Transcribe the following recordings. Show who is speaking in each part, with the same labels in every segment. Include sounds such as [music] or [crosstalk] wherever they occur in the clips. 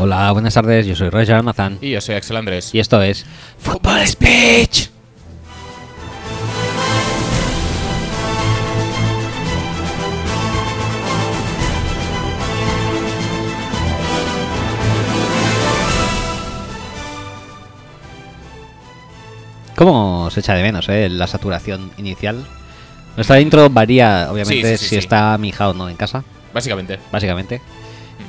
Speaker 1: Hola, buenas tardes, yo soy Roger Almazán
Speaker 2: Y yo soy Axel Andrés.
Speaker 1: y esto es
Speaker 2: Football Speech.
Speaker 1: ¿Cómo se echa de menos eh, la saturación inicial? Nuestra intro varía, obviamente,
Speaker 2: Sí, sí, sí,
Speaker 1: si
Speaker 2: sí.
Speaker 1: está mi hija o no en casa,
Speaker 2: Básicamente.
Speaker 1: básicamente.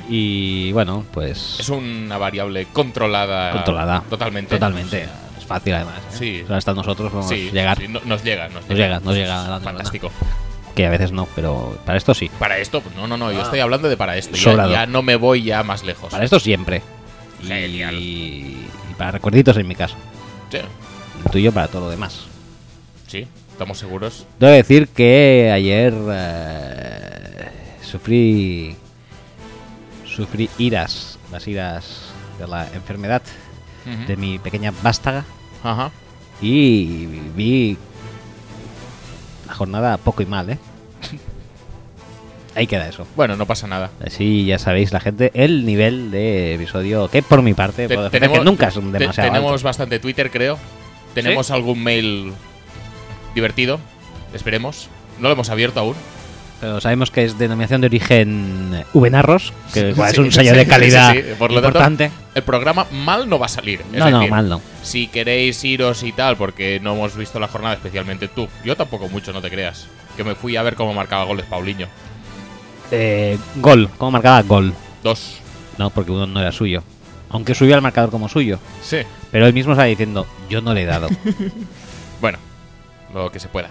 Speaker 1: Y bueno, pues
Speaker 2: Es una variable controlada.
Speaker 1: controlada.
Speaker 2: Totalmente.
Speaker 1: Totalmente.
Speaker 2: O sea,
Speaker 1: es fácil, además. ¿eh?
Speaker 2: Sí.
Speaker 1: O sea, hasta nosotros vamos
Speaker 2: sí,
Speaker 1: a llegar,
Speaker 2: sí, no- nos llega. Nos,
Speaker 1: Nos llega, nos llega la neurona.
Speaker 2: Fantástico.
Speaker 1: que a veces no, pero para esto sí.
Speaker 2: Para esto, pues, no, no, no. Yo estoy hablando de para esto. Ya,
Speaker 1: Ah. Sobrado.
Speaker 2: ya no me voy ya más lejos.
Speaker 1: Para esto siempre. Y-
Speaker 2: Genial.
Speaker 1: Y, para recuerditos en mi caso.
Speaker 2: Sí,
Speaker 1: El tuyo para todo lo demás.
Speaker 2: sí, estamos seguros.
Speaker 1: Debo decir que ayer eh, sufrí sufrí iras, las iras de la enfermedad
Speaker 2: Ujú.
Speaker 1: de mi pequeña vástaga
Speaker 2: Ajá.
Speaker 1: y vi la jornada poco y
Speaker 2: [laughs]
Speaker 1: mal, ¿eh? Ahí queda eso.
Speaker 2: Bueno, no pasa nada.
Speaker 1: Así ya sabéis la gente el nivel de episodio que por mi parte
Speaker 2: Te-
Speaker 1: puedo defender que nunca es un
Speaker 2: te-
Speaker 1: demasiado alto.
Speaker 2: tenemos bastante Twitter, creo. Tenemos algún mail divertido. Esperemos. No lo hemos abierto aún.
Speaker 1: Pero sabemos que es denominación de origen Ubenarros, que igual es
Speaker 2: Sí,
Speaker 1: un sello
Speaker 2: sí,
Speaker 1: de
Speaker 2: sí,
Speaker 1: calidad
Speaker 2: sí, sí. Por lo tanto,
Speaker 1: importante.
Speaker 2: El programa mal no va a salir. Es
Speaker 1: No, no,
Speaker 2: decir,
Speaker 1: mal no.
Speaker 2: Si queréis iros y tal, porque no hemos visto la jornada, especialmente tú. Yo tampoco mucho, no te creas. Que me fui a ver cómo marcaba goles Paulinho.
Speaker 1: Eh, gol, ¿cómo marcaba gol?
Speaker 2: Dos.
Speaker 1: No, porque uno no era suyo. Aunque subió al marcador como suyo.
Speaker 2: Sí.
Speaker 1: Pero él mismo estaba diciendo, yo no le he dado.
Speaker 2: Bueno, lo que se pueda.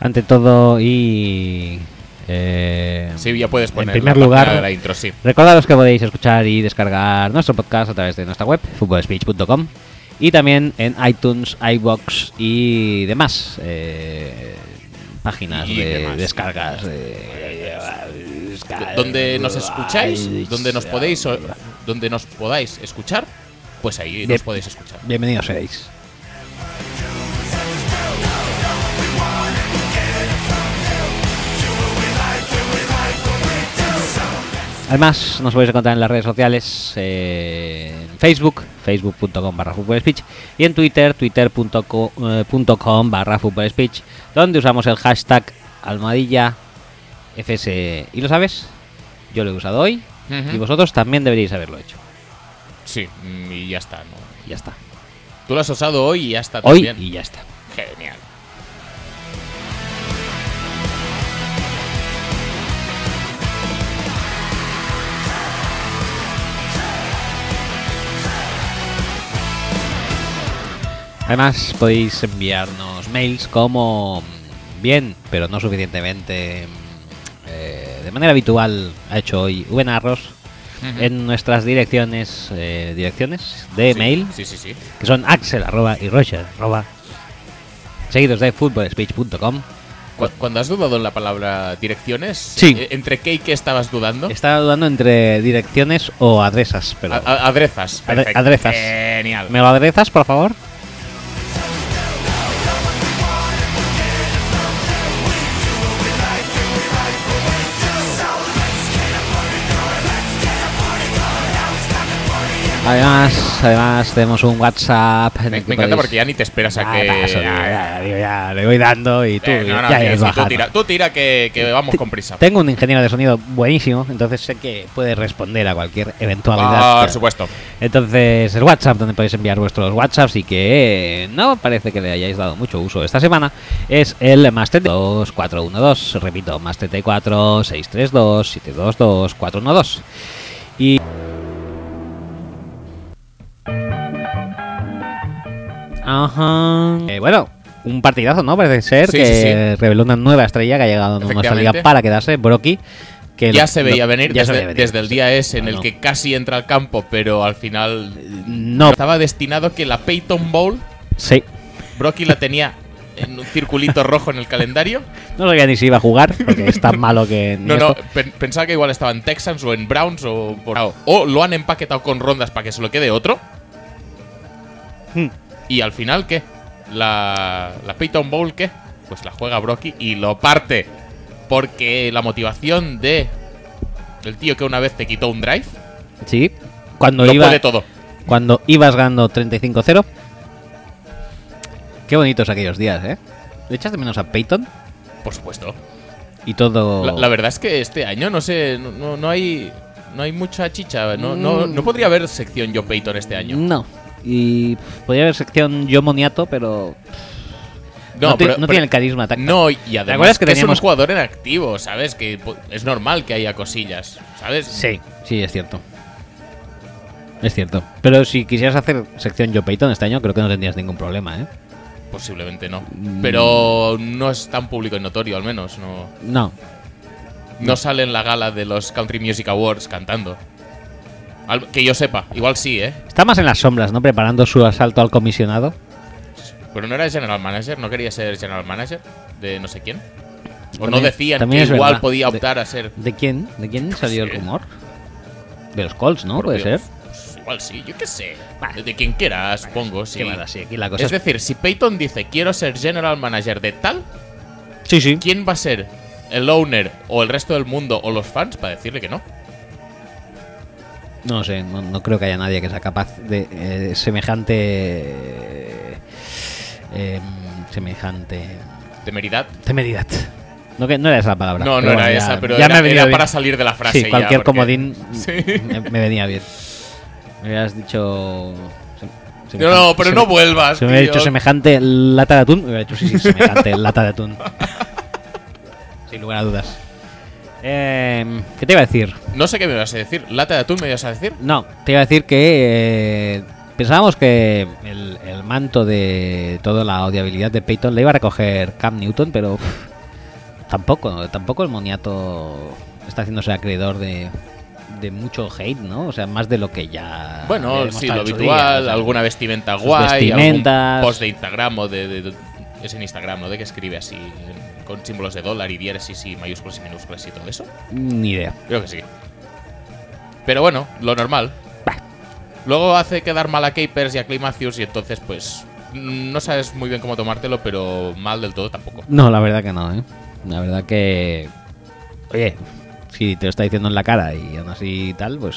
Speaker 1: Ante todo y... eh,
Speaker 2: Sevilla puedes poner
Speaker 1: primer
Speaker 2: la
Speaker 1: lugar-
Speaker 2: página de la intro, sí.
Speaker 1: Recordaros que podéis escuchar y descargar nuestro podcast a través de nuestra web, futbolspeech.com y también en iTunes, iBox y demás eh, páginas
Speaker 2: Y
Speaker 1: de
Speaker 2: demás.
Speaker 1: descargas. de-
Speaker 2: Donde nos escucháis, donde nos podéis, o- donde nos podáis escuchar, pues ahí
Speaker 1: Bien.
Speaker 2: nos podéis escuchar.
Speaker 1: Bienvenidos seréis. Además, nos podéis encontrar en las redes sociales, eh, en Facebook, facebook.com barra speech y en Twitter, twitter.com barra speech donde usamos el hashtag almadilla FS. E. ¿Y lo sabes? Yo lo he usado hoy
Speaker 2: Ujú.
Speaker 1: y vosotros también deberíais haberlo hecho.
Speaker 2: Sí, mm, y ya está. ¿no?
Speaker 1: Ya está.
Speaker 2: Tú lo has usado hoy y ya está
Speaker 1: Hoy
Speaker 2: también.
Speaker 1: y ya está.
Speaker 2: Genial.
Speaker 1: Además, podéis enviarnos mails como mm, bien, pero no suficientemente mm, eh, de manera habitual ha hecho hoy Ubenarros
Speaker 2: Ujú.
Speaker 1: en nuestras direcciones eh, direcciones de
Speaker 2: Sí,
Speaker 1: mail
Speaker 2: Sí, sí, sí.
Speaker 1: que son axel arroba, y roger arroba, seguidos de footballspeech.com
Speaker 2: Cu- Cuando has dudado en la palabra direcciones,
Speaker 1: Sí.
Speaker 2: eh, ¿entre qué y qué estabas dudando?
Speaker 1: estaba dudando entre direcciones o adresas pero
Speaker 2: A- a- adrezas.
Speaker 1: Adre-
Speaker 2: perfecto.
Speaker 1: adrezas.
Speaker 2: Genial.
Speaker 1: me lo adresas por favor Además, además tenemos un WhatsApp. en el
Speaker 2: Me,
Speaker 1: que
Speaker 2: me encanta
Speaker 1: podéis-
Speaker 2: porque ya ni te esperas a
Speaker 1: Ah,
Speaker 2: que.
Speaker 1: paso, digo,
Speaker 2: Eh,
Speaker 1: ya, digo, ya, le voy dando y tú
Speaker 2: no, no,
Speaker 1: ya
Speaker 2: sí,
Speaker 1: irás
Speaker 2: sí, tú
Speaker 1: bajando.
Speaker 2: tira, tú tira que, que vamos con prisa.
Speaker 1: Tengo un ingeniero de sonido buenísimo, entonces sé que puede responder a cualquier eventualidad.
Speaker 2: Por supuesto.
Speaker 1: Entonces, el WhatsApp, donde podéis enviar vuestros WhatsApps y que eh, no parece que le hayáis dado mucho uso esta semana, es el más 3412, repito, más 34 632 722 412. Y. Ajá. Eh, bueno, un partidazo, ¿no? Parece ser
Speaker 2: Sí,
Speaker 1: que
Speaker 2: sí, sí.
Speaker 1: reveló una nueva estrella que ha llegado en una salida
Speaker 2: Efectivamente.
Speaker 1: para quedarse, Brocky. Que
Speaker 2: ya
Speaker 1: lo-
Speaker 2: se veía
Speaker 1: lo-
Speaker 2: venir,
Speaker 1: ya se
Speaker 2: desde,
Speaker 1: veía venir,
Speaker 2: desde el
Speaker 1: sí.
Speaker 2: día S en
Speaker 1: No,
Speaker 2: el
Speaker 1: no.
Speaker 2: que casi entra al campo, pero al final
Speaker 1: No,
Speaker 2: estaba destinado que la Peyton Bowl,
Speaker 1: sí.
Speaker 2: Brocky la tenía en un circulito rojo en el calendario.
Speaker 1: No sabía ni si iba a jugar, porque es
Speaker 2: [laughs]
Speaker 1: tan malo que. ni
Speaker 2: No, no,
Speaker 1: esto-
Speaker 2: pen- pensaba que igual estaba en Texans o en Browns o por O lo han empaquetado con rondas para que se lo quede otro.
Speaker 1: Hmm.
Speaker 2: Y al final, ¿qué? La, la Peyton Bowl, ¿qué? Pues la juega Brocky y lo parte. Porque la motivación de el tío que una vez te quitó un drive
Speaker 1: Sí. Cuando,
Speaker 2: lo
Speaker 1: iba,
Speaker 2: puede todo.
Speaker 1: cuando ibas ganando 35-0. Qué bonitos aquellos días, ¿eh? ¿Le echas de menos a Peyton?
Speaker 2: Por supuesto.
Speaker 1: Y todo.
Speaker 2: La, la verdad es que este año, no sé, no, no- no hay. No hay mucha chicha. No, no,
Speaker 1: Mm.
Speaker 2: no podría haber sección Joe Peyton este año.
Speaker 1: No. Y pff, podría haber sección yo moniato, pero no, ti-
Speaker 2: pero-
Speaker 1: no
Speaker 2: pero-
Speaker 1: tiene el carisma táctico.
Speaker 2: No, y además
Speaker 1: acuerdas que
Speaker 2: que,
Speaker 1: teníamos-
Speaker 2: es un jugador en activo, ¿sabes? Que po- es normal que haya cosillas, ¿sabes?
Speaker 1: Sí, sí, es cierto. Es cierto. Pero si quisieras hacer sección Joe Payton este año, creo que no tendrías ningún problema, ¿eh?
Speaker 2: Posiblemente no.
Speaker 1: Mm.
Speaker 2: Pero no es tan público y notorio, al menos. No,
Speaker 1: No.
Speaker 2: no
Speaker 1: Mm.
Speaker 2: sale en la gala de los Country Music Awards cantando. Al- que yo sepa, igual sí, ¿eh?
Speaker 1: Está más en las sombras, ¿no? Preparando su asalto al comisionado.
Speaker 2: Pero no era general manager, no quería ser general manager de no sé quién. O
Speaker 1: También-
Speaker 2: no decían
Speaker 1: también
Speaker 2: que
Speaker 1: es
Speaker 2: igual
Speaker 1: verdad.
Speaker 2: podía
Speaker 1: De-
Speaker 2: optar a ser.
Speaker 1: ¿De quién? ¿De quién salió el
Speaker 2: sé.
Speaker 1: rumor? De los Colts, ¿no?
Speaker 2: por
Speaker 1: Puede
Speaker 2: Dios,
Speaker 1: ser.
Speaker 2: pues igual sí, yo qué sé.
Speaker 1: Bah.
Speaker 2: De quien quiera, supongo, sí.
Speaker 1: Qué mala, sí, aquí la cosa
Speaker 2: Es
Speaker 1: es-
Speaker 2: decir, si Peyton dice quiero ser general manager de tal,
Speaker 1: Sí, sí.
Speaker 2: ¿quién va a ser el owner o el resto del mundo o los fans para decirle que no?
Speaker 1: No sé, no, no creo que haya nadie que sea capaz de eh, semejante... eh, eh, semejante...
Speaker 2: Temeridad.
Speaker 1: Temeridad. No, que, no era esa la palabra.
Speaker 2: No, no
Speaker 1: pero
Speaker 2: era
Speaker 1: bueno, ya-
Speaker 2: esa, pero
Speaker 1: ya
Speaker 2: era,
Speaker 1: me venía
Speaker 2: era
Speaker 1: bien.
Speaker 2: para salir de la frase.
Speaker 1: Sí,
Speaker 2: ya,
Speaker 1: cualquier
Speaker 2: porque-
Speaker 1: comodín
Speaker 2: [laughs] Sí.
Speaker 1: me, me venía bien. Me hubieras dicho. se-
Speaker 2: No, no,
Speaker 1: semejante-
Speaker 2: pero
Speaker 1: se-
Speaker 2: no vuelvas.
Speaker 1: Se me hubiera
Speaker 2: tío.
Speaker 1: dicho semejante lata de atún. Me hubiera dicho, sí, sí, semejante [laughs] lata de atún. Sin lugar a dudas. Eh, ¿Qué te iba a decir?
Speaker 2: No sé qué me vas a decir. ¿Lata de atún me ibas a decir?
Speaker 1: No, te iba a decir que eh, pensábamos que el, el manto de toda la odiabilidad de Peyton le iba a recoger Cam Newton, pero uf, tampoco, tampoco el moniato está haciéndose acreedor de, de mucho hate, ¿no? O sea, más de lo que ya. había
Speaker 2: Bueno, sí,
Speaker 1: demostrado
Speaker 2: lo
Speaker 1: en su
Speaker 2: habitual.
Speaker 1: día, o sea,
Speaker 2: alguna vestimenta
Speaker 1: sus
Speaker 2: guay. Algún
Speaker 1: vestimentas.
Speaker 2: post de Instagram o de, de- de- Es en Instagram, ¿no? De que escribe así en- con símbolos de dólar y diéresis y mayúsculas y minúsculas y todo eso.
Speaker 1: Ni idea.
Speaker 2: Creo que sí. Pero bueno, lo normal. Luego hace quedar mal a Capers y a Clay Matthews y entonces pues mm, no sabes muy bien cómo tomártelo, pero mal del todo tampoco.
Speaker 1: No, la verdad que no, ¿eh? La verdad que. Oye, si te lo está diciendo en la cara y aún así tal, pues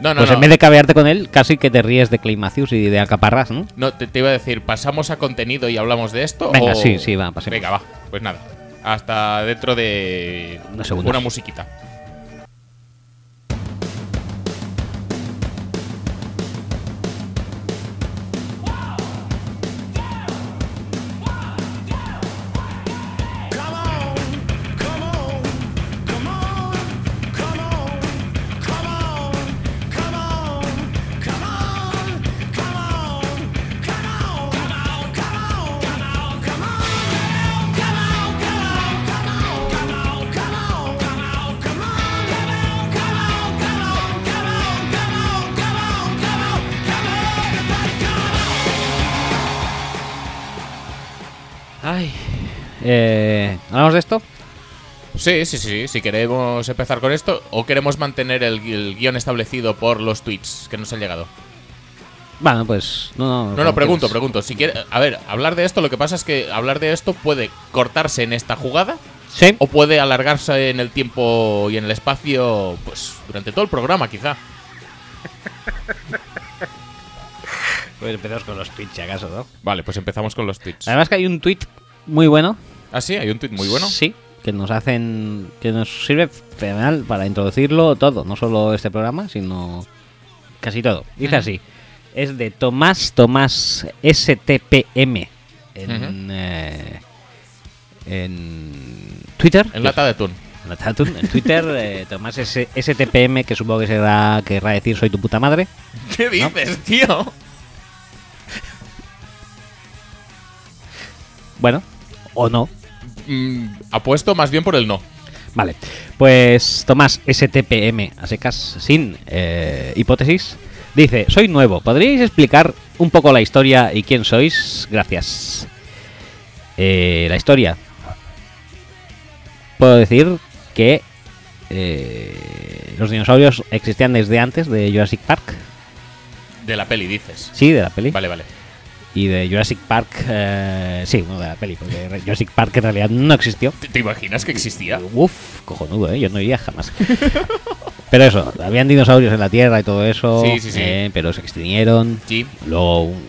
Speaker 2: No, no,
Speaker 1: pues
Speaker 2: no.
Speaker 1: en vez de cabearte con él, casi que te ríes de Clay Matthews y de Acaparras, ¿no?
Speaker 2: No, te, te iba a decir, ¿pasamos a contenido y hablamos de esto?
Speaker 1: Venga,
Speaker 2: o-
Speaker 1: sí, sí, va, pasemos.
Speaker 2: Venga, va. Pues nada. Hasta dentro de
Speaker 1: Unos segundos.
Speaker 2: una musiquita.
Speaker 3: Come on, come on, come on, come on, come on, come on, come on, come on, come on, come on, come on, come on, come on, come on, come on, come on, come on, come on, come on, come on, come on, come on, come on, come on, come on, come on, everybody, come on.
Speaker 1: Ay. Eh, ¿Hablamos de esto?
Speaker 2: Sí, sí, sí, sí. Si queremos empezar con esto o queremos mantener el, el guión establecido por los tweets que nos han llegado.
Speaker 1: Bueno, pues. No, no,
Speaker 2: No,
Speaker 1: como
Speaker 2: no, pregunto,
Speaker 1: quieras.
Speaker 2: pregunto. Si quiere, a ver, hablar de esto, lo que pasa es que hablar de esto puede cortarse en esta jugada
Speaker 1: Sí.
Speaker 2: o puede alargarse en el tiempo y en el espacio, pues durante todo el programa, quizá.
Speaker 1: Pues empezamos con los tweets, si acaso, ¿no?
Speaker 2: Vale, pues empezamos con los tweets.
Speaker 1: Además que hay un tweet muy bueno.
Speaker 2: Ah, sí, hay un tweet muy bueno.
Speaker 1: Sí. Que nos hacen. Que nos sirve fenomenal para introducirlo todo. No solo este programa, sino. Casi todo. Dice
Speaker 2: Ujú.
Speaker 1: así. Es de Tomás Tomás STPM. En. eh, en Twitter.
Speaker 2: En lata de atún.
Speaker 1: En la Tatum, en Twitter, eh, Tomás S- STPM, que supongo que será, querrá decir soy tu puta madre.
Speaker 2: ¿Qué dices, tío?
Speaker 1: Bueno, o no.
Speaker 2: Mm, apuesto más bien por el no.
Speaker 1: Vale. Pues Tomás STPM, a secas, sin eh, hipótesis, dice, soy nuevo, ¿podríais explicar un poco la historia y quién sois? Gracias. Eh, la historia. Puedo decir que eh, los dinosaurios existían desde antes de Jurassic Park,
Speaker 2: De la peli, dices.
Speaker 1: sí, de la peli.
Speaker 2: Vale, vale.
Speaker 1: Y de Jurassic Park, eh, sí, bueno, de la peli, porque re- Jurassic Park en realidad no existió.
Speaker 2: ¿Te, te imaginas que existía?
Speaker 1: Uf, cojonudo, ¿eh? Yo no iría jamás. [laughs] pero eso, habían dinosaurios en la Tierra y todo eso.
Speaker 2: Sí, sí, sí.
Speaker 1: eh, pero se extinguieron.
Speaker 2: Sí.
Speaker 1: Luego un-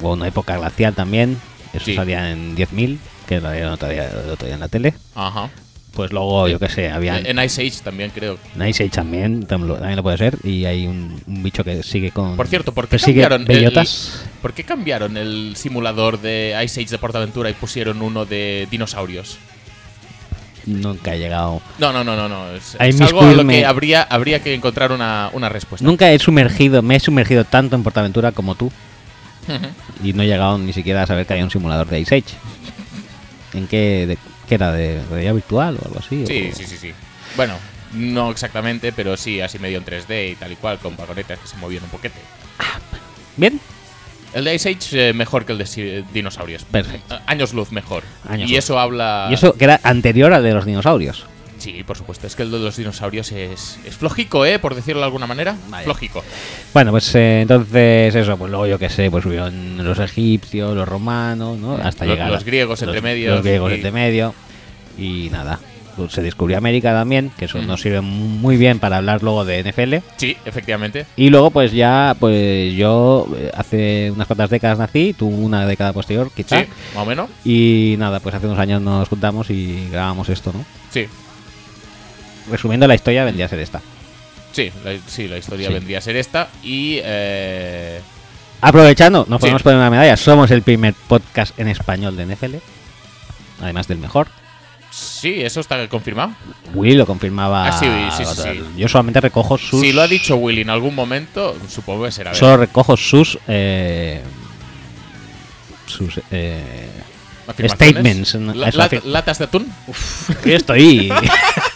Speaker 1: hubo una época glacial también. Eso
Speaker 2: Sí.
Speaker 1: salía en 10.000, que lo dieron otro día, el otro día en la tele.
Speaker 2: Ajá.
Speaker 1: Pues luego,
Speaker 2: Eh,
Speaker 1: yo qué sé, había
Speaker 2: En Ice Age también creo.
Speaker 1: Nice Age también, tam- lo- también lo puede ser. Y hay un, un bicho que sigue con...
Speaker 2: Por cierto, ¿por qué
Speaker 1: persigue
Speaker 2: cambiaron
Speaker 1: bellotas.
Speaker 2: el ¿Por qué cambiaron el simulador de Ice Age de Portaventura y pusieron uno de dinosaurios?
Speaker 1: Nunca he llegado...
Speaker 2: No, no, no, no, no. Es,
Speaker 1: Ahí
Speaker 2: es
Speaker 1: me
Speaker 2: algo a lo
Speaker 1: excluirme.
Speaker 2: que habría, habría que encontrar una, una respuesta.
Speaker 1: Nunca he sumergido, me he sumergido tanto en Portaventura como tú.
Speaker 2: Ujú.
Speaker 1: Y no he llegado ni siquiera a saber que había un simulador de Ice Age. ¿En qué, de- qué era? ¿De realidad virtual o algo así?
Speaker 2: sí,
Speaker 1: O-
Speaker 2: sí, sí, sí. Bueno, no exactamente, pero sí, así medio en 3D y tal y cual, con vagonetas que se movían un poquete.
Speaker 1: Bien,
Speaker 2: El de Ice Age eh, mejor que el de si- dinosaurios.
Speaker 1: Perfecto.
Speaker 2: Eh, Años luz mejor.
Speaker 1: Años
Speaker 2: y
Speaker 1: luz.
Speaker 2: eso habla...
Speaker 1: y eso que era anterior al de los dinosaurios.
Speaker 2: Sí, por supuesto. Es que el de los dinosaurios es, es flojico, ¿eh? Por decirlo de alguna manera.
Speaker 1: Vaya.
Speaker 2: Flojico.
Speaker 1: Bueno, pues eh, entonces eso, pues luego yo qué sé, pues subieron los egipcios, los romanos, ¿no? Hasta
Speaker 2: Los-
Speaker 1: llegar a-
Speaker 2: los griegos entre
Speaker 1: los-
Speaker 2: medios
Speaker 1: Los griegos
Speaker 2: y-
Speaker 1: entre medio. Y nada, pues se descubrió América también, que eso
Speaker 2: Mm.
Speaker 1: nos sirve muy bien para hablar luego de NFL.
Speaker 2: Sí, efectivamente.
Speaker 1: Y luego pues ya, pues yo eh, hace unas cuantas décadas nací, tú una década posterior quizá.
Speaker 2: Sí, más o menos.
Speaker 1: Y nada, pues hace unos años nos juntamos y grabamos esto, ¿no?
Speaker 2: Sí,
Speaker 1: Resumiendo la historia, vendría a ser esta.
Speaker 2: sí, la, sí, la historia
Speaker 1: Sí.
Speaker 2: vendría a ser esta. Y. eh,
Speaker 1: Aprovechando, nos
Speaker 2: Sí.
Speaker 1: podemos poner una medalla. Somos el primer podcast en español de NFL. Además del mejor.
Speaker 2: sí, eso está confirmado.
Speaker 1: Willy lo confirmaba.
Speaker 2: Ah, sí, sí, sí, sí.
Speaker 1: Yo solamente recojo sus.
Speaker 2: Si lo ha dicho Willy en algún momento, supongo que será.
Speaker 1: Solo recojo sus. eh, sus. eh,
Speaker 2: verdad.
Speaker 1: statements, ¿no?
Speaker 2: La-
Speaker 1: Eso,
Speaker 2: la-
Speaker 1: afir-
Speaker 2: latas de atún.
Speaker 1: hoy estoy.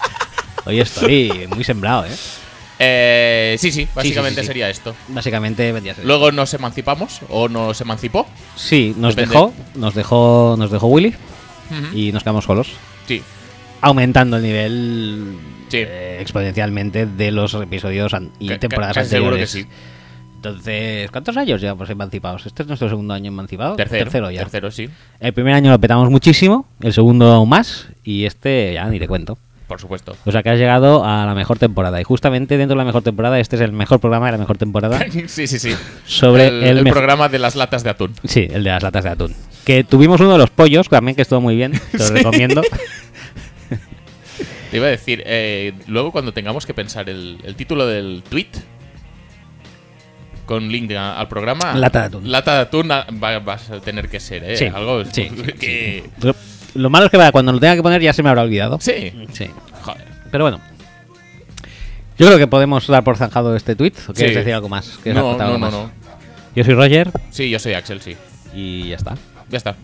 Speaker 1: [laughs] hoy estoy muy sembrado, ¿eh?
Speaker 2: Eh, sí, sí, básicamente
Speaker 1: sí, sí.
Speaker 2: sería esto.
Speaker 1: Básicamente vendría a ser-
Speaker 2: Luego nos emancipamos o nos emancipó.
Speaker 1: Sí, nos
Speaker 2: Depende.
Speaker 1: dejó, nos dejó, nos dejó Willy
Speaker 2: Ujú.
Speaker 1: y nos quedamos solos,
Speaker 2: Sí,
Speaker 1: aumentando el nivel
Speaker 2: Sí.
Speaker 1: eh, exponencialmente de los episodios an- y
Speaker 2: ca- ca-
Speaker 1: temporadas
Speaker 2: casi seguro que
Speaker 1: anteriores.
Speaker 2: sí.
Speaker 1: Entonces, ¿cuántos años llevamos emancipados? Este es nuestro segundo año emancipado.
Speaker 2: Tercero,
Speaker 1: Oh, ya.
Speaker 2: tercero, sí.
Speaker 1: El primer año lo petamos muchísimo, el segundo aún más y este ya ni te cuento. [laughs]
Speaker 2: Por supuesto.
Speaker 1: O sea que has llegado a la mejor temporada y justamente dentro de la mejor temporada este es el mejor programa de la mejor
Speaker 2: [laughs]
Speaker 1: temporada
Speaker 2: sí, sí, sí.
Speaker 1: sobre
Speaker 2: el,
Speaker 1: el,
Speaker 2: el
Speaker 1: mejor
Speaker 2: programa de las latas de atún.
Speaker 1: Sí, el de las latas de atún. Que tuvimos uno de los pollos también, que estuvo muy bien, te
Speaker 2: [laughs]
Speaker 1: lo recomiendo.
Speaker 2: Te iba a decir, eh, luego cuando tengamos que pensar el, el título del tweet con link a- al programa.
Speaker 1: Lata de atún.
Speaker 2: Lata de atún ah, va- vas a tener que ser, ¿eh?
Speaker 1: Sí,
Speaker 2: Algo [laughs]
Speaker 1: sí,
Speaker 2: que.
Speaker 1: Lo- Lo malo es que para cuando lo tenga que poner ya se me habrá olvidado.
Speaker 2: Sí.
Speaker 1: Sí.
Speaker 2: Joder.
Speaker 1: Pero bueno. Yo creo que podemos dar por zanjado este tweet. ¿O quieres
Speaker 2: Sí.
Speaker 1: decir algo más? ¿Quieres
Speaker 2: No,
Speaker 1: aportar
Speaker 2: no,
Speaker 1: algo
Speaker 2: no,
Speaker 1: más?
Speaker 2: no.
Speaker 1: Yo soy Roger
Speaker 2: Sí, yo soy Axel, sí.
Speaker 1: y ya está.
Speaker 2: Ya está.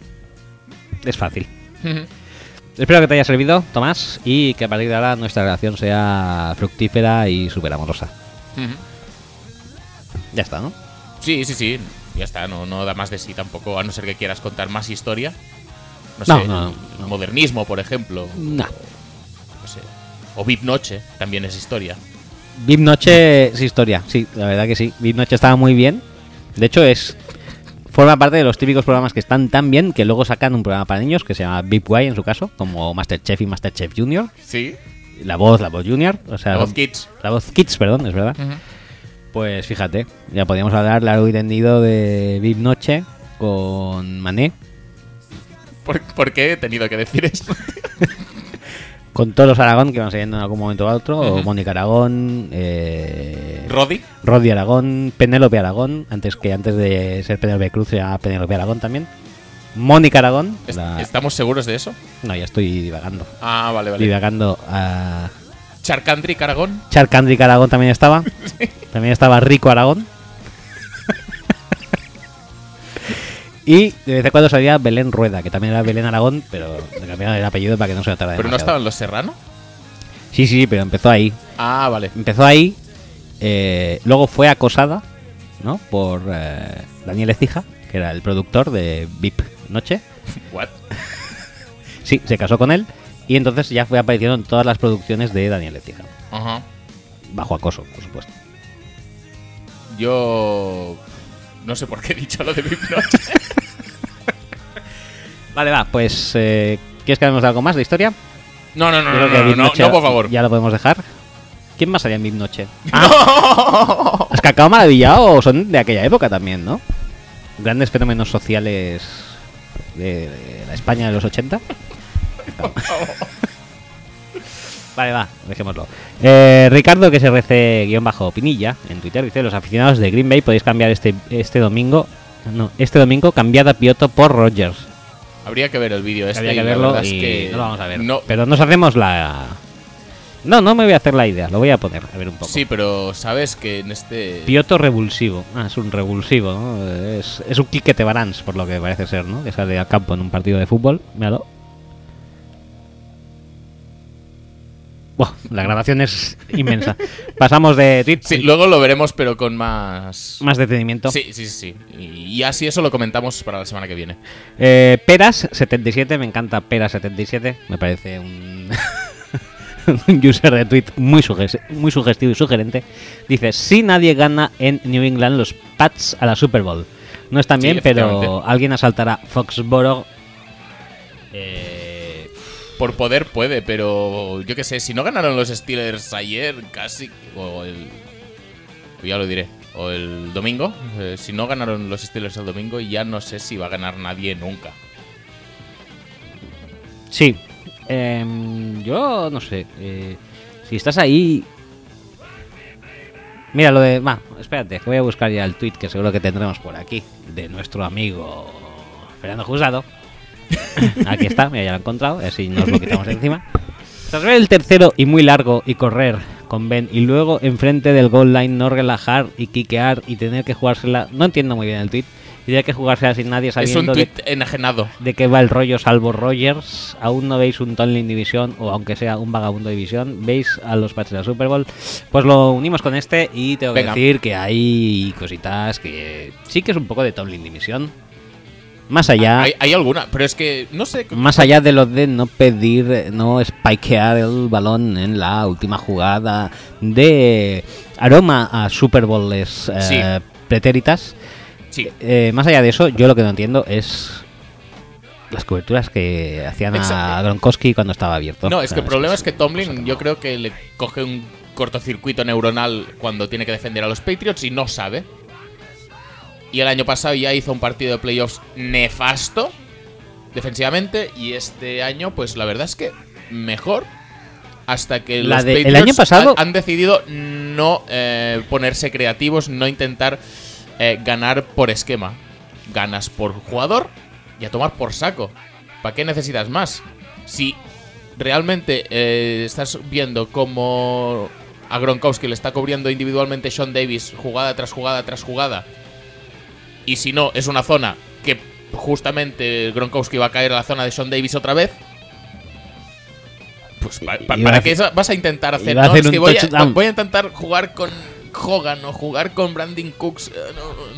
Speaker 2: [laughs]
Speaker 1: Es fácil. Espero que te haya servido, Tomás, y que a partir de ahora nuestra relación sea fructífera y súper amorosa. Ya está, ¿no?
Speaker 2: sí, sí, sí. Ya está, no, no da más de sí tampoco, a no ser que quieras contar más historia. No sé,
Speaker 1: No, no, no.
Speaker 2: modernismo, por ejemplo.
Speaker 1: No.
Speaker 2: No sé. O VIP Noche, también es historia.
Speaker 1: Bib Noche es historia, sí, la verdad que sí. Bib Noche estaba muy bien. De hecho, es forma parte de los típicos programas que están tan bien que luego sacan un programa para niños que se llama Bib Guy en su caso, como Masterchef y Masterchef Junior.
Speaker 2: Sí.
Speaker 1: La voz, la voz Junior. O sea,
Speaker 2: La voz
Speaker 1: son-
Speaker 2: Kids.
Speaker 1: La voz Kids, perdón, es verdad. Pues fíjate, ya podíamos hablar largo y tendido de Bib Noche con Mané,
Speaker 2: ¿Por, por qué he tenido que decir esto?
Speaker 1: con todos los Aragón que van saliendo en algún momento u otro, o
Speaker 2: Ujú.
Speaker 1: Mónica Aragón, eh,
Speaker 2: [laughs] Roddy.
Speaker 1: Roddy Aragón, Penélope Aragón, antes que antes de ser Penélope Cruz se llamaba Penélope Aragón también. Mónica Aragón,
Speaker 2: ¿Est-
Speaker 1: la-
Speaker 2: ¿Estamos seguros de eso?
Speaker 1: no, ya estoy divagando.
Speaker 2: Ah, vale, vale.
Speaker 1: Divagando a
Speaker 2: Charcandri Caragón.
Speaker 1: Charcandrick Aragón también
Speaker 2: [laughs]
Speaker 1: estaba. También estaba Rico Aragón. Y de vez en cuando salía Belén Rueda, que también era Belén Aragón, pero le cambiaron el apellido para que no se notara
Speaker 2: Pero no
Speaker 1: demasiado.
Speaker 2: estaban los Serrano.
Speaker 1: Sí, sí, sí, pero empezó ahí.
Speaker 2: Ah, vale.
Speaker 1: Empezó ahí. eh, luego fue acosada, ¿no? Por eh, Daniel Ecija, que era el productor de VIP Noche.
Speaker 2: What?
Speaker 1: Sí, se casó con él. Y entonces ya fue apareciendo en todas las producciones de Daniel Ecija.
Speaker 2: Ajá.
Speaker 1: Bajo acoso, por supuesto.
Speaker 2: Yo. No sé por qué he dicho lo de mi noche.
Speaker 1: [laughs] Vale, va, pues. eh, ¿Quieres que hablemos de algo más de historia?
Speaker 2: No, no, no,
Speaker 1: Yo
Speaker 2: no,
Speaker 1: creo que
Speaker 2: no, no,
Speaker 1: VIP
Speaker 2: no,
Speaker 1: Noche
Speaker 2: no, por favor.
Speaker 1: Ya lo podemos dejar. ¿Quién más Ah. salía en VIP
Speaker 2: [laughs]
Speaker 1: Noche?
Speaker 2: ¡No!
Speaker 1: Las Cacao Maravillado son de aquella época también, ¿no? Grandes fenómenos sociales de, de la España de los
Speaker 2: [laughs]
Speaker 1: 80. vale, va, dejémoslo. Eh, Ricardo, que se rece guión bajo Pinilla en Twitter, dice: Los aficionados de Green Bay podéis cambiar este, este domingo. No, este domingo cambiad a Pioto por Rogers.
Speaker 2: Habría que ver el vídeo este.
Speaker 1: Habría que
Speaker 2: y la
Speaker 1: verlo
Speaker 2: verdad es
Speaker 1: y
Speaker 2: que
Speaker 1: no lo vamos a ver.
Speaker 2: no.
Speaker 1: Pero nos hacemos la. No, no me voy a hacer la idea, lo voy a poner, a ver un poco.
Speaker 2: Sí, pero sabes que en este.
Speaker 1: Pioto revulsivo. Ah, es un revulsivo, ¿no? Es, es un Quique Tebarans, por lo que parece ser, ¿no? Que sale al campo en un partido de fútbol. Míralo. Buah, la grabación es [laughs] inmensa. Pasamos de tweets.
Speaker 2: Sí, luego lo veremos, pero con más.
Speaker 1: Más detenimiento.
Speaker 2: Sí, sí, sí. sí. Y y así eso lo comentamos para la semana que viene.
Speaker 1: Eh, Peras77, me encanta Peras77. Me parece un, [laughs] un user de tweet muy, suges- muy sugestivo y sugerente. Dice: Si nadie gana en New England los Pats a la Super Bowl. No están
Speaker 2: Sí,
Speaker 1: bien, pero
Speaker 2: efectivamente.
Speaker 1: alguien asaltará Foxboro. Eh,
Speaker 2: Por poder puede, pero yo qué sé, si no ganaron los Steelers ayer, casi, o el... Ya lo diré, o el domingo, eh, si no ganaron los Steelers el domingo, ya no sé si va a ganar nadie nunca.
Speaker 1: sí. Em, yo no sé. eh, si estás ahí. Mira lo de. Va, espérate, que voy a buscar ya el tweet que seguro que tendremos por aquí. De nuestro amigo Fernando
Speaker 2: [laughs]
Speaker 1: Juzgado. aquí está, mira, ya lo he encontrado. y Así nos lo quitamos de encima. Tras ver el tercero y muy largo y correr con Ben y luego enfrente del goal line no relajar y quiquear y tener que jugársela. No entiendo muy bien el tweet. Tendría que jugársela sin nadie
Speaker 2: Es un
Speaker 1: sabiendo de
Speaker 2: tuit enajenado.
Speaker 1: de qué va el rollo salvo Rogers. Aún no veis un Tomlin División o aunque sea un vagabundo División. Veis a los Pats de la Super Bowl. Pues lo unimos con este y tengo
Speaker 2: Venga.
Speaker 1: que decir que hay cositas que sí que es un poco de Tomlin División. Más allá,
Speaker 2: Hay, hay alguna, pero es que no sé...
Speaker 1: más allá de lo de no pedir, eh, no spikear el balón en la última jugada de aroma a Super Bowls eh,
Speaker 2: Sí.
Speaker 1: pretéritas.
Speaker 2: Sí,
Speaker 1: Eh, más allá de eso, yo lo que no entiendo es las coberturas que hacían a
Speaker 2: Exacto.
Speaker 1: Gronkowski cuando estaba abierto.
Speaker 2: No, es
Speaker 1: O
Speaker 2: que
Speaker 1: sea,
Speaker 2: el problema es que
Speaker 1: cosa
Speaker 2: Tomlin
Speaker 1: no-
Speaker 2: yo creo que le coge un cortocircuito neuronal cuando tiene que defender a los Patriots y no sabe. Y el año pasado ya hizo un partido de playoffs nefasto defensivamente y este año pues la verdad es que mejor hasta que
Speaker 1: La
Speaker 2: los
Speaker 1: de- el
Speaker 2: Patriots
Speaker 1: año pasado-
Speaker 2: han, han decidido no eh, ponerse creativos, no intentar eh, ganar por esquema. Ganas por jugador y a tomar por saco. ¿Para qué necesitas más? Si realmente eh, estás viendo cómo a Gronkowski le está cubriendo individualmente Sean Davis jugada tras jugada tras jugada, y si no, es una zona que justamente Gronkowski va a caer a la zona de Sean Davis otra vez. Pues pa-
Speaker 1: Iba
Speaker 2: pa-
Speaker 1: a
Speaker 2: para
Speaker 1: hacer-
Speaker 2: qué esa- vas a intentar hacer,
Speaker 1: iba a
Speaker 2: no,
Speaker 1: hacer
Speaker 2: es que
Speaker 1: un
Speaker 2: voy, a,
Speaker 1: touchdown.
Speaker 2: voy a intentar jugar con Hogan o jugar con Brandon Cooks. Eh,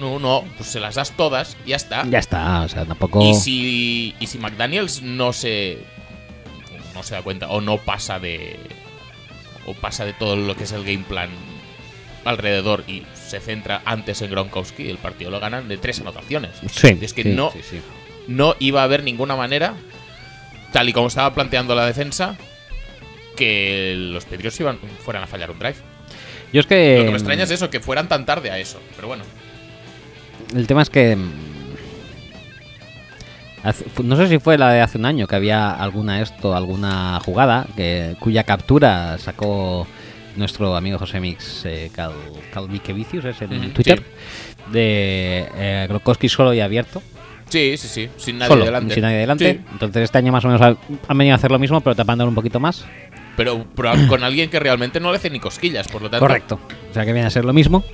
Speaker 2: No, no, no, pues se las das todas, y ya está.
Speaker 1: Ya está, o sea, tampoco.
Speaker 2: Y si, y si McDaniels no se. No se da cuenta, o no pasa de. O pasa de todo lo que es el game plan alrededor y se centra antes en Gronkowski, el partido lo ganan de tres anotaciones.
Speaker 1: Sí,
Speaker 2: es que
Speaker 1: sí,
Speaker 2: no,
Speaker 1: sí, sí.
Speaker 2: no iba a haber ninguna manera, tal y como estaba planteando la defensa, que los Patriots iban, fueran a fallar un drive.
Speaker 1: Yo es que.
Speaker 2: Lo que me extraña es eso, que fueran tan tarde a eso. Pero bueno,
Speaker 1: El tema es que. mm, hace- fu- no sé si fue la de hace un año que había alguna esto, alguna jugada que, cuya captura sacó nuestro amigo José Mix eh, Cal, Calviquevicius, es en
Speaker 2: Ujú,
Speaker 1: Twitter, de eh, Gronkowski solo y abierto.
Speaker 2: sí, sí, sí, sin nadie
Speaker 1: solo,
Speaker 2: delante.
Speaker 1: sin nadie delante.
Speaker 2: Sí,
Speaker 1: Entonces este año más o menos ha- han venido a hacer lo mismo, pero tapándolo un poquito más.
Speaker 2: pero,
Speaker 1: [clears throat]
Speaker 2: pero con alguien que realmente no le hace ni cosquillas, por lo tanto.
Speaker 1: Correcto. O sea que viene a ser lo mismo.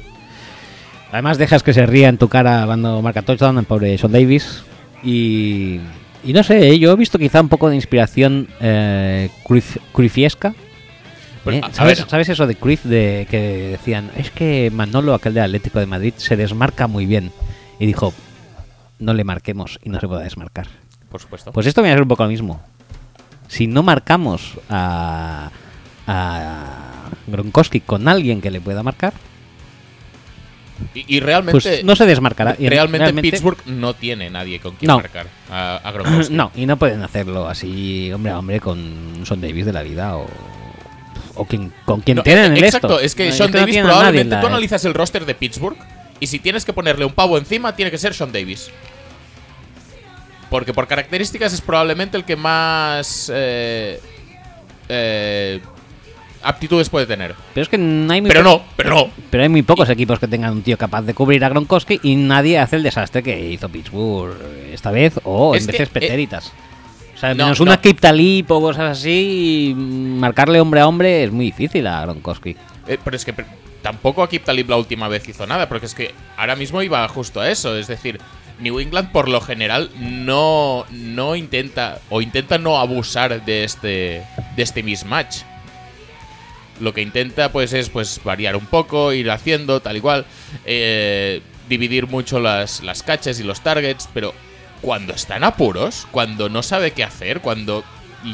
Speaker 1: Además dejas que se ría en tu cara cuando marca touchdown el pobre Sean Davis. Y, y no sé, ¿eh? yo he visto quizá un poco de inspiración eh, cruz- crucifiesca.
Speaker 2: Pero,
Speaker 1: ¿eh?
Speaker 2: Pues, a- a
Speaker 1: ¿Sabes,
Speaker 2: ver.
Speaker 1: sabes eso de Cruz de que decían? Es que Manolo, aquel del Atlético de Madrid, se desmarca muy bien. Y dijo, no le marquemos y no se pueda desmarcar.
Speaker 2: Por supuesto.
Speaker 1: Pues esto viene a ser un poco lo mismo. Si no marcamos a, a Gronkowski con alguien que le pueda marcar,
Speaker 2: y, y realmente.
Speaker 1: pues no se desmarcará. Y en-
Speaker 2: Realmente,
Speaker 1: [clears throat]
Speaker 2: Pittsburgh no tiene nadie con quien
Speaker 1: No.
Speaker 2: marcar a, a
Speaker 1: [clears throat]
Speaker 2: Gronkowski.
Speaker 1: No, y no pueden hacerlo así, hombre a hombre, con un Son Davis de la vida o, o quien, con quien
Speaker 2: No,
Speaker 1: tienen
Speaker 2: eh,
Speaker 1: el
Speaker 2: Exacto,
Speaker 1: esto.
Speaker 2: es que
Speaker 1: No,
Speaker 2: Sean
Speaker 1: esto no
Speaker 2: Davis
Speaker 1: tienen a nadie en
Speaker 2: probablemente.
Speaker 1: la-
Speaker 2: Tú analizas el roster de Pittsburgh y si tienes que ponerle un pavo encima, tiene que ser Sean Davis. Porque por características es probablemente el que más eh, eh, aptitudes puede tener.
Speaker 1: Pero es que no hay muy
Speaker 2: Pero
Speaker 1: po-
Speaker 2: no, pero no.
Speaker 1: pero hay muy pocos equipos que tengan un tío capaz de cubrir a Gronkowski y nadie hace el desastre que hizo Pittsburgh eh, esta vez o
Speaker 2: Es
Speaker 1: en
Speaker 2: que,
Speaker 1: veces
Speaker 2: eh,
Speaker 1: petéritas. o sea,
Speaker 2: no,
Speaker 1: menos
Speaker 2: no.
Speaker 1: una Kiptalip o cosas así, mm, marcarle hombre a hombre es muy difícil a Gronkowski.
Speaker 2: Eh, pero es que pr- tampoco aquí Talib la última vez hizo nada, porque es que ahora mismo iba justo a eso. Es decir, New England por lo general no, no intenta o intenta no abusar de este, de este mismatch. Lo que intenta pues es pues variar un poco, ir haciendo tal igual, dividir mucho las, las catches y los targets, pero cuando están apuros, cuando no sabe qué hacer, cuando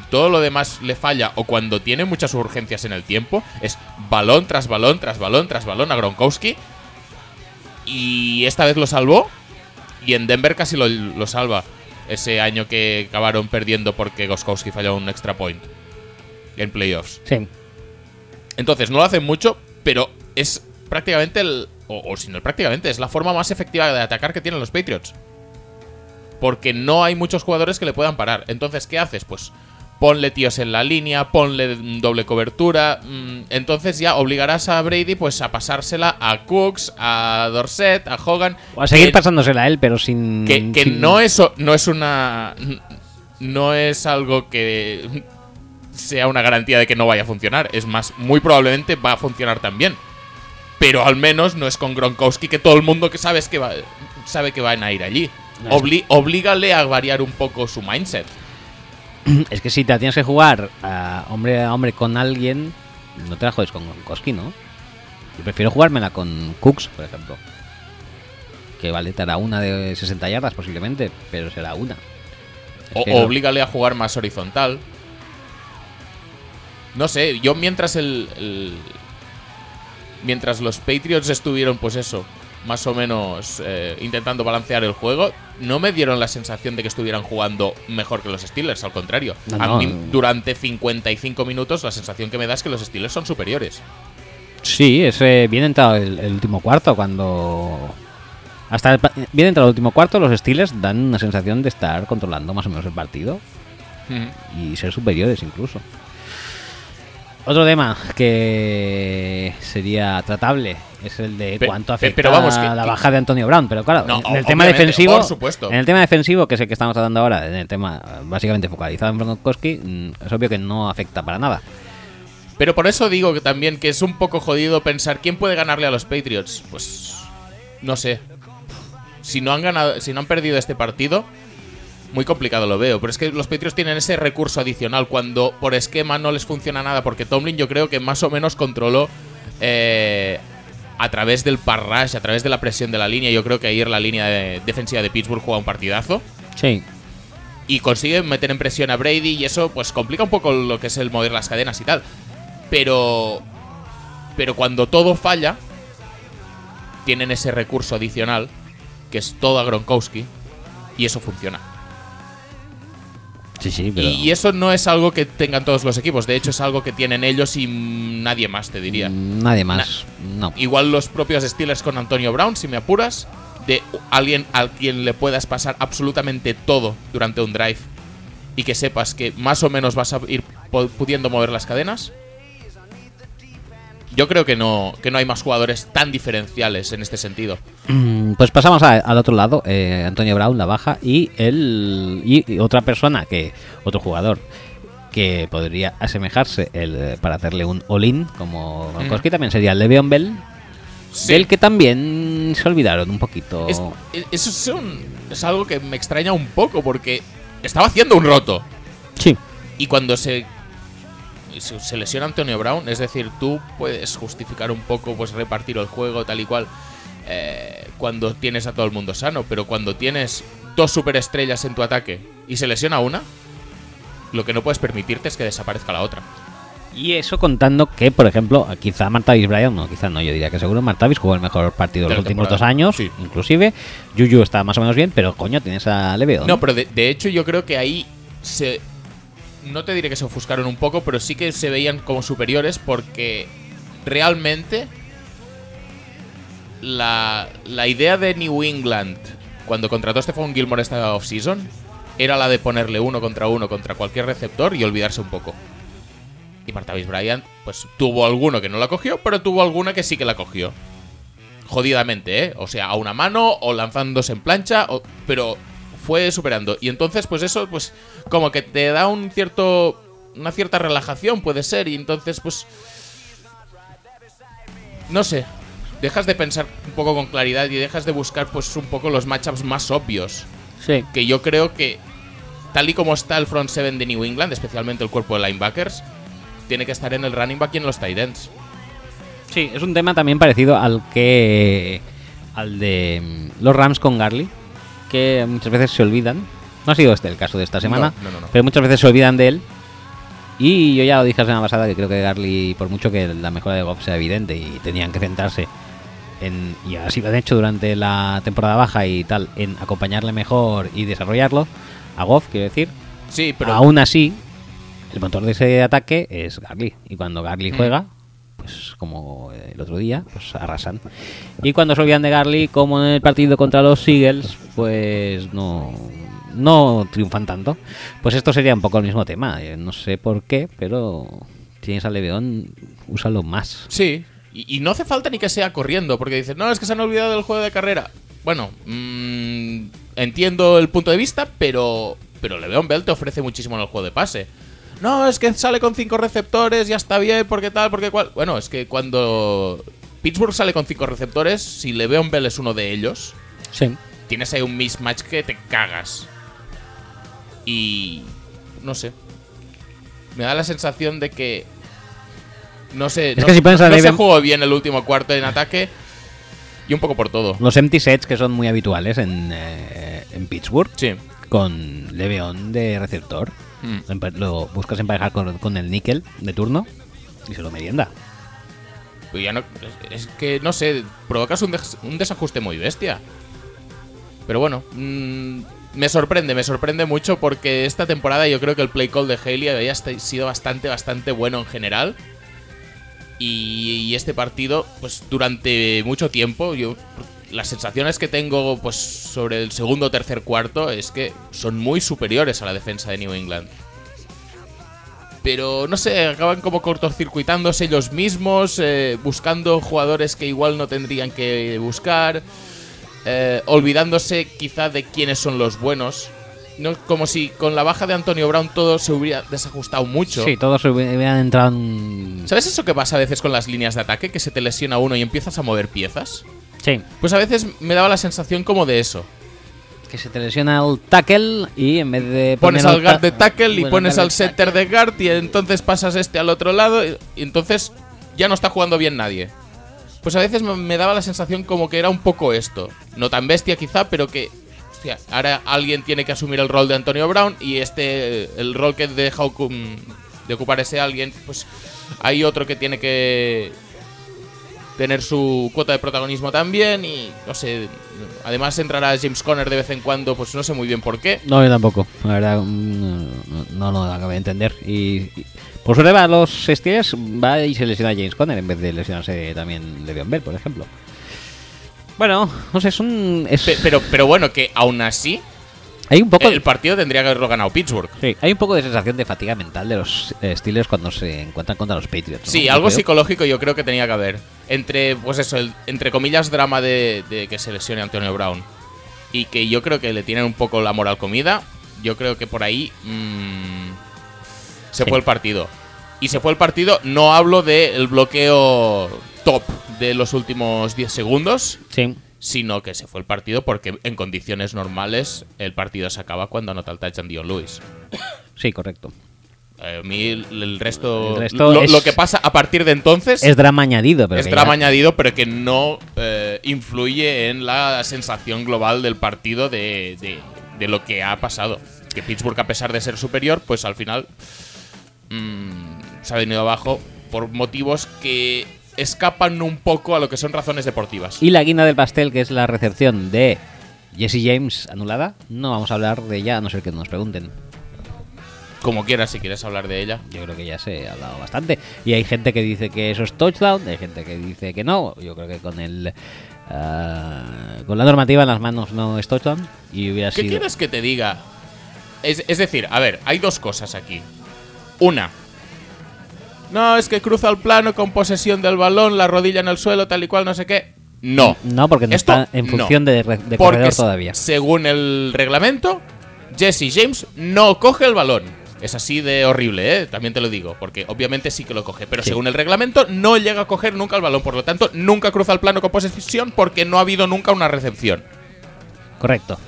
Speaker 2: todo lo demás le falla o cuando tiene muchas urgencias en el tiempo, es balón tras balón tras balón tras balón a Gronkowski y esta vez lo salvó y en Denver casi lo, lo salva ese año que acabaron perdiendo porque Gronkowski falló un extra point en playoffs.
Speaker 1: Sí.
Speaker 2: Entonces, no lo hacen mucho, pero es prácticamente el. O, o si no, prácticamente es la forma más efectiva de atacar que tienen los Patriots. Porque no hay muchos jugadores que le puedan parar. Entonces, ¿qué haces? Pues ponle tíos en la línea, ponle mm, doble cobertura. mm, Entonces ya obligarás a Brady pues a pasársela a Cooks, a Dorset, a Hogan.
Speaker 1: O a seguir
Speaker 2: que-
Speaker 1: pasándosela a él, pero sin...
Speaker 2: que, que
Speaker 1: sin-
Speaker 2: no es o- no es una no es algo que sea una garantía de que no vaya a funcionar es más muy probablemente va a funcionar también pero al menos no es con Gronkowski que todo el mundo que sabes que va sabe que van a ir allí
Speaker 1: No es-
Speaker 2: Obli- oblígale a variar un poco su mindset
Speaker 1: Es que si te la tienes que jugar a hombre a hombre con alguien, no te la juegues con Gronkowski, ¿no? Yo prefiero jugármela con Cooks, por ejemplo. Que vale, te hará una de 60 yardas posiblemente, pero será una.
Speaker 2: O
Speaker 1: que no.
Speaker 2: oblígale a jugar más horizontal. No sé, yo mientras el, el- Mientras los Patriots estuvieron, pues eso, más o menos eh, intentando balancear el juego, no me dieron la sensación de que estuvieran jugando mejor que los Steelers, al contrario.
Speaker 1: No,
Speaker 2: a
Speaker 1: no.
Speaker 2: mí, durante 55 minutos, la sensación que me da es que los Steelers son superiores.
Speaker 1: Sí, es eh, bien entrado el, el último cuarto cuando... Hasta el pa- bien entrado el último cuarto, los Steelers dan una sensación de estar controlando más o menos el partido. y ser superiores incluso. Otro tema que sería tratable es el de
Speaker 2: Pe-
Speaker 1: cuánto
Speaker 2: pe-
Speaker 1: afecta
Speaker 2: pero vamos, que-
Speaker 1: la baja de Antonio Brown, pero claro,
Speaker 2: No,
Speaker 1: en- en el
Speaker 2: o-
Speaker 1: tema
Speaker 2: obviamente,
Speaker 1: defensivo,
Speaker 2: por supuesto.
Speaker 1: en el tema defensivo que es el que estamos tratando ahora, en el tema eh, básicamente focalizado en Gronkowski, mm, es obvio que no afecta para nada.
Speaker 2: Pero por eso digo que también que es un poco jodido pensar quién puede ganarle a los Patriots. Pues no sé. Si no han ganado, si no han perdido este partido, muy complicado lo veo. Pero es que los Patriots tienen ese recurso adicional cuando por esquema no les funciona nada, porque Tomlin yo creo que más o menos controló eh, a través del parrash, a través de la presión de la línea. Yo creo que ayer la línea de- defensiva de Pittsburgh juega un partidazo
Speaker 1: Sí,
Speaker 2: y consigue meter en presión a Brady y eso pues complica un poco lo que es el mover las cadenas y tal. Pero pero cuando todo falla tienen ese recurso adicional que es todo a Gronkowski y eso funciona.
Speaker 1: sí, sí, pero
Speaker 2: Y eso no es algo que tengan todos los equipos, de hecho es algo que tienen ellos y nadie más te diría.
Speaker 1: nadie más, no.
Speaker 2: Igual los propios Steelers con Antonio Brown, si me apuras, de alguien al quien le puedas pasar absolutamente todo durante un drive y que sepas que más o menos vas a ir po- pudiendo mover las cadenas. Yo creo que no, que no hay más jugadores tan diferenciales en este sentido.
Speaker 1: Mm, Pues pasamos a- al otro lado, eh, Antonio Brown la baja y el y, y otra persona que otro jugador que podría asemejarse el, eh, para hacerle un all-in como Gronkowski también sería Le'Veon Bell,
Speaker 2: Mm. Sí,
Speaker 1: del que también también se olvidaron un poquito.
Speaker 2: Es- e- eso es, un- es algo que me extraña un poco porque estaba haciendo un roto.
Speaker 1: Sí.
Speaker 2: Y cuando se, se, se lesiona Antonio Brown, es decir, tú puedes justificar un poco, pues repartir el juego tal y cual, eh, cuando tienes a todo el mundo sano, pero cuando tienes dos superestrellas en tu ataque y se lesiona una, lo que no puedes permitirte es que desaparezca la otra.
Speaker 1: Y eso contando que, por ejemplo, quizá Martavis Bryant, no, quizá no, yo diría que seguro Martavis jugó el mejor partido de
Speaker 2: De
Speaker 1: los
Speaker 2: la
Speaker 1: últimos dos
Speaker 2: temporada.
Speaker 1: años,
Speaker 2: Sí.
Speaker 1: inclusive. Yuyu está más o menos bien, pero coño, tienes a Leveon.
Speaker 2: No, pero de, de hecho yo creo que ahí se... No te diré que se ofuscaron un poco, pero sí que se veían como superiores porque realmente la, la idea de New England cuando contrató a Stephon Gilmore esta offseason era la de ponerle uno contra uno contra cualquier receptor y olvidarse un poco. Y Martavis Bryant, pues tuvo alguno que no la cogió, pero tuvo alguna que sí que la cogió. Jodidamente, ¿eh? O sea, a una mano o lanzándose en plancha, o- pero fue superando. Y entonces, pues eso, pues como que te da un cierto... Una cierta relajación puede ser, y entonces, pues... No sé. Dejas de pensar un poco con claridad y dejas de buscar, pues, un poco los matchups más obvios
Speaker 1: Sí.
Speaker 2: que yo creo que tal y como está el front seven de New England, especialmente el cuerpo de linebackers, tiene que estar en el running back y en los tight ends.
Speaker 1: Sí, es un tema también parecido al que. al de mm, los Rams con Garly, que muchas veces se olvidan. No ha sido este el caso de esta semana,
Speaker 2: No, no, no, no.
Speaker 1: pero muchas veces se olvidan de él. Y yo ya lo dije la semana pasada que creo que Garly, por mucho que la mejora de Goff sea evidente y tenían que centrarse en. y así lo han hecho durante la temporada baja y tal, en acompañarle mejor y desarrollarlo. A Goff, quiero decir.
Speaker 2: Sí, pero
Speaker 1: Aún así, el motor de ese ataque es Garly. Y cuando Garly
Speaker 2: Mm.
Speaker 1: juega, pues como el otro día, pues arrasan. Y cuando se olvidan de Garly, como en el partido contra los Eagles, pues no, no triunfan tanto. Pues esto sería un poco el mismo tema. eh, No sé por qué, pero si tienes al Leveón, úsalo más.
Speaker 2: sí. Y, y no hace falta ni que sea corriendo, porque dicen, no, es que se han olvidado del juego de carrera. Bueno, mm, entiendo el punto de vista, pero, pero Le'Veon Bell te ofrece muchísimo en el juego de pase. No, es que sale con cinco receptores, ya está bien, porque tal, porque cual. Bueno, es que cuando Pittsburgh sale con cinco receptores, si Le'Veon Bell es uno de ellos,
Speaker 1: Sí.
Speaker 2: tienes ahí un mismatch que te cagas. Y. No sé. Me da la sensación de que. No sé.
Speaker 1: Es
Speaker 2: no,
Speaker 1: que si piensas,
Speaker 2: no se
Speaker 1: David-
Speaker 2: jugó bien el último cuarto en ataque. Y un poco por todo.
Speaker 1: Los empty sets que son muy habituales en, eh, en Pittsburgh,
Speaker 2: Sí.
Speaker 1: con Leveón de receptor.
Speaker 2: Mm.
Speaker 1: Lo empa- Lo buscas emparejar con, con el níquel de turno y se lo merienda.
Speaker 2: Pero ya no- es es que, no sé, provocas un, des- un desajuste muy bestia. Pero bueno, mm, me sorprende, me sorprende mucho porque esta temporada yo creo que el play call de Haley había esta- sido bastante, bastante bueno en general. Y, y este partido, pues durante mucho tiempo, yo las sensaciones que tengo pues sobre el segundo, tercer, cuarto es que son muy superiores a la defensa de New England pero no sé, acaban como cortocircuitándose ellos mismos, eh, buscando jugadores que igual no tendrían que buscar, eh, olvidándose quizá de quiénes son los buenos. No, como si con la baja de Antonio Brown todo se hubiera desajustado mucho.
Speaker 1: Sí, todos hubieran entrado en...
Speaker 2: ¿Sabes eso que pasa a veces con las líneas de ataque? Que se te lesiona uno y empiezas a mover piezas.
Speaker 1: Sí,
Speaker 2: Pues a veces me daba la sensación como de eso.
Speaker 1: que se te lesiona el tackle y en vez de...
Speaker 2: pones
Speaker 1: poner
Speaker 2: al guard
Speaker 1: ta-
Speaker 2: de tackle y
Speaker 1: bueno,
Speaker 2: pones
Speaker 1: guard
Speaker 2: al
Speaker 1: de
Speaker 2: setter de guard y entonces pasas este al otro lado y y entonces ya no está jugando bien nadie. Pues a veces me- me daba la sensación como que era un poco esto. No tan bestia quizá, pero que... hostia, ahora alguien tiene que asumir el rol de Antonio Brown y este... El rol que deja ocu- de ocupar ese alguien, pues hay otro que tiene que tener su cuota de protagonismo también y no sé, además entrará James Conner de vez en cuando, pues no sé muy bien por qué,
Speaker 1: tackle. No, yo tampoco. La verdad, mm, no, no, no lo acabé de entender. Y, y- por suerte va a los Steelers, va y se lesiona a James Conner en vez de lesionarse también Le'Veon Bell, por ejemplo. Bueno, no sé, es un... es-
Speaker 2: Pe- Pero, pero bueno, que aún así,
Speaker 1: hay un poco...
Speaker 2: el partido tendría que haberlo ganado Pittsburgh.
Speaker 1: Sí, hay un poco de sensación de fatiga mental de los eh, Steelers cuando se encuentran contra los Patriots. ¿no?
Speaker 2: Sí,
Speaker 1: Yo
Speaker 2: algo
Speaker 1: creo.
Speaker 2: psicológico yo creo que tenía que haber. Entre, pues eso, el, entre comillas, drama de, de que se lesione Antonio Brown. Y que yo creo que le tienen un poco la moral comida. Yo creo que por ahí mm, se
Speaker 1: Sí.
Speaker 2: fue el partido. Y se fue el partido, no hablo del bloqueo top de los últimos 10 segundos,
Speaker 1: Sí.
Speaker 2: sino que se fue el partido porque en condiciones normales el partido se acaba cuando anota el touchdown Dion Lewis.
Speaker 1: Sí, correcto.
Speaker 2: Eh, A mí el el resto,
Speaker 1: El resto
Speaker 2: lo,
Speaker 1: es-
Speaker 2: lo que pasa a partir de entonces
Speaker 1: Es drama añadido, pero.
Speaker 2: es
Speaker 1: que
Speaker 2: drama
Speaker 1: ya-
Speaker 2: añadido, pero que no eh, influye en la sensación global del partido de, de- de lo que ha pasado. Que Pittsburgh, a pesar de ser superior, pues al final mm, se ha venido abajo por motivos que escapan un poco a lo que son razones deportivas.
Speaker 1: Y la guinda del pastel, que es la recepción de Jesse James anulada, no vamos a hablar de ella a no ser que nos pregunten.
Speaker 2: Como quieras, si quieres hablar de ella.
Speaker 1: Yo creo que ya se ha hablado bastante. Y hay gente que dice que eso es touchdown, hay gente que dice que no. Yo creo que con el. ah, con la normativa en las manos no es touchdown. Y hubiera
Speaker 2: ¿Qué
Speaker 1: sido.
Speaker 2: quieres que te diga? Es, es decir, a ver, hay dos cosas aquí. Una. No, es que cruza el plano con posesión del balón, la rodilla en el suelo, tal y cual, no sé qué. No.
Speaker 1: No, porque no
Speaker 2: Esto,
Speaker 1: está en función
Speaker 2: no.
Speaker 1: de, re- de
Speaker 2: Porque
Speaker 1: corredor
Speaker 2: s-
Speaker 1: todavía.
Speaker 2: Según el reglamento, Jesse James no coge el balón. Es así de horrible, ¿eh? También te lo digo, porque obviamente sí que lo coge. Pero
Speaker 1: Sí.
Speaker 2: según el reglamento, no llega a coger nunca el balón. Por lo tanto, nunca cruza el plano con posesión porque no ha habido nunca una recepción.
Speaker 1: Correcto.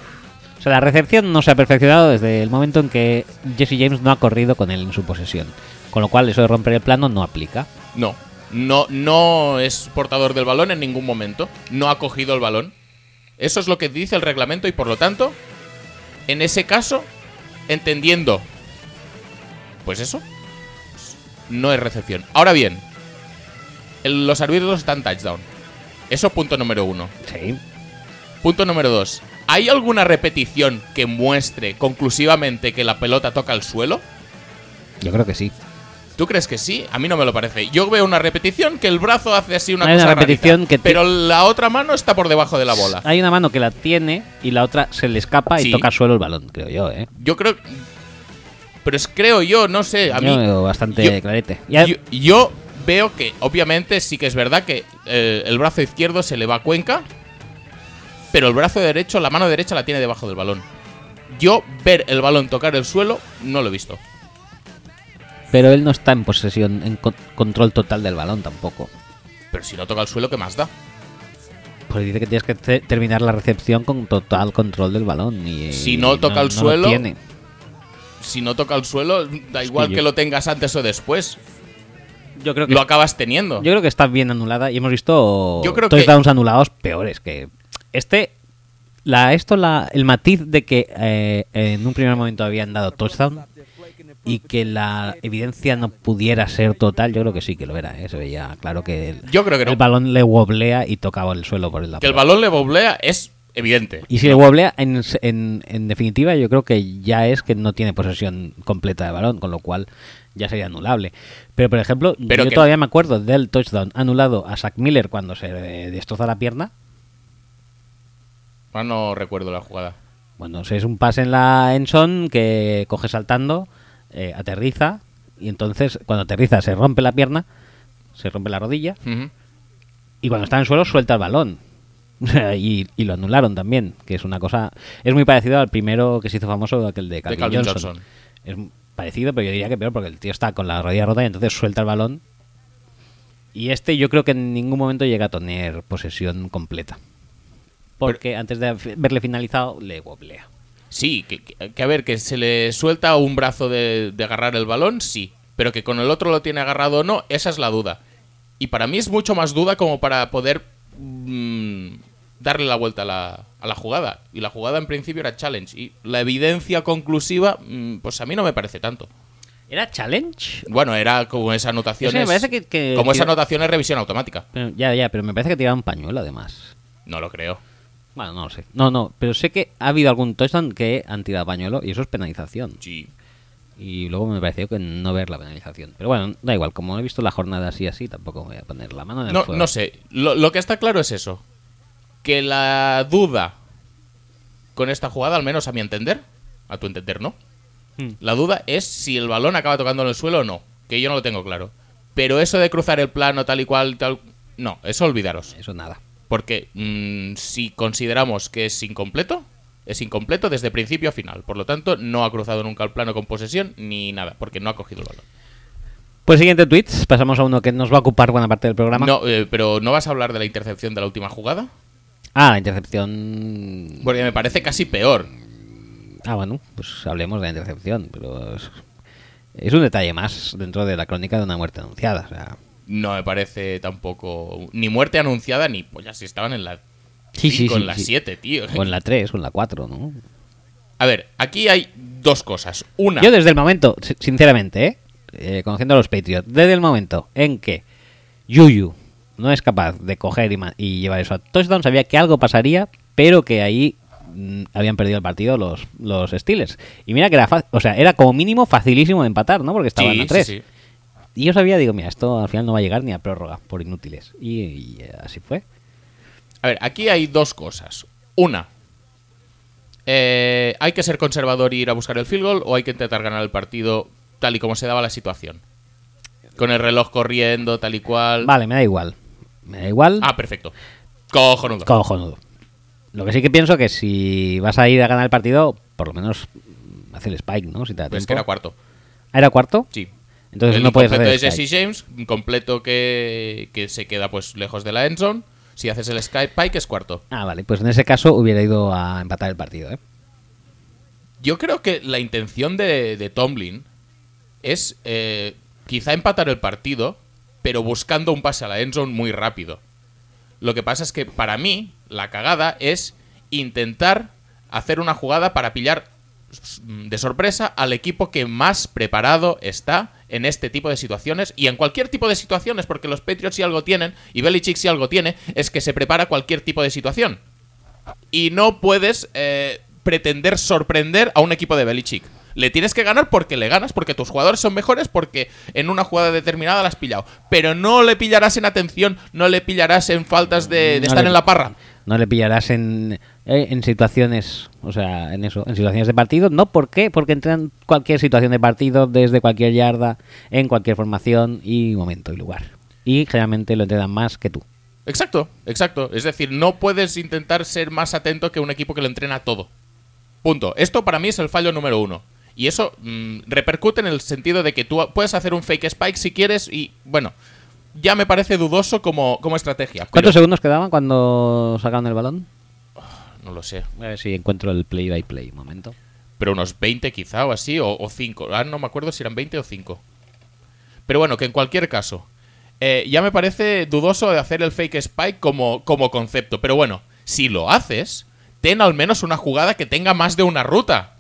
Speaker 1: O sea, la recepción no se ha perfeccionado desde el momento en que Jesse James no ha corrido con él en su posesión. Con lo cual, eso de romper el plano no aplica.
Speaker 2: No, no, no es portador del balón en ningún momento. No ha cogido el balón. Eso es lo que dice el reglamento y por lo tanto, en ese caso, entendiendo, pues eso, no es recepción. Ahora bien, el- los árbitros están touchdown. Eso punto número uno.
Speaker 1: Sí.
Speaker 2: Punto número dos. ¿Hay alguna repetición que muestre conclusivamente que la pelota toca el suelo?
Speaker 1: Yo creo que sí.
Speaker 2: ¿Tú crees que sí? A mí no me lo parece. Yo veo una repetición que el brazo hace así una
Speaker 1: Hay una
Speaker 2: cosa
Speaker 1: repetición
Speaker 2: rarita,
Speaker 1: que Ah. ti-
Speaker 2: pero la otra mano está por debajo de la bola.
Speaker 1: Hay una mano que la tiene y la otra se le escapa
Speaker 2: Ah. Sí.
Speaker 1: y toca al suelo el balón, creo yo, ¿eh?
Speaker 2: Yo creo, pero es creo yo, no sé. A mí,
Speaker 1: yo veo bastante
Speaker 2: yo-
Speaker 1: clarete. Y a-
Speaker 2: yo, yo veo que obviamente sí que es verdad que eh, el brazo izquierdo se le va a Cuenca, pero el brazo derecho, la mano derecha la tiene debajo del balón. Yo ver el balón tocar el suelo no lo he visto.
Speaker 1: pero él no está en posesión, en co- control total del balón tampoco.
Speaker 2: Pero si no toca el suelo, ¿qué más da?
Speaker 1: Pues dice que tienes que te- terminar la recepción con total control del balón. Y,
Speaker 2: Si no
Speaker 1: y
Speaker 2: toca el
Speaker 1: lo
Speaker 2: suelo,
Speaker 1: tiene.
Speaker 2: Si no toca el suelo, da
Speaker 1: Es
Speaker 2: igual
Speaker 1: que
Speaker 2: que,
Speaker 1: yo-
Speaker 2: lo tengas antes o después.
Speaker 1: Yo creo que
Speaker 2: Lo acabas teniendo.
Speaker 1: Yo creo que está bien anulada y hemos visto
Speaker 2: Yo creo que-
Speaker 1: touchdowns anulados peores que este. La, esto la, el matiz de que eh, en un primer momento habían dado touchdown y que la evidencia no pudiera ser total, yo creo que sí que lo era. ¿eh? Se veía claro que el,
Speaker 2: Yo creo que no.
Speaker 1: el balón le woblea y tocaba el suelo por el lado.
Speaker 2: Que el balón le boblea es evidente.
Speaker 1: Y si le woblea, en, en- en definitiva, yo creo que ya es que no tiene posesión completa de balón, con lo cual ya sería anulable. Pero, por ejemplo,
Speaker 2: Pero
Speaker 1: yo
Speaker 2: que-
Speaker 1: todavía me acuerdo del touchdown anulado a Zach Miller cuando se eh, destroza la pierna.
Speaker 2: Ahora no recuerdo la jugada.
Speaker 1: Bueno, si es un pase en la Enson que coge saltando, eh, aterriza, y entonces cuando aterriza se rompe la pierna, se rompe la rodilla,
Speaker 2: Ujú.
Speaker 1: Y cuando está en el suelo suelta el balón. [laughs] y, y lo anularon también, que es una cosa... Es muy parecido al primero que se hizo famoso, aquel de Calvin,
Speaker 2: Calvin
Speaker 1: Johnson.
Speaker 2: Johnson.
Speaker 1: Es m- parecido, pero yo diría que peor, porque el tío está con la rodilla rota y entonces suelta el balón. Y este yo creo que en ningún momento llega a tener posesión completa. Porque antes de fi- verle finalizado, le woblea.
Speaker 2: Sí, que, que- que a ver, que se le suelta un brazo de, de agarrar el balón, sí. Pero que con el otro lo tiene agarrado o no, esa es la duda. Y para mí es mucho más duda como para poder mm, darle la vuelta a la, a la jugada. Y la jugada en principio era challenge. Y la evidencia conclusiva, mm, pues a mí no me parece tanto.
Speaker 1: ¿Era challenge?
Speaker 2: Bueno, era como esa anotación.
Speaker 1: Sí, me parece que- que-
Speaker 2: como esa
Speaker 1: que-
Speaker 2: anotación es revisión automática.
Speaker 1: Pero- ya, ya, pero me parece que tiraba un pañuelo además.
Speaker 2: No lo creo.
Speaker 1: Bueno, no lo sé. No, no, pero sé que ha habido algún touchdown que han tirado pañuelo y eso es penalización.
Speaker 2: Sí.
Speaker 1: Y luego me pareció que no ver la penalización. Pero bueno, da igual, como he visto la jornada así así, tampoco me voy a poner la mano en el
Speaker 2: No,
Speaker 1: fuego.
Speaker 2: no sé. Lo, lo que está claro es eso. Que la duda con esta jugada, al menos a mi entender, a tu entender, ¿no?
Speaker 1: Hmm.
Speaker 2: La duda es si el balón acaba tocando en el suelo o no. Que yo no lo tengo claro. Pero eso de cruzar el plano tal y cual, tal. No, eso olvidaros.
Speaker 1: Eso nada.
Speaker 2: Porque mm, si consideramos que es incompleto, es incompleto desde principio a final. Por lo tanto, no ha cruzado nunca el plano con posesión ni nada, porque no ha cogido el balón.
Speaker 1: Pues siguiente tweet, pasamos a uno que nos va a ocupar buena parte del programa.
Speaker 2: No, eh, pero ¿no vas a hablar de la intercepción de la última jugada?
Speaker 1: Ah, la intercepción.
Speaker 2: Porque me parece casi peor.
Speaker 1: Ah, bueno, pues hablemos de la intercepción, pero es, es un detalle más dentro de la crónica de una muerte anunciada. o sea.
Speaker 2: No me parece tampoco. Ni muerte anunciada, ni pollas. Si estaban en la.
Speaker 1: Sí, sí,
Speaker 2: cinco,
Speaker 1: sí,
Speaker 2: en la
Speaker 1: sí.
Speaker 2: 7, tío.
Speaker 1: o en la 3, o en la 4, ¿no?
Speaker 2: A ver, aquí hay dos cosas. Una.
Speaker 1: Yo desde el momento, si- sinceramente, ¿eh? Eh, conociendo a los Patriots, desde el momento en que Yuyu no es capaz de coger y, ma- y llevar eso a touchdown, sabía que algo pasaría, pero que ahí mm, habían perdido el partido los, los Steelers. Y mira que era fácil, o sea, era como mínimo facilísimo de empatar, ¿no? Porque estaban
Speaker 2: Sí,
Speaker 1: a 3.
Speaker 2: sí, sí.
Speaker 1: Y yo sabía, digo, mira, esto al final no va a llegar ni a prórroga, por inútiles. Y, y, eh, así fue.
Speaker 2: A ver, aquí hay dos cosas. Una. eh, ¿Hay que ser conservador y ir a buscar el field goal o hay que intentar ganar el partido tal y como se daba la situación? Con el reloj corriendo, tal y cual.
Speaker 1: Vale, me da igual. Me da igual.
Speaker 2: Ah, perfecto. Cojonudo.
Speaker 1: Cojonudo. Lo que sí que pienso que si vas a ir a ganar el partido, por lo menos mm, haz el spike, ¿no? Si te da
Speaker 2: Pues es
Speaker 1: tiempo.
Speaker 2: que era cuarto.
Speaker 1: ¿Ah, era cuarto?
Speaker 2: Sí.
Speaker 1: Entonces
Speaker 2: el
Speaker 1: no puedes
Speaker 2: incompleto
Speaker 1: hacer
Speaker 2: de
Speaker 1: spike.
Speaker 2: Jesse James, un completo que, que se queda pues lejos de la endzone. Si haces el Skype Pike es cuarto.
Speaker 1: Ah, vale. Pues en ese caso hubiera ido a empatar el partido, ¿eh?
Speaker 2: Yo creo que la intención de, de Tomlin es eh, quizá empatar el partido, pero buscando un pase a la endzone muy rápido. Lo que pasa es que para mí la cagada es intentar hacer una jugada para pillar s- mm, de sorpresa al equipo que más preparado está en este tipo de situaciones y en cualquier tipo de situaciones, porque los Patriots si algo tienen y Belichick si algo tiene, es que se prepara cualquier tipo de situación. Y no puedes eh, pretender sorprender a un equipo de Belichick. Le tienes que ganar porque le ganas, porque tus jugadores son mejores, porque en una jugada determinada la has pillado. Pero no le pillarás en atención, no le pillarás en faltas Eh, de, de
Speaker 1: No
Speaker 2: estar
Speaker 1: le-
Speaker 2: en la parra.
Speaker 1: No le pillarás en, eh, en situaciones, o sea, en eso, en situaciones de partido. No, ¿por qué? Porque entran en cualquier situación de partido, desde cualquier yarda, en cualquier formación y momento y lugar. Y generalmente lo entrenan más que tú.
Speaker 2: Exacto, exacto. Es decir, no puedes intentar ser más atento que un equipo que lo entrena todo. Punto. Esto para mí es el fallo número uno. Y eso mm, repercute en el sentido de que tú puedes hacer un fake spike si quieres y, bueno, ya me parece dudoso como, como estrategia.
Speaker 1: ¿Cuántos
Speaker 2: pero-
Speaker 1: segundos quedaban cuando sacaron el balón?
Speaker 2: No lo sé.
Speaker 1: A ver si encuentro el play by play, un momento.
Speaker 2: pero unos 20 quizá o así, o, o 5. Ah, no me acuerdo si eran 20 o 5. Pero bueno, que en cualquier caso, eh, ya me parece dudoso de hacer el fake spike como, como concepto. Pero bueno, si lo haces, ten al menos una jugada que tenga más de una ruta.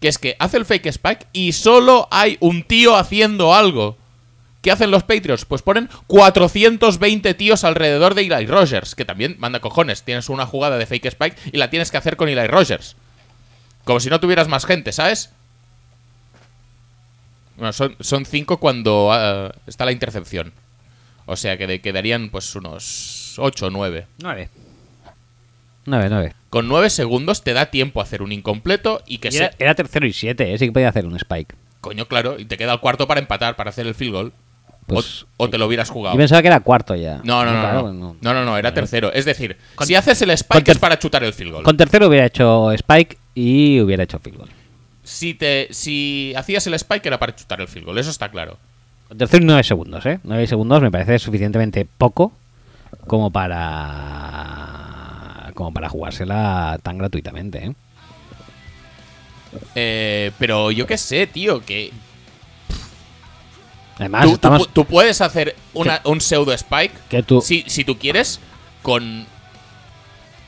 Speaker 2: Que es que hace el fake spike y solo hay un tío haciendo algo. ¿Qué hacen los Patriots? Pues ponen 420 tíos alrededor de Eli Rogers, que también manda cojones. Tienes una jugada de fake spike y la tienes que hacer con Eli Rogers. Como si no tuvieras más gente, ¿sabes? Bueno, son, son cinco cuando ah, está la intercepción. O sea que de- quedarían pues unos 8 o 9.
Speaker 1: 9. 9, 9.
Speaker 2: Con 9 segundos te da tiempo a hacer un incompleto y que
Speaker 1: Era,
Speaker 2: se...
Speaker 1: era tercero y siete, ¿eh? sí que podía hacer un spike.
Speaker 2: Coño, claro, y te queda el cuarto para empatar, para hacer el field goal. O-
Speaker 1: Pues-
Speaker 2: o, te lo hubieras
Speaker 1: Yo
Speaker 2: jugado.
Speaker 1: pensaba que era cuarto ya.
Speaker 2: No, no, no,
Speaker 1: Claro,
Speaker 2: no,
Speaker 1: no.
Speaker 2: no. No, no, no, era tercero. Es decir,
Speaker 1: Con-
Speaker 2: si haces el
Speaker 1: con
Speaker 2: spike
Speaker 1: ter-
Speaker 2: es para chutar el field goal.
Speaker 1: Con tercero hubiera hecho spike y hubiera hecho field goal.
Speaker 2: Si, te, si hacías el spike era para chutar el field goal, eso está claro.
Speaker 1: Con tercero 9 segundos, ¿eh? 9 segundos me parece suficientemente poco como para como para jugársela tan gratuitamente, ¿eh?
Speaker 2: Eh, pero yo qué sé, tío, que
Speaker 1: Además,
Speaker 2: Tú, tú
Speaker 1: estamos
Speaker 2: pu- tú puedes hacer una- un pseudo spike
Speaker 1: que tú
Speaker 2: si, si tú quieres con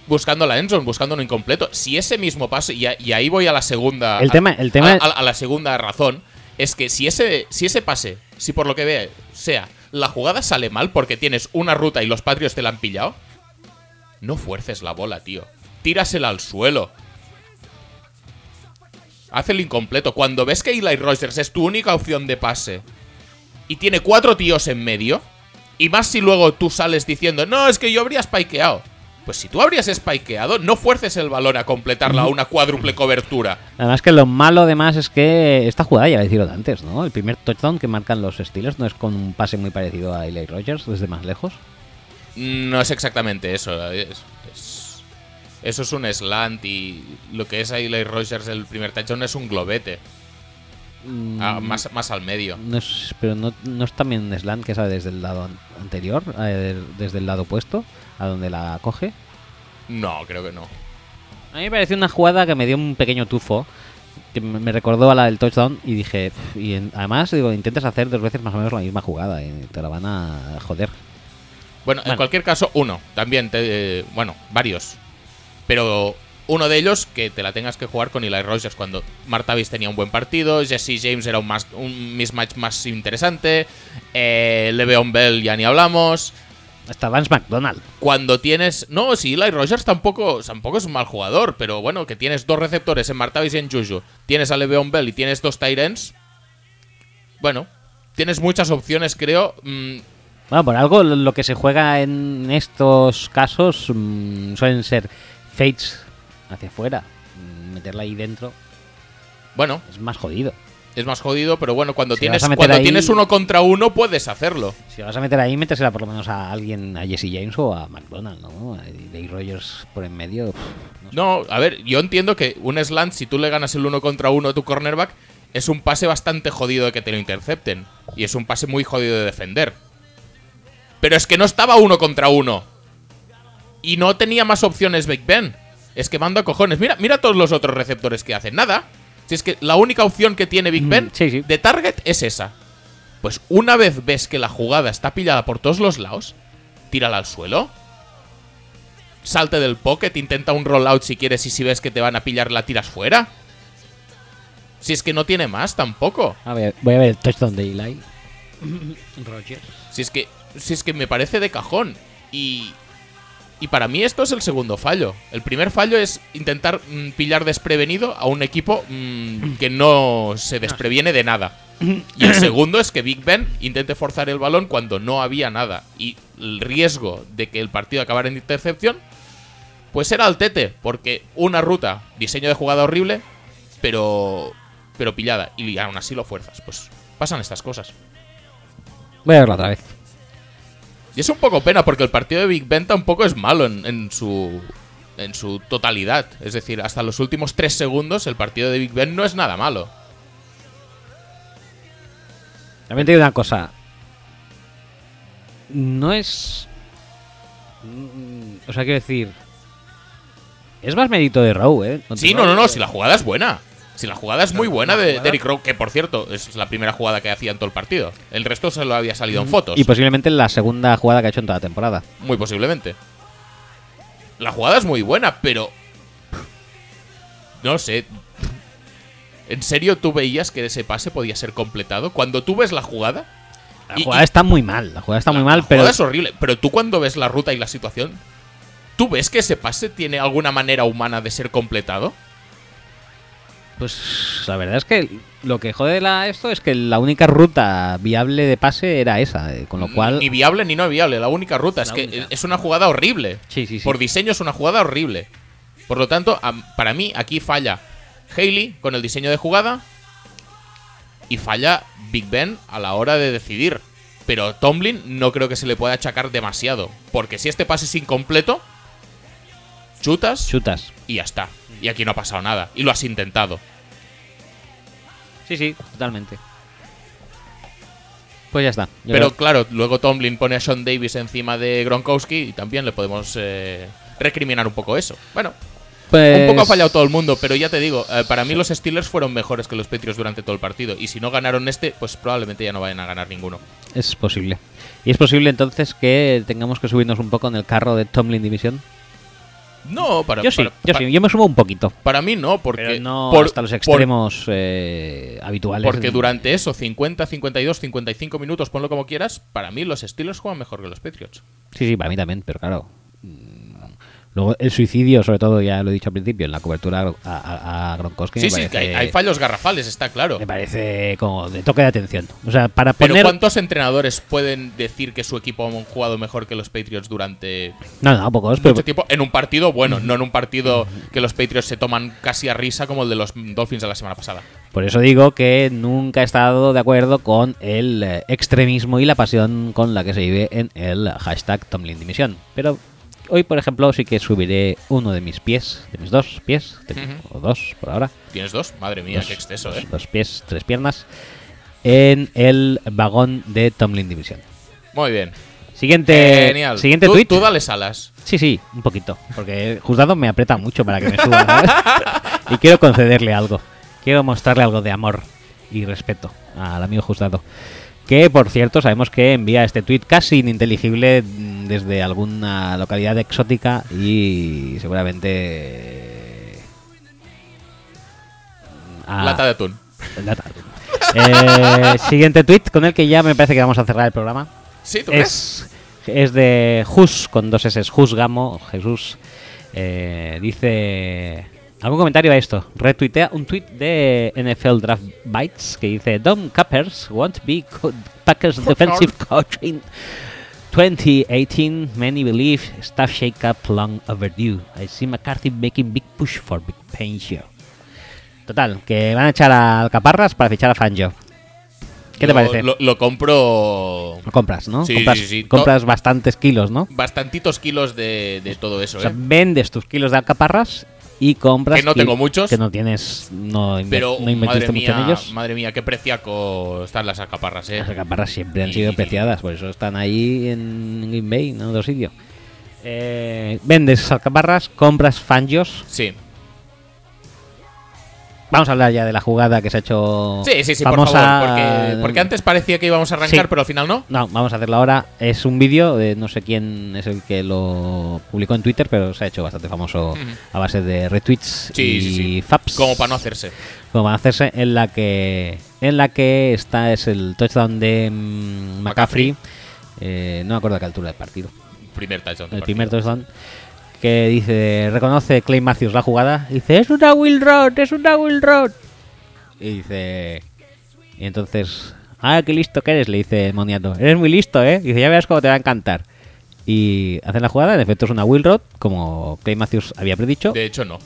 Speaker 2: buscando la endzone, buscando un incompleto. Si ese mismo pase y, a- y ahí voy a la segunda
Speaker 1: El
Speaker 2: a-
Speaker 1: tema- el tema-
Speaker 2: a, a- a la segunda razón es que si ese si ese pase, si por lo que vea sea la jugada sale mal porque tienes una ruta y los patrios te la han pillado, no fuerces la bola, tío. Tírasela al suelo. Haz el incompleto. Cuando ves que Eli Rogers es tu única opción de pase y tiene cuatro tíos en medio, y más si luego tú sales diciendo, no, es que yo habría spikeado. Pues si tú habrías spikeado, no fuerces el balón a completarla a una cuádruple cobertura.
Speaker 1: Además que lo malo además es que esta jugada ya la hicieron antes, ¿no? El primer touchdown que marcan los Steelers no es con un pase muy parecido a Eli Rogers desde más lejos.
Speaker 2: No es exactamente eso. es- es- eso es un slant y lo que es a Eli Rogers el primer touchdown es un globete. Ah, más, más al medio.
Speaker 1: Mm, No es- pero no, no es también un slant que sale desde el lado an- anterior, eh, del- desde el lado opuesto, a donde la coge.
Speaker 2: No, creo que no.
Speaker 1: A mí me pareció una jugada que me dio un pequeño tufo, que me me recordó a la del touchdown y dije, "Pff", y en- además digo, intentas hacer dos veces más o menos la misma jugada y te la van a joder.
Speaker 2: Bueno, en
Speaker 1: Bueno.
Speaker 2: cualquier caso, uno. También, te- eh, bueno, varios. Pero uno de ellos que te la tengas que jugar con Eli Rogers cuando Martavis tenía un buen partido, Jesse James era un, más, un mismatch más interesante, eh, Le'Veon Bell ya ni hablamos.
Speaker 1: Hasta Vance McDonald.
Speaker 2: Cuando tienes. No, si Eli Rogers tampoco, tampoco es un mal jugador, pero bueno, que tienes dos receptores en Martavis y en Juju, tienes a Le'Veon Bell y tienes dos Tyrens. Bueno, tienes muchas opciones, creo. mm,
Speaker 1: Bueno, por algo lo- lo que se juega en estos casos mm, suelen ser fates hacia afuera. Mm, Meterla ahí dentro
Speaker 2: bueno,
Speaker 1: es más jodido.
Speaker 2: Es más jodido, pero bueno, cuando
Speaker 1: Si
Speaker 2: tienes
Speaker 1: vas a meter
Speaker 2: cuando
Speaker 1: ahí-
Speaker 2: tienes uno contra uno puedes hacerlo.
Speaker 1: Si la vas a meter ahí, métesela por lo menos a alguien, a Jesse James o a McDonald, ¿no? A Dave Rogers por en medio. pff, no sé.
Speaker 2: No, a ver, yo entiendo que un slant, si tú le ganas el uno contra uno a tu cornerback, es un pase bastante jodido de que te lo intercepten. Y es un pase muy jodido de defender. Pero es que no estaba uno contra uno. Y no tenía más opciones Big Ben. Es que mando a cojones. Mira, mira todos los otros receptores que hacen. Nada. Si es que la única opción que tiene Big
Speaker 1: Mm,
Speaker 2: Ben
Speaker 1: sí, sí.
Speaker 2: de target es esa. Pues una vez ves que la jugada está pillada por todos los lados, tírala al suelo. Salte del pocket, intenta un rollout si quieres y si ves que te van a pillar la tiras fuera. Si es que no tiene más tampoco.
Speaker 1: A ver, ah, voy a ver el touchdown de Eli. Rogers.
Speaker 2: Si es que, si es que me parece de cajón. Y, y para mí esto es el segundo fallo. El primer fallo es intentar mm, pillar desprevenido a un equipo mm, que no se despreviene de nada. Y el segundo es que Big Ben intente forzar el balón cuando no había nada. Y el riesgo de que el partido acabara en intercepción, pues era al tete. Porque una ruta, diseño de jugada horrible, pero, pero pillada. Y aún así lo fuerzas. Pues pasan estas cosas.
Speaker 1: Voy a verlo otra vez.
Speaker 2: Y es un poco pena porque el partido de Big Ben tampoco es malo en, en su en su totalidad. Es decir, hasta los últimos tres segundos el partido de Big Ben no es nada malo.
Speaker 1: También te digo una cosa. No es. mm, O sea, quiero decir. Es más mérito de Raúl, ¿eh?
Speaker 2: Sí,
Speaker 1: te-
Speaker 2: no, no, no, si la jugada es buena. Si la jugada es muy buena
Speaker 1: la
Speaker 2: de
Speaker 1: jugada-
Speaker 2: Derrick Rowe, que por cierto es la primera jugada que hacía en todo el partido. El resto se lo había salido en fotos,
Speaker 1: Y posiblemente la segunda jugada que ha hecho en toda la temporada.
Speaker 2: muy posiblemente. La jugada es muy buena, pero... No sé. ¿En serio tú veías que ese pase podía ser completado? Cuando tú ves la jugada,
Speaker 1: La
Speaker 2: Y-
Speaker 1: jugada
Speaker 2: y-
Speaker 1: está muy mal, la jugada está muy mal,
Speaker 2: La
Speaker 1: pero.
Speaker 2: jugada es horrible, pero tú cuando ves la ruta y la situación, ¿tú ves que ese pase tiene alguna manera humana de ser completado?
Speaker 1: Pues la verdad es que lo que jode la esto es que la única ruta viable de pase era esa, eh, con lo cual.
Speaker 2: Ni viable ni no viable, la única ruta. es
Speaker 1: La
Speaker 2: que
Speaker 1: única.
Speaker 2: es una jugada horrible.
Speaker 1: Sí, sí, sí.
Speaker 2: Por diseño es una jugada horrible. Por lo tanto, am- para mí aquí falla Haley con el diseño de jugada y falla Big Ben a la hora de decidir. Pero Tomlin no creo que se le pueda achacar demasiado. Porque si este pase es incompleto, chutas,
Speaker 1: Chutas.
Speaker 2: y ya está. Y aquí no ha pasado nada. Y lo has intentado.
Speaker 1: Sí, sí, totalmente. Pues ya está. Yo
Speaker 2: Pero
Speaker 1: creo-
Speaker 2: claro, luego Tomlin pone a Sean Davis encima de Gronkowski y también le podemos eh, recriminar un poco eso. Bueno,
Speaker 1: Pues-
Speaker 2: un poco ha fallado todo el mundo, pero ya te digo, eh, para mí los Steelers fueron mejores que los Patriots durante todo el partido. Y si no ganaron este, pues probablemente ya no vayan a ganar ninguno.
Speaker 1: Es posible. Y es posible entonces que tengamos que subirnos un poco en el carro de Tomlin División.
Speaker 2: No, para,
Speaker 1: Yo sí,
Speaker 2: para-
Speaker 1: yo
Speaker 2: pa-
Speaker 1: sí, yo me subo un poquito.
Speaker 2: para mí no, porque,
Speaker 1: Pero no
Speaker 2: por-
Speaker 1: hasta los
Speaker 2: por-
Speaker 1: extremos eh, habituales.
Speaker 2: porque durante eso, 50, 52, 55 minutos, ponlo como quieras, para mí los Steelers juegan mejor que los Patriots.
Speaker 1: Sí, sí, para mí también, pero claro. mm, Luego el suicidio, sobre todo, ya lo he dicho al principio, en la cobertura a, Gro- a- a- a Gronkowski.
Speaker 2: Sí,
Speaker 1: me
Speaker 2: sí,
Speaker 1: parece,
Speaker 2: que hay, hay fallos garrafales, está claro.
Speaker 1: Me parece como de toque de atención. O sea, para
Speaker 2: Pero
Speaker 1: poner.
Speaker 2: ¿cuántos entrenadores pueden decir que su equipo ha jugado mejor que los Patriots durante
Speaker 1: No, no, pocos, pero.
Speaker 2: mucho tiempo? En un partido bueno, no en un partido que los Patriots se toman casi a risa como el de los Dolphins de la semana pasada.
Speaker 1: Por eso digo que nunca he estado de acuerdo con el eh, extremismo y la pasión con la que se vive en el hashtag TomlinDimisión. Pero hoy, por ejemplo, sí que subiré uno de mis pies, de mis dos pies, de-
Speaker 2: Ujú.
Speaker 1: o dos por ahora.
Speaker 2: ¿Tienes dos? Madre mía,
Speaker 1: dos,
Speaker 2: qué exceso,
Speaker 1: dos-
Speaker 2: ¿eh?
Speaker 1: dos pies, tres piernas, en el vagón de Tomlin División.
Speaker 2: Muy bien.
Speaker 1: Siguiente,
Speaker 2: Genial.
Speaker 1: siguiente
Speaker 2: tú,
Speaker 1: tweet.
Speaker 2: tú dale salas.
Speaker 1: Sí, sí, un poquito. Porque Juzgado me aprieta mucho para que me suba, ¿sabes?
Speaker 2: [laughs]
Speaker 1: y quiero concederle algo. Quiero mostrarle algo de amor y respeto al amigo Juzgado. Que, por cierto, sabemos que envía este tweet casi ininteligible mm, desde alguna localidad exótica y seguramente. mm, a-
Speaker 2: Lata de atún.
Speaker 1: lata. Eh, siguiente tweet con el que ya me parece que vamos a cerrar el programa
Speaker 2: Sí, tú crees.
Speaker 1: es, es de Jus, con dos S, Jus Gamo, Jesús. Eh, dice. ¿Algún comentario a esto? Retuitea un tweet de NFL Draft Bites que dice: Dom Cappers won't be co- Packers defensive coach in 2018. Many believe staff shake-up long overdue. I see McCarthy making big push for Big Fangio. Total, que van a echar a Alcaparras para fichar a Fangio. ¿Qué te
Speaker 2: Lo-
Speaker 1: parece?
Speaker 2: Lo, lo compro
Speaker 1: Lo compras, ¿no?
Speaker 2: Sí,
Speaker 1: compras,
Speaker 2: sí, sí.
Speaker 1: compras bastantes kilos, ¿no?
Speaker 2: bastantitos kilos de, de todo eso,
Speaker 1: O sea,
Speaker 2: ¿eh?
Speaker 1: vendes tus kilos de alcaparras y compras.
Speaker 2: Que no
Speaker 1: kil-
Speaker 2: tengo muchos.
Speaker 1: Que no tienes. No, inve-
Speaker 2: Pero,
Speaker 1: no
Speaker 2: madre
Speaker 1: invertiste mucho en
Speaker 2: mía,
Speaker 1: ellos.
Speaker 2: madre mía, qué preciaco están las alcaparras, ¿eh?
Speaker 1: Las alcaparras siempre han
Speaker 2: Y-
Speaker 1: sido preciadas, por eso están ahí en Green Bay, en otro sitio. Eh, vendes alcaparras, compras fangios.
Speaker 2: Sí.
Speaker 1: Vamos a hablar ya de la jugada que se ha hecho.
Speaker 2: Sí, sí, sí,
Speaker 1: famosa.
Speaker 2: por favor. Porque, porque antes parecía que íbamos a arrancar,
Speaker 1: Sí.
Speaker 2: pero al final no.
Speaker 1: No, vamos a hacerlo ahora. Es un vídeo, de no sé quién es el que lo publicó en Twitter, pero se ha hecho bastante famoso
Speaker 2: Ujú.
Speaker 1: a base de retweets
Speaker 2: Sí,
Speaker 1: y
Speaker 2: sí, sí.
Speaker 1: faps.
Speaker 2: Como para no hacerse.
Speaker 1: Como para hacerse en la que en la que está es el touchdown de mm, McCaffrey. Eh, no me acuerdo a qué altura del partido.
Speaker 2: Primer touchdown. del
Speaker 1: El
Speaker 2: partido.
Speaker 1: primer touchdown que dice reconoce Clay Matthews la jugada, y dice es una Will Road, es una Will Road. Y dice y entonces, ah, qué listo que eres, le dice Moniato. Eres muy listo, ¿eh? Dice, ya verás cómo te va a encantar. Y hacen la jugada, en efecto es una Will Road, como Clay Matthews había predicho,
Speaker 2: De hecho, no.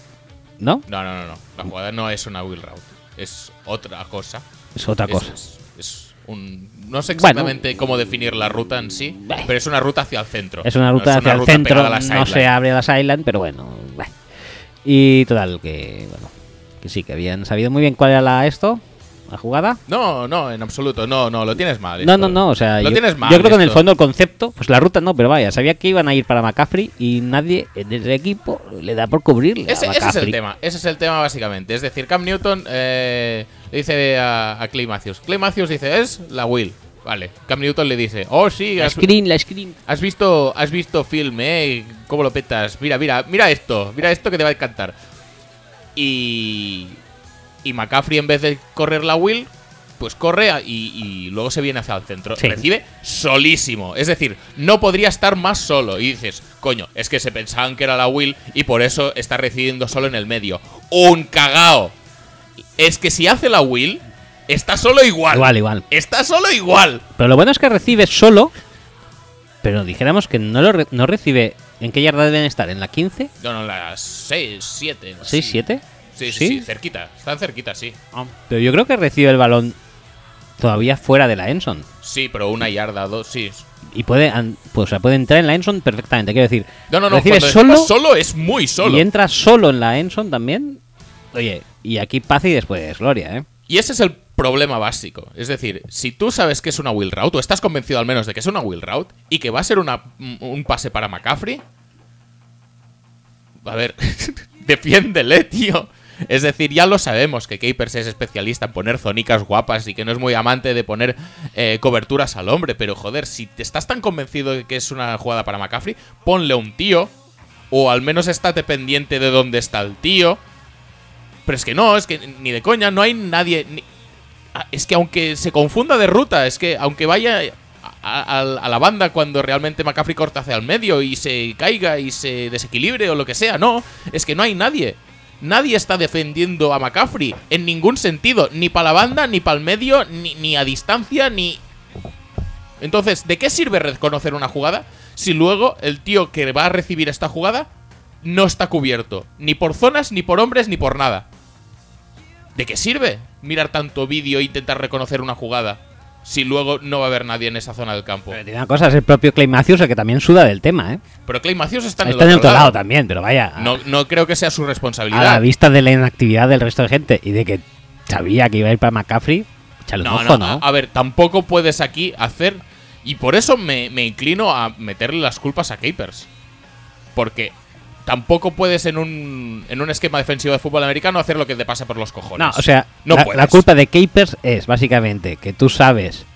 Speaker 1: ¿no?
Speaker 2: No, no, no, no. La jugada no es una wheel route. Es otra cosa.
Speaker 1: Es otra
Speaker 2: Es-
Speaker 1: cosa.
Speaker 2: Es, es un. No sé
Speaker 1: Bueno.
Speaker 2: exactamente cómo definir la ruta en sí, pero es una ruta hacia el centro.
Speaker 1: Es una
Speaker 2: No
Speaker 1: ruta hacia el
Speaker 2: pegada
Speaker 1: centro,
Speaker 2: a la
Speaker 1: no
Speaker 2: sideline.
Speaker 1: se abre las island, pero bueno, bah. Y total, que bueno, que sí, que habían sabido muy bien cuál era la esto, la jugada.
Speaker 2: No, no, en absoluto. No, no, lo tienes mal.
Speaker 1: No, no,
Speaker 2: esto.
Speaker 1: no, o sea,
Speaker 2: lo
Speaker 1: yo,
Speaker 2: tienes mal.
Speaker 1: yo creo que en el
Speaker 2: esto.
Speaker 1: fondo el concepto, pues la ruta no, pero vaya, sabía que iban a ir para McCaffrey y nadie en ese equipo le da por cubrirle
Speaker 2: Ese,
Speaker 1: a
Speaker 2: ese es el
Speaker 1: McCaffrey.
Speaker 2: tema, ese es el tema básicamente. Es decir, Cam Newton eh, le dice a, a Clay Matthews. Clay Matthews dice, es la Will. Vale. Cam Newton le dice, oh sí,
Speaker 1: La
Speaker 2: has,
Speaker 1: screen, la screen.
Speaker 2: has visto, has visto film, eh, cómo lo petas. Mira, mira, mira esto, mira esto que te va a encantar. Y. Y McCaffrey, en vez de correr la Will, pues corre a- y, y luego se viene hacia el centro.
Speaker 1: Sí.
Speaker 2: Recibe solísimo. Es decir, no podría estar más solo. Y dices, coño, es que se pensaban que era la Will y por eso está recibiendo solo en el medio. ¡Un cagao! Es que si hace la Will, está solo igual.
Speaker 1: Igual, igual.
Speaker 2: Está solo igual.
Speaker 1: Pero lo bueno es que recibe solo, pero dijéramos que no lo re- no recibe. ¿En qué yarda deben estar? ¿En la 15?
Speaker 2: No, no, las 6, 7.
Speaker 1: ¿6, 7?
Speaker 2: Sí, sí,
Speaker 1: ¿Sí? Ah,
Speaker 2: sí, cerquita, están cerquita, sí.
Speaker 1: Pero yo creo que recibe el balón todavía fuera de la Enson.
Speaker 2: Sí, pero una yarda, dos, sí.
Speaker 1: Y puede, an- pues, o sea, puede entrar en la Enson perfectamente. Quiero decir,
Speaker 2: No, no, no,
Speaker 1: recibe
Speaker 2: cuando
Speaker 1: solo,
Speaker 2: decimos solo es muy solo.
Speaker 1: y entra solo en la Enson también. Oye, y aquí paz y después gloria, ¿eh?
Speaker 2: Y ese es el problema básico. Es decir, si tú sabes que es una will route, o estás convencido al menos de que es una will route, y que va a ser una, un pase para McCaffrey, a ver, [laughs] defiéndele, tío. Es decir, ya lo sabemos que Capers es especialista en poner zonicas guapas y que no es muy amante de poner eh, coberturas al hombre, pero joder, si te estás tan convencido de que es una jugada para McCaffrey, ponle un tío, o al menos estate pendiente de dónde está el tío. Pero es que no, es que ni de coña, no hay nadie. ni- Ah, Es que aunque se confunda de ruta, es que aunque vaya a, a- a la banda cuando realmente McCaffrey corta hacia el medio y se caiga y se desequilibre o lo que sea, no, es que no hay nadie. Nadie está defendiendo a McCaffrey en ningún sentido, ni para la banda, ni para el medio, ni, ni a distancia, ni. Entonces, ¿de qué sirve reconocer una jugada si luego el tío que va a recibir esta jugada no está cubierto? Ni por zonas, ni por hombres, ni por nada. ¿De qué sirve mirar tanto vídeo e intentar reconocer una jugada si luego no va a haber nadie en esa zona del campo?
Speaker 1: Pero tiene una cosa, es el propio Clay Matthews el que también suda del tema, ¿eh?
Speaker 2: Pero Clay Matthews está en el
Speaker 1: Está en
Speaker 2: otro,
Speaker 1: el otro lado.
Speaker 2: lado.
Speaker 1: también, pero vaya,
Speaker 2: No, no creo que sea su
Speaker 1: a, a la
Speaker 2: responsabilidad.
Speaker 1: vista de la inactividad del resto de gente y de que sabía que iba a ir para McCaffrey, échale un
Speaker 2: No,
Speaker 1: ojo,
Speaker 2: no, ah,
Speaker 1: ¿no?
Speaker 2: A, a ver, tampoco puedes aquí hacer Y por eso me, me inclino a meterle las culpas a Capers. Porque tampoco puedes en un, en un esquema defensivo de fútbol americano hacer lo que te pase por los cojones.
Speaker 1: No, o sea,
Speaker 2: no
Speaker 1: la,
Speaker 2: puedes.
Speaker 1: la culpa de Capers es básicamente que tú sabes,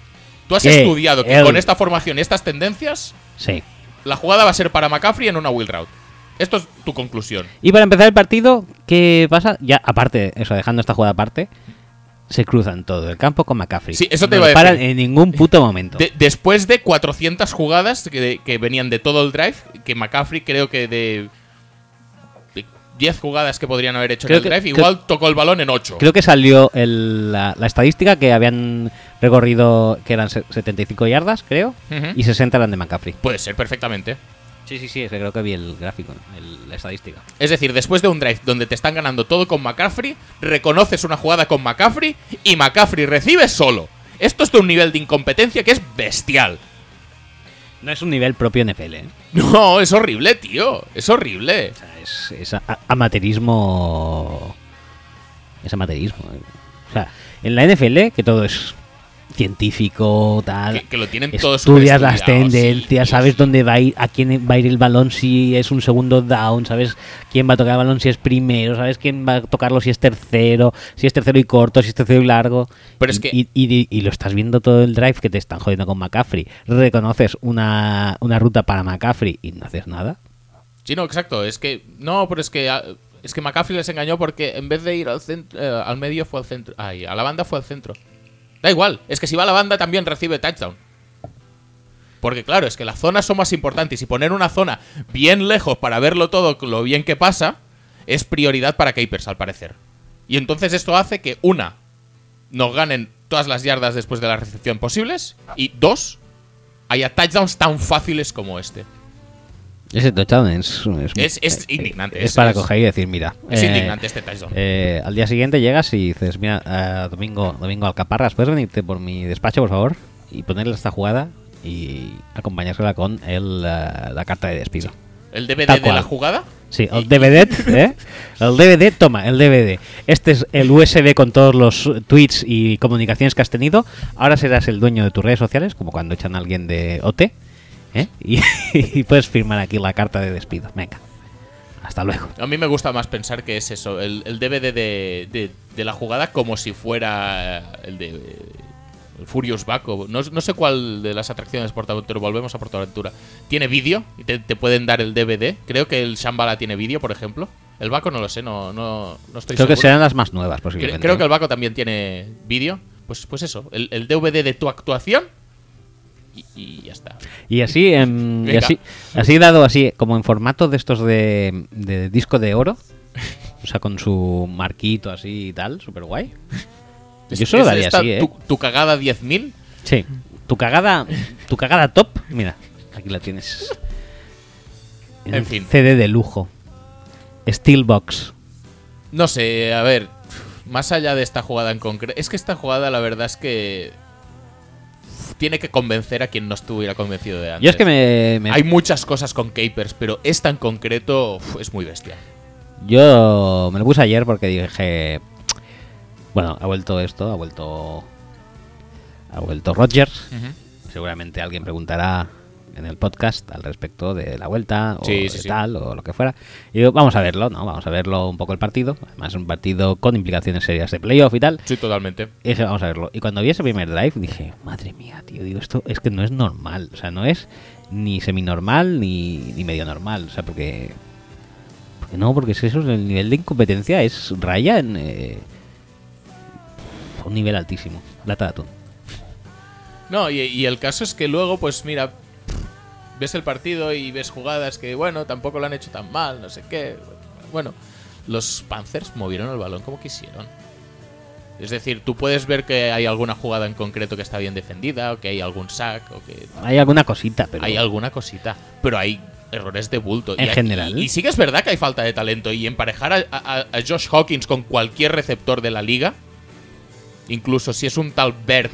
Speaker 2: Tú has
Speaker 1: que
Speaker 2: estudiado que
Speaker 1: eh, el-
Speaker 2: con esta formación y estas tendencias,
Speaker 1: sí.
Speaker 2: la jugada va a ser para McCaffrey en una wheel route. Esto es tu conclusión.
Speaker 1: Y para empezar el partido, ¿qué pasa? Ya, aparte, eso, dejando esta jugada aparte, se cruzan todo el campo con McCaffrey.
Speaker 2: Sí, eso te
Speaker 1: no
Speaker 2: iba a
Speaker 1: le paran
Speaker 2: decir.
Speaker 1: en ningún puto momento.
Speaker 2: De- después de 400 jugadas que, que venían de todo el drive, que McCaffrey creo que de, de 10 jugadas que podrían haber hecho
Speaker 1: Creo
Speaker 2: en el
Speaker 1: que-
Speaker 2: drive,
Speaker 1: creo-
Speaker 2: igual tocó el balón en 8.
Speaker 1: Creo que salió el- la, la estadística que habían recorrido, que eran se- 75 yardas, creo,
Speaker 2: Ujú.
Speaker 1: y 60 eran de McCaffrey.
Speaker 2: Puede ser perfectamente.
Speaker 1: Sí, sí, sí, es que creo que vi el gráfico, el- la estadística.
Speaker 2: Es decir, después de un drive donde te están ganando todo con McCaffrey, reconoces una jugada con McCaffrey y McCaffrey recibe solo. Esto es de un nivel de incompetencia que es bestial. [laughs]
Speaker 1: No es un nivel propio NFL, ¿eh?
Speaker 2: No, es horrible, tío. Es horrible.
Speaker 1: O sea, es, es a- a- amateurismo. Es amateurismo. ¿eh? O sea, en la NFL, que todo es científico, tal.
Speaker 2: Que, que lo tienen todos
Speaker 1: Estudias las
Speaker 2: superestudiado, sí,
Speaker 1: tendencias,
Speaker 2: sí,
Speaker 1: sabes
Speaker 2: sí.
Speaker 1: dónde va a ir, a quién va a ir el balón si es un segundo down, sabes quién va a tocar el balón si es primero, sabes quién va a tocarlo si es tercero, si es tercero y corto, si es tercero y largo.
Speaker 2: Pero es
Speaker 1: Y-
Speaker 2: que-
Speaker 1: y, y- y lo estás viendo todo el drive que te están jodiendo con McCaffrey. Reconoces una, una ruta para McCaffrey y no haces nada.
Speaker 2: Sí, no, exacto. Es que. No, pero es que. ah, Es que McCaffrey les engañó porque en vez de ir al centro. eh, al medio fue al centro. Ay, a la banda fue al centro. Da igual. Es que si va a la banda también recibe touchdown. Porque claro, es que las zonas son más importantes. Y poner una zona bien lejos para verlo todo, lo bien que pasa, es prioridad para Capers, al parecer. Y entonces esto hace que, una, nos ganen todas las yardas después de la recepción posibles. Y dos, haya touchdowns tan fáciles como este.
Speaker 1: Ese touchdown es, es, eh,
Speaker 2: Es- es indignante,
Speaker 1: Es,
Speaker 2: es-
Speaker 1: para
Speaker 2: es-
Speaker 1: coger y decir, mira.
Speaker 2: Es
Speaker 1: eh,
Speaker 2: indignante este touchdown.
Speaker 1: eh, al día siguiente llegas y dices, mira, ah, domingo, domingo Alcaparras, ¿puedes venirte por mi despacho, por favor? Y ponerle esta jugada y acompañársela con el, ah, la carta de despido.
Speaker 2: El DVD
Speaker 1: Tal
Speaker 2: de la
Speaker 1: cual.
Speaker 2: jugada.
Speaker 1: Sí, el
Speaker 2: [laughs]
Speaker 1: DVD, ¿eh? El DVD, toma, el DVD. Este es el USB con todos los tweets y comunicaciones que has tenido. Ahora serás el dueño de tus redes sociales, como cuando echan a alguien de OT. ¿eh? Y, [laughs] y puedes firmar aquí la carta de despido. Venga. Hasta luego.
Speaker 2: A mí me gusta más pensar que es eso, el, el DVD de, de- de la jugada como si fuera eh, el de eh, el Furious Back. o- No, no sé cuál de las atracciones de Portaventura, volvemos a Portaventura. Tiene vídeo y te, te pueden dar el DVD. Creo que el Shambhala tiene vídeo, por ejemplo. El Baco no lo sé, no, no, no estoy
Speaker 1: Creo que
Speaker 2: seguro.
Speaker 1: serán las más nuevas,
Speaker 2: Cre-
Speaker 1: posiblemente. ¿eh?
Speaker 2: Creo que el
Speaker 1: ¿no?
Speaker 2: Baco también tiene vídeo. Pues, pues eso, el, el DVD de tu actuación y, y ya está.
Speaker 1: Y así, em, y
Speaker 2: Venga.
Speaker 1: así, así dado así, como en formato de estos de, de disco de oro. O sea, con su marquito así y tal, súper guay. Yo
Speaker 2: Es-
Speaker 1: solo
Speaker 2: es
Speaker 1: daría
Speaker 2: esta
Speaker 1: así, ¿eh?
Speaker 2: Tu, tu cagada 10.000
Speaker 1: Sí. Tu cagada, tu cagada top, mira, aquí la tienes.
Speaker 2: En fin.
Speaker 1: CD de lujo. Steelbox.
Speaker 2: No sé, a ver, más allá de esta jugada en concreto, es que esta jugada la verdad es que tiene que convencer a quien no estuviera convencido de antes.
Speaker 1: Yo es que me, me-
Speaker 2: Hay muchas cosas con Capers, pero esta en concreto uf, es muy bestia.
Speaker 1: yo me lo puse ayer porque dije, bueno, ha vuelto esto, ha vuelto, ha vuelto Rogers. Seguramente alguien preguntará en el podcast al respecto de la vuelta o
Speaker 2: Sí,
Speaker 1: de
Speaker 2: sí, sí.
Speaker 1: tal o lo que fuera. Y digo, vamos a verlo, ¿no? Vamos a verlo un poco el partido. Además, un partido con implicaciones serias de playoff y tal.
Speaker 2: Sí, totalmente.
Speaker 1: Y dije, vamos a verlo. Y cuando vi ese primer drive dije, madre mía, tío, digo, esto es que no es normal. O sea, no es ni semi-normal ni, ni medio normal. O sea, porque... porque no, porque es que eso, el nivel de incompetencia es raya en... eh, un nivel altísimo. Lata de atún.
Speaker 2: No, y, y el caso es que luego, pues mira, ves el partido y ves jugadas que, bueno, tampoco lo han hecho tan mal, no sé qué. Bueno, los Panthers movieron el balón como quisieron. Es decir, tú puedes ver que hay alguna jugada en concreto que está bien defendida, o que hay algún sack, o que
Speaker 1: Hay alguna cosita, pero...
Speaker 2: hay alguna cosita, pero hay errores de bulto.
Speaker 1: En
Speaker 2: y, hay-
Speaker 1: general.
Speaker 2: Y, y sí que es verdad que hay falta de talento, y emparejar a, a- a Josh Hawkins con cualquier receptor de la liga, incluso si es un tal Bert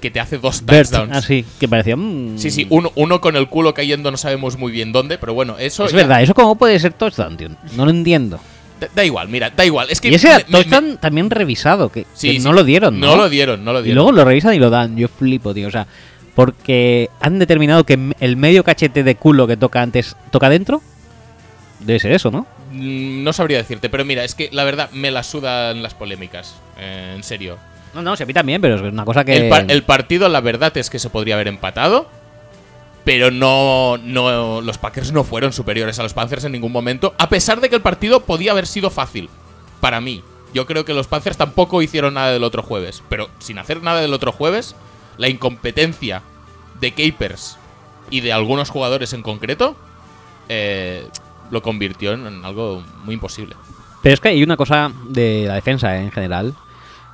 Speaker 2: que te hace dos
Speaker 1: Bert,
Speaker 2: touchdowns.
Speaker 1: así, ah, que parecía... mm,
Speaker 2: Sí, sí, uno, uno con el culo cayendo no sabemos muy bien dónde, pero bueno, eso
Speaker 1: Es
Speaker 2: ya-
Speaker 1: verdad, ¿eso cómo puede ser touchdown, tío? No lo entiendo.
Speaker 2: Da, da igual, mira, da igual. Es que
Speaker 1: Y ese era
Speaker 2: me- me-
Speaker 1: touchdown también revisado, que,
Speaker 2: Sí,
Speaker 1: que
Speaker 2: sí.
Speaker 1: no lo dieron, ¿no?
Speaker 2: No lo dieron, no lo
Speaker 1: Y
Speaker 2: dieron.
Speaker 1: luego lo revisan y lo dan. Yo flipo, tío. O sea, porque han determinado que m- el medio cachete de culo que toca antes toca dentro. Debe ser eso, ¿no?
Speaker 2: Mm, No sabría decirte, pero mira, es que la verdad me la sudan las polémicas. eh, en serio.
Speaker 1: No, no, se mí también, pero es una cosa que.
Speaker 2: El, par- el partido, la verdad es que se podría haber empatado. Pero no, no. Los Packers no fueron superiores a los Panthers en ningún momento. A pesar de que el partido podía haber sido fácil. Para mí. Yo creo que los Panthers tampoco hicieron nada del otro jueves. Pero sin hacer nada del otro jueves, la incompetencia de Capers y de algunos jugadores en concreto. eh, lo convirtió en- en algo muy imposible.
Speaker 1: Pero es que hay una cosa de la defensa eh, en general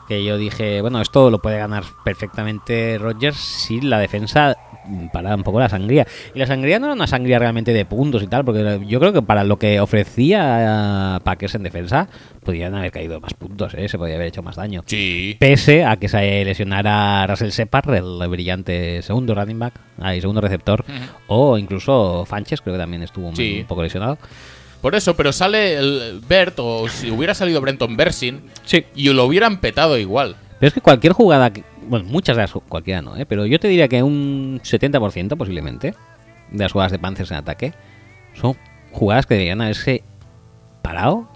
Speaker 1: que yo dije, bueno, esto lo puede ganar perfectamente Rodgers si la defensa mm, para un poco la sangría. Y la sangría no era una sangría realmente de puntos y tal, porque era- yo creo que para lo que ofrecía Packers en defensa, podían haber caído más puntos, eh, se podía haber hecho más daño.
Speaker 2: Sí.
Speaker 1: Pese a que se lesionara Russell Separ, el brillante segundo running back, ah, y segundo receptor, o incluso Fanches, creo que también estuvo un-
Speaker 2: Sí.
Speaker 1: un poco lesionado.
Speaker 2: Por eso, pero sale el Bert o si hubiera salido Brenton Bersin
Speaker 1: Sí,
Speaker 2: y lo hubieran petado igual.
Speaker 1: Pero es que cualquier jugada, que- bueno, muchas de las, ju- cualquiera no, ¿eh? pero yo te diría que un 70% posiblemente de las jugadas de Panthers en ataque son jugadas que deberían haberse parado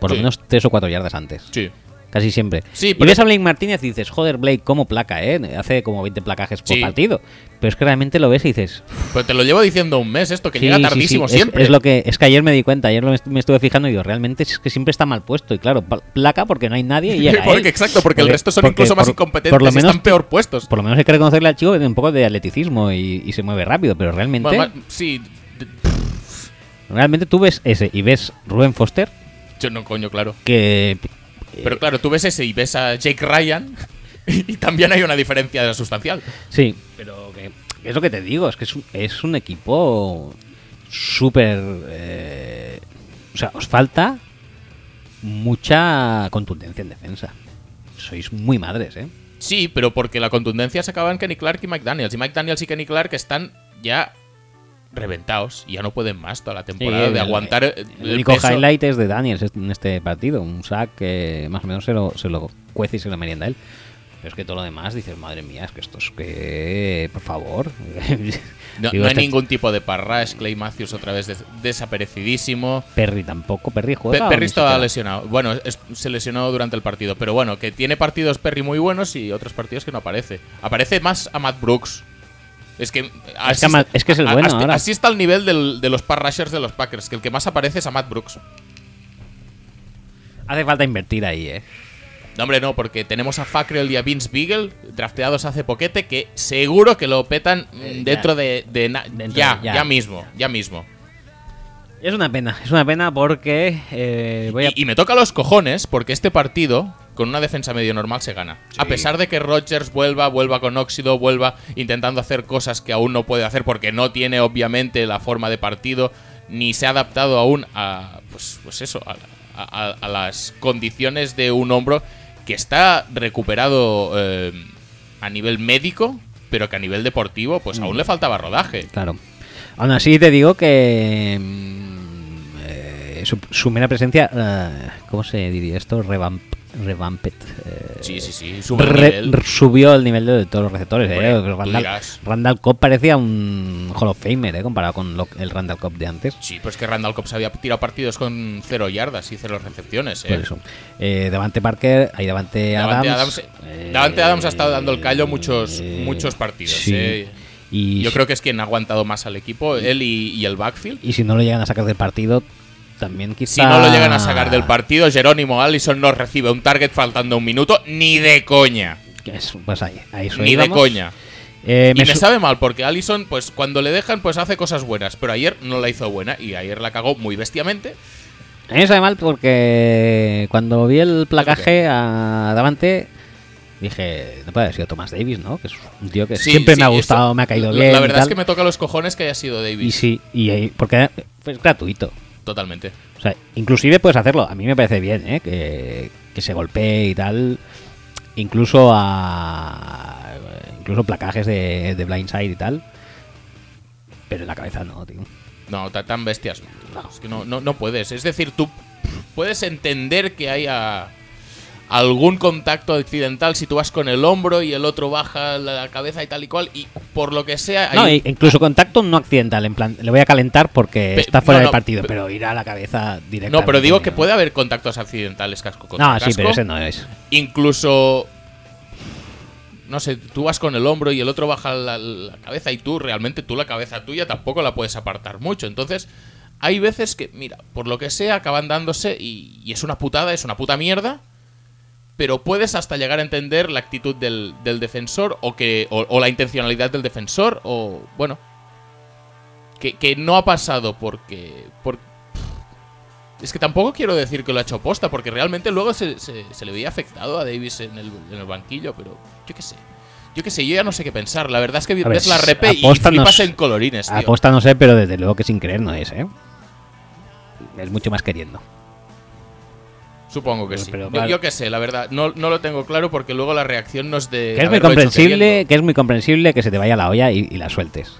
Speaker 1: por lo
Speaker 2: Sí.
Speaker 1: menos 3 o 4 yardas antes.
Speaker 2: Sí.
Speaker 1: Casi siempre.
Speaker 2: Sí,
Speaker 1: y
Speaker 2: pero-
Speaker 1: ves a Blake Martínez y dices, joder, Blake, cómo placa, ¿eh? Hace como 20 placajes por
Speaker 2: Sí.
Speaker 1: partido. Pero es que realmente lo ves y dices,
Speaker 2: Pero te lo llevo diciendo un mes esto, que
Speaker 1: Sí,
Speaker 2: llega
Speaker 1: sí, sí,
Speaker 2: tardísimo
Speaker 1: es-
Speaker 2: siempre.
Speaker 1: Es, lo
Speaker 2: [laughs]
Speaker 1: que, es que ayer me di cuenta, ayer lo est- me estuve fijando y digo, realmente es que siempre está mal puesto. Y claro, pl- placa porque no hay nadie y
Speaker 2: [laughs]
Speaker 1: llega él.
Speaker 2: Porque- exacto, porque el resto son incluso más
Speaker 1: por-
Speaker 2: incompetentes
Speaker 1: por lo
Speaker 2: y
Speaker 1: menos,
Speaker 2: están peor puestos.
Speaker 1: Por lo menos hay que reconocerle al chico que tiene un poco de atleticismo y, y se mueve rápido, pero realmente,
Speaker 2: Bueno, ma- sí. d-
Speaker 1: realmente tú ves ese y ves Rubén Foster
Speaker 2: Yo no, coño, claro.
Speaker 1: que... Eh.
Speaker 2: Pero claro, tú ves ese y ves a Jake Ryan [laughs] y también hay una diferencia sustancial.
Speaker 1: Sí, pero que, es lo que te digo, es que es un, es un equipo súper... eh, o sea, os falta mucha contundencia en defensa. Sois muy madres, ¿eh?
Speaker 2: Sí, pero porque la contundencia se acaba en Kenny Clark y Mike Daniels. Y Mike Daniels y Kenny Clark están ya reventados. Ya no pueden más toda la temporada
Speaker 1: Sí,
Speaker 2: de
Speaker 1: el-
Speaker 2: aguantar.
Speaker 1: El,
Speaker 2: el
Speaker 1: único
Speaker 2: peso.
Speaker 1: highlight es de Daniels est- en este partido. Un sack que más o menos se lo, se lo cuece y se lo merienda él. Pero es que todo lo demás dices, madre mía, es que esto es que. Por favor.
Speaker 2: [laughs] No,
Speaker 1: Digo,
Speaker 2: no hay
Speaker 1: este
Speaker 2: ningún tipo de parrash. Clay Matthews otra vez des- desaparecidísimo.
Speaker 1: Perry tampoco. Perry
Speaker 2: Pe-
Speaker 1: juega. o
Speaker 2: Perry
Speaker 1: ni
Speaker 2: estaba
Speaker 1: siquiera?
Speaker 2: lesionado. Bueno, es- se lesionó durante el partido. Pero bueno, que tiene partidos Perry muy buenos y otros partidos que no aparece. Aparece más a Matt Brooks. Es que, así
Speaker 1: que a Matt-
Speaker 2: está-
Speaker 1: es que es el
Speaker 2: a-
Speaker 1: bueno
Speaker 2: así-
Speaker 1: ahora.
Speaker 2: Así está el nivel del- de los parrashers de los Packers. Que el que más aparece es a Matt Brooks.
Speaker 1: Hace falta invertir ahí, eh.
Speaker 2: No, hombre, no, porque tenemos a Fackrell y a Vince Beagle, drafteados hace poquete, que seguro que lo petan mm,
Speaker 1: Eh, ya.
Speaker 2: dentro de, de na-
Speaker 1: Dentro de-
Speaker 2: ya,
Speaker 1: ya.
Speaker 2: ya, mismo, ya mismo.
Speaker 1: Es una pena, es una pena porque. eh, voy a.
Speaker 2: Y, y me toca los cojones, porque este partido, con una defensa medio normal, se gana. A pesar de que Rodgers vuelva, vuelva con óxido, vuelva intentando hacer cosas que aún no puede hacer, porque no tiene, obviamente, la forma de partido, ni se ha adaptado aún a. Pues, pues eso, a, a- a- a las condiciones de un hombro que está recuperado eh, a nivel médico, pero que a nivel deportivo, pues aún le faltaba rodaje.
Speaker 1: Claro. Aún así te digo que mm, eh, su, su mera presencia, eh, ¿cómo se diría esto? Revamp, revamped. eh,
Speaker 2: Sí, sí, sí, sube el
Speaker 1: re-
Speaker 2: nivel.
Speaker 1: r- subió el nivel de todos los receptores. eh.
Speaker 2: Hombre, tú
Speaker 1: Randall,
Speaker 2: dirás.
Speaker 1: Randall Cobb parecía un Hall of Famer eh, comparado con lo- el Randall Cobb de antes.
Speaker 2: Sí, pues que Randall Cobb se había tirado partidos con cero yardas y cero recepciones. ¿eh?
Speaker 1: Por eso. Eh, Davante Parker, ahí Davante Adams.
Speaker 2: Davante Adams,
Speaker 1: eh,
Speaker 2: Davante Adams ha estado dando el callo muchos,
Speaker 1: eh,
Speaker 2: muchos partidos.
Speaker 1: sí.
Speaker 2: eh.
Speaker 1: Y
Speaker 2: Yo
Speaker 1: si-
Speaker 2: creo que es quien ha aguantado más al equipo, él y, y el backfield.
Speaker 1: y si no lo llegan a sacar del partido, también quizá.
Speaker 2: Si no lo llegan a sacar del partido, Jerónimo Allison no recibe un target faltando un minuto, ni de coña.
Speaker 1: Que es- pues ahí, ahí eso
Speaker 2: Ni de
Speaker 1: íbamos.
Speaker 2: coña.
Speaker 1: Eh,
Speaker 2: Y
Speaker 1: me
Speaker 2: me
Speaker 1: su-
Speaker 2: sabe mal, porque Allison, pues cuando le dejan, pues hace cosas buenas. Pero ayer no la hizo buena y ayer la cagó muy bestiamente.
Speaker 1: a mí me sabe mal porque cuando vi el placaje a Davante dije, no puede haber sido Thomas Davis, ¿no? Que es un tío que
Speaker 2: Sí,
Speaker 1: siempre
Speaker 2: sí,
Speaker 1: me ha
Speaker 2: esto-
Speaker 1: gustado, me ha caído
Speaker 2: la-
Speaker 1: bien.
Speaker 2: La
Speaker 1: y
Speaker 2: verdad es
Speaker 1: tal.
Speaker 2: que me toca los cojones que haya sido
Speaker 1: Y
Speaker 2: Davis.
Speaker 1: sí, y ahí- porque es gratuito.
Speaker 2: Totalmente.
Speaker 1: O sea, inclusive puedes hacerlo. A mí me parece bien, ¿eh? Que, que se golpee y tal. Incluso a. Incluso placajes de, de blindside y tal. Pero en la cabeza no, tío.
Speaker 2: No, ta- tan bestias. no.
Speaker 1: No.
Speaker 2: Es que no, no, no puedes. Es decir, tú puedes entender que haya algún contacto accidental si tú vas con el hombro y el otro baja la cabeza y tal y cual y por lo que sea
Speaker 1: No,
Speaker 2: hay-
Speaker 1: e incluso contacto no accidental, en plan, le voy a calentar porque
Speaker 2: Pe-
Speaker 1: está fuera
Speaker 2: no,
Speaker 1: del
Speaker 2: no,
Speaker 1: partido,
Speaker 2: pe-
Speaker 1: pero ir a la cabeza directamente.
Speaker 2: no pero digo que puede haber contactos accidentales casco contra
Speaker 1: No, sí, pero
Speaker 2: casco.
Speaker 1: ese no es.
Speaker 2: incluso no sé, tú vas con el hombro y el otro baja la, la cabeza y tú realmente tú la cabeza tuya tampoco la puedes apartar mucho. Entonces, hay veces que, mira, por lo que sea, acaban dándose y, y es una putada, es una puta mierda, pero puedes hasta llegar a entender la actitud del, del defensor o, que, o, o la intencionalidad del defensor o, bueno, que, que no ha pasado porque, por- es que tampoco quiero decir que lo ha hecho posta, porque realmente luego se, se- se le veía afectado a Davis en el, en el banquillo, pero yo qué sé. Yo qué sé, yo ya no sé qué pensar. La verdad es que
Speaker 1: A ver,
Speaker 2: ves la repe y
Speaker 1: aposta no
Speaker 2: flipas
Speaker 1: sé.
Speaker 2: en colorines, tío.
Speaker 1: Aposta no sé, pero desde luego que sin querer no es, ¿eh? Es mucho más queriendo.
Speaker 2: Supongo que
Speaker 1: Pero-
Speaker 2: sí.
Speaker 1: pero
Speaker 2: Yo-
Speaker 1: claro.
Speaker 2: yo, qué sé, la verdad. No, no lo tengo claro porque luego la reacción no es
Speaker 1: que
Speaker 2: de.
Speaker 1: es muy
Speaker 2: haberlo hecho
Speaker 1: comprensible
Speaker 2: queriendo.
Speaker 1: que es muy comprensible que se te vaya la olla y, y la sueltes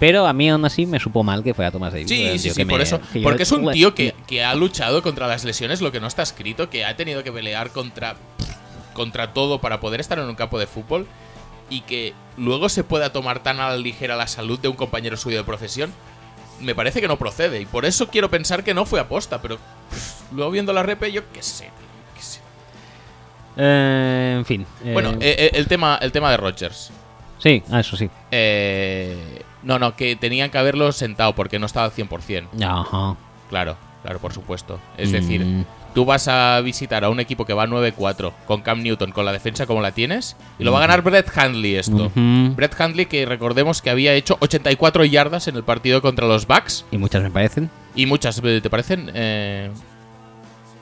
Speaker 1: pero a mí aún así me supo mal que fuera Thomas Davis
Speaker 2: Sí,
Speaker 1: era un
Speaker 2: sí,
Speaker 1: tío
Speaker 2: sí,
Speaker 1: que
Speaker 2: por
Speaker 1: me-
Speaker 2: eso.
Speaker 1: que eh, yo-
Speaker 2: Porque es un tío que, que ha luchado contra las lesiones, lo que no está escrito, que ha tenido que pelear contra, contra todo para poder estar en un campo de fútbol y que luego se pueda tomar tan a la ligera la salud de un compañero suyo de profesión. Me parece que no procede y por eso quiero pensar que no fue aposta, pero pff, luego viendo la repe, yo qué sé. qué sé.
Speaker 1: Eh, en fin eh,
Speaker 2: Bueno, eh, eh, el, tema, el tema de Rogers.
Speaker 1: sí ah, eso sí
Speaker 2: Eh, no, no, que tenían que haberlo sentado porque no estaba al 100%.
Speaker 1: Ajá.
Speaker 2: Claro, claro, por supuesto. Es
Speaker 1: Mm.
Speaker 2: decir, tú vas a visitar a un equipo que va 9-4 con Cam Newton, con la defensa como la tienes, y lo va a ganar Brett Handley esto.
Speaker 1: Ujú.
Speaker 2: Brett Handley que recordemos que había hecho 84 yardas en el partido contra los Bucks
Speaker 1: y muchas me parecen
Speaker 2: y muchas, eh, ¿te parecen? Eh,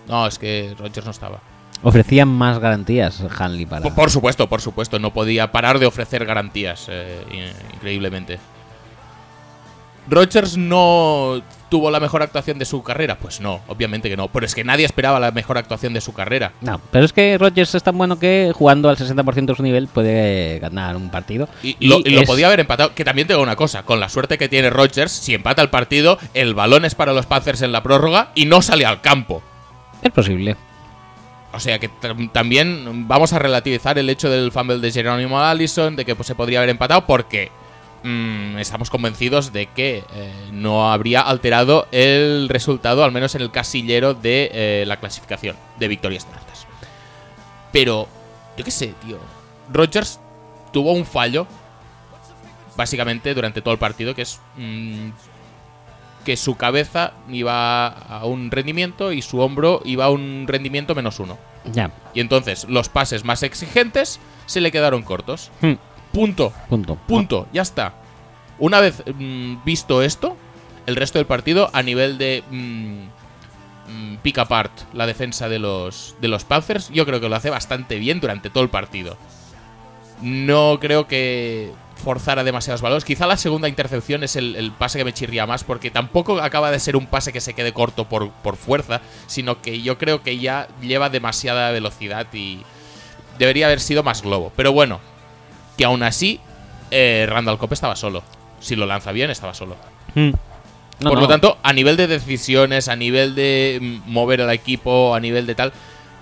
Speaker 2: No, es que Rodgers no estaba.
Speaker 1: ofrecían más garantías Hanley para
Speaker 2: Por, por supuesto, por supuesto, no podía parar de ofrecer garantías, eh, in- increíblemente. ¿Rogers no tuvo la mejor actuación de su carrera? Pues no, obviamente que no. Pero es que nadie esperaba la mejor actuación de su carrera.
Speaker 1: no, pero es que Rodgers es tan bueno que jugando al 60% de su nivel puede ganar un partido.
Speaker 2: Y, lo, y lo
Speaker 1: es-
Speaker 2: podía haber empatado. Que también tengo una cosa: con la suerte que tiene Rogers, si empata el partido, el balón es para los Panthers en la prórroga y no sale al campo.
Speaker 1: Es posible.
Speaker 2: O sea que tam- también vamos a relativizar el hecho del fumble de Jerónimo Allison, de que pues, se podría haber empatado, porque mm, estamos convencidos de que eh, no habría alterado el resultado, al menos en el casillero de eh, la clasificación de victorias tantas. Pero, yo qué sé, tío. Rogers tuvo un fallo, básicamente, durante todo el partido, que es mm, que su cabeza iba a un rendimiento y su hombro iba a un rendimiento menos uno.
Speaker 1: Ya.
Speaker 2: Y entonces los pases más exigentes se le quedaron cortos.
Speaker 1: Hmm.
Speaker 2: Punto,
Speaker 1: Punto.
Speaker 2: punto, ya está. Una vez mm, visto esto, el resto del partido a nivel de mm, mm, pick apart la defensa de los, de los Panthers, yo creo que lo hace bastante bien durante todo el partido. No creo que forzara demasiados valores. Quizá la segunda intercepción es el, el pase que me chirría más, porque tampoco acaba de ser un pase que se quede corto por, por fuerza, sino que yo creo que ya lleva demasiada velocidad y debería haber sido más globo. Pero bueno, que aún así eh, Randall Cobb estaba solo. Si lo lanza bien, estaba solo.
Speaker 1: Mm. No,
Speaker 2: Por lo
Speaker 1: no.
Speaker 2: tanto, a nivel de decisiones, a nivel de mm, mover al equipo, a nivel de tal,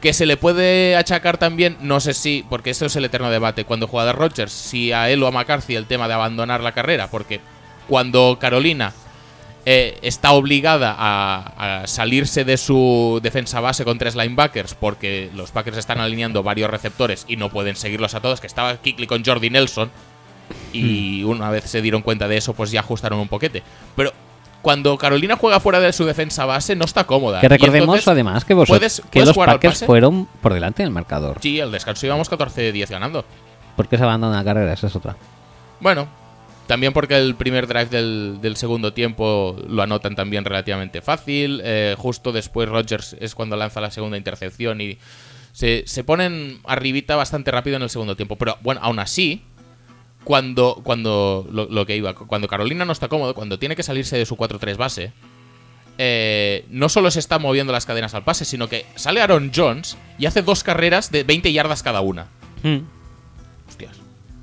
Speaker 2: que se le puede achacar también, no sé si, porque esto es el eterno debate, cuando jugaba Rogers, si a él o a McCarthy el tema de abandonar la carrera, porque cuando Carolina eh, está obligada a, a salirse de su defensa base con tres linebackers, porque los Packers están alineando varios receptores y no pueden seguirlos a todos, que estaba Kikli con Jordi Nelson, y
Speaker 1: Hmm.
Speaker 2: una vez se dieron cuenta de eso, pues ya ajustaron un poquete. Pero cuando Carolina juega fuera de su defensa base, no está cómoda.
Speaker 1: Que
Speaker 2: Y
Speaker 1: recordemos
Speaker 2: entonces-
Speaker 1: además que vosotros
Speaker 2: ¿puedes-
Speaker 1: que
Speaker 2: puedes
Speaker 1: los
Speaker 2: jugar al
Speaker 1: Packers
Speaker 2: pase?
Speaker 1: fueron por delante en el marcador.
Speaker 2: Sí, al descanso íbamos 14-10 ganando.
Speaker 1: ¿Por qué se abandona la carrera? Esa es otra.
Speaker 2: Bueno, también porque el primer drive del, del segundo tiempo lo anotan también relativamente fácil. eh, justo después Rodgers es cuando lanza la segunda intercepción y se, se ponen arribita bastante rápido en el segundo tiempo. Pero bueno, aún así, cuando, cuando lo, lo que iba, cuando Carolina no está cómodo, cuando tiene que salirse de su 4-3 base, eh, no solo se está moviendo las cadenas al pase, sino que sale Aaron Jones y hace dos carreras de 20 yardas cada una. Hostias.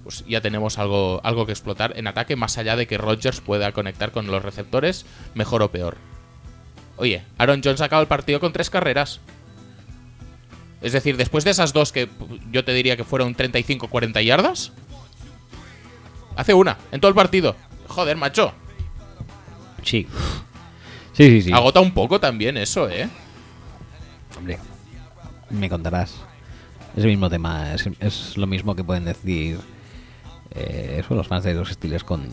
Speaker 2: Pues ya tenemos algo, algo que explotar en ataque, más allá de que Rodgers pueda conectar con los receptores, mejor o peor. Oye, Aaron Jones ha acabado el partido con tres carreras. Es decir, después de esas dos que pu- yo te diría que fueron 35-40 yardas, hace una en todo el partido. Joder, macho.
Speaker 1: Sí. Sí, sí, sí.
Speaker 2: Agota un poco también eso, ¿eh?
Speaker 1: Hombre, me contarás. Es el mismo tema, es, es lo mismo que pueden decir eh, eso, los fans de los estilos con,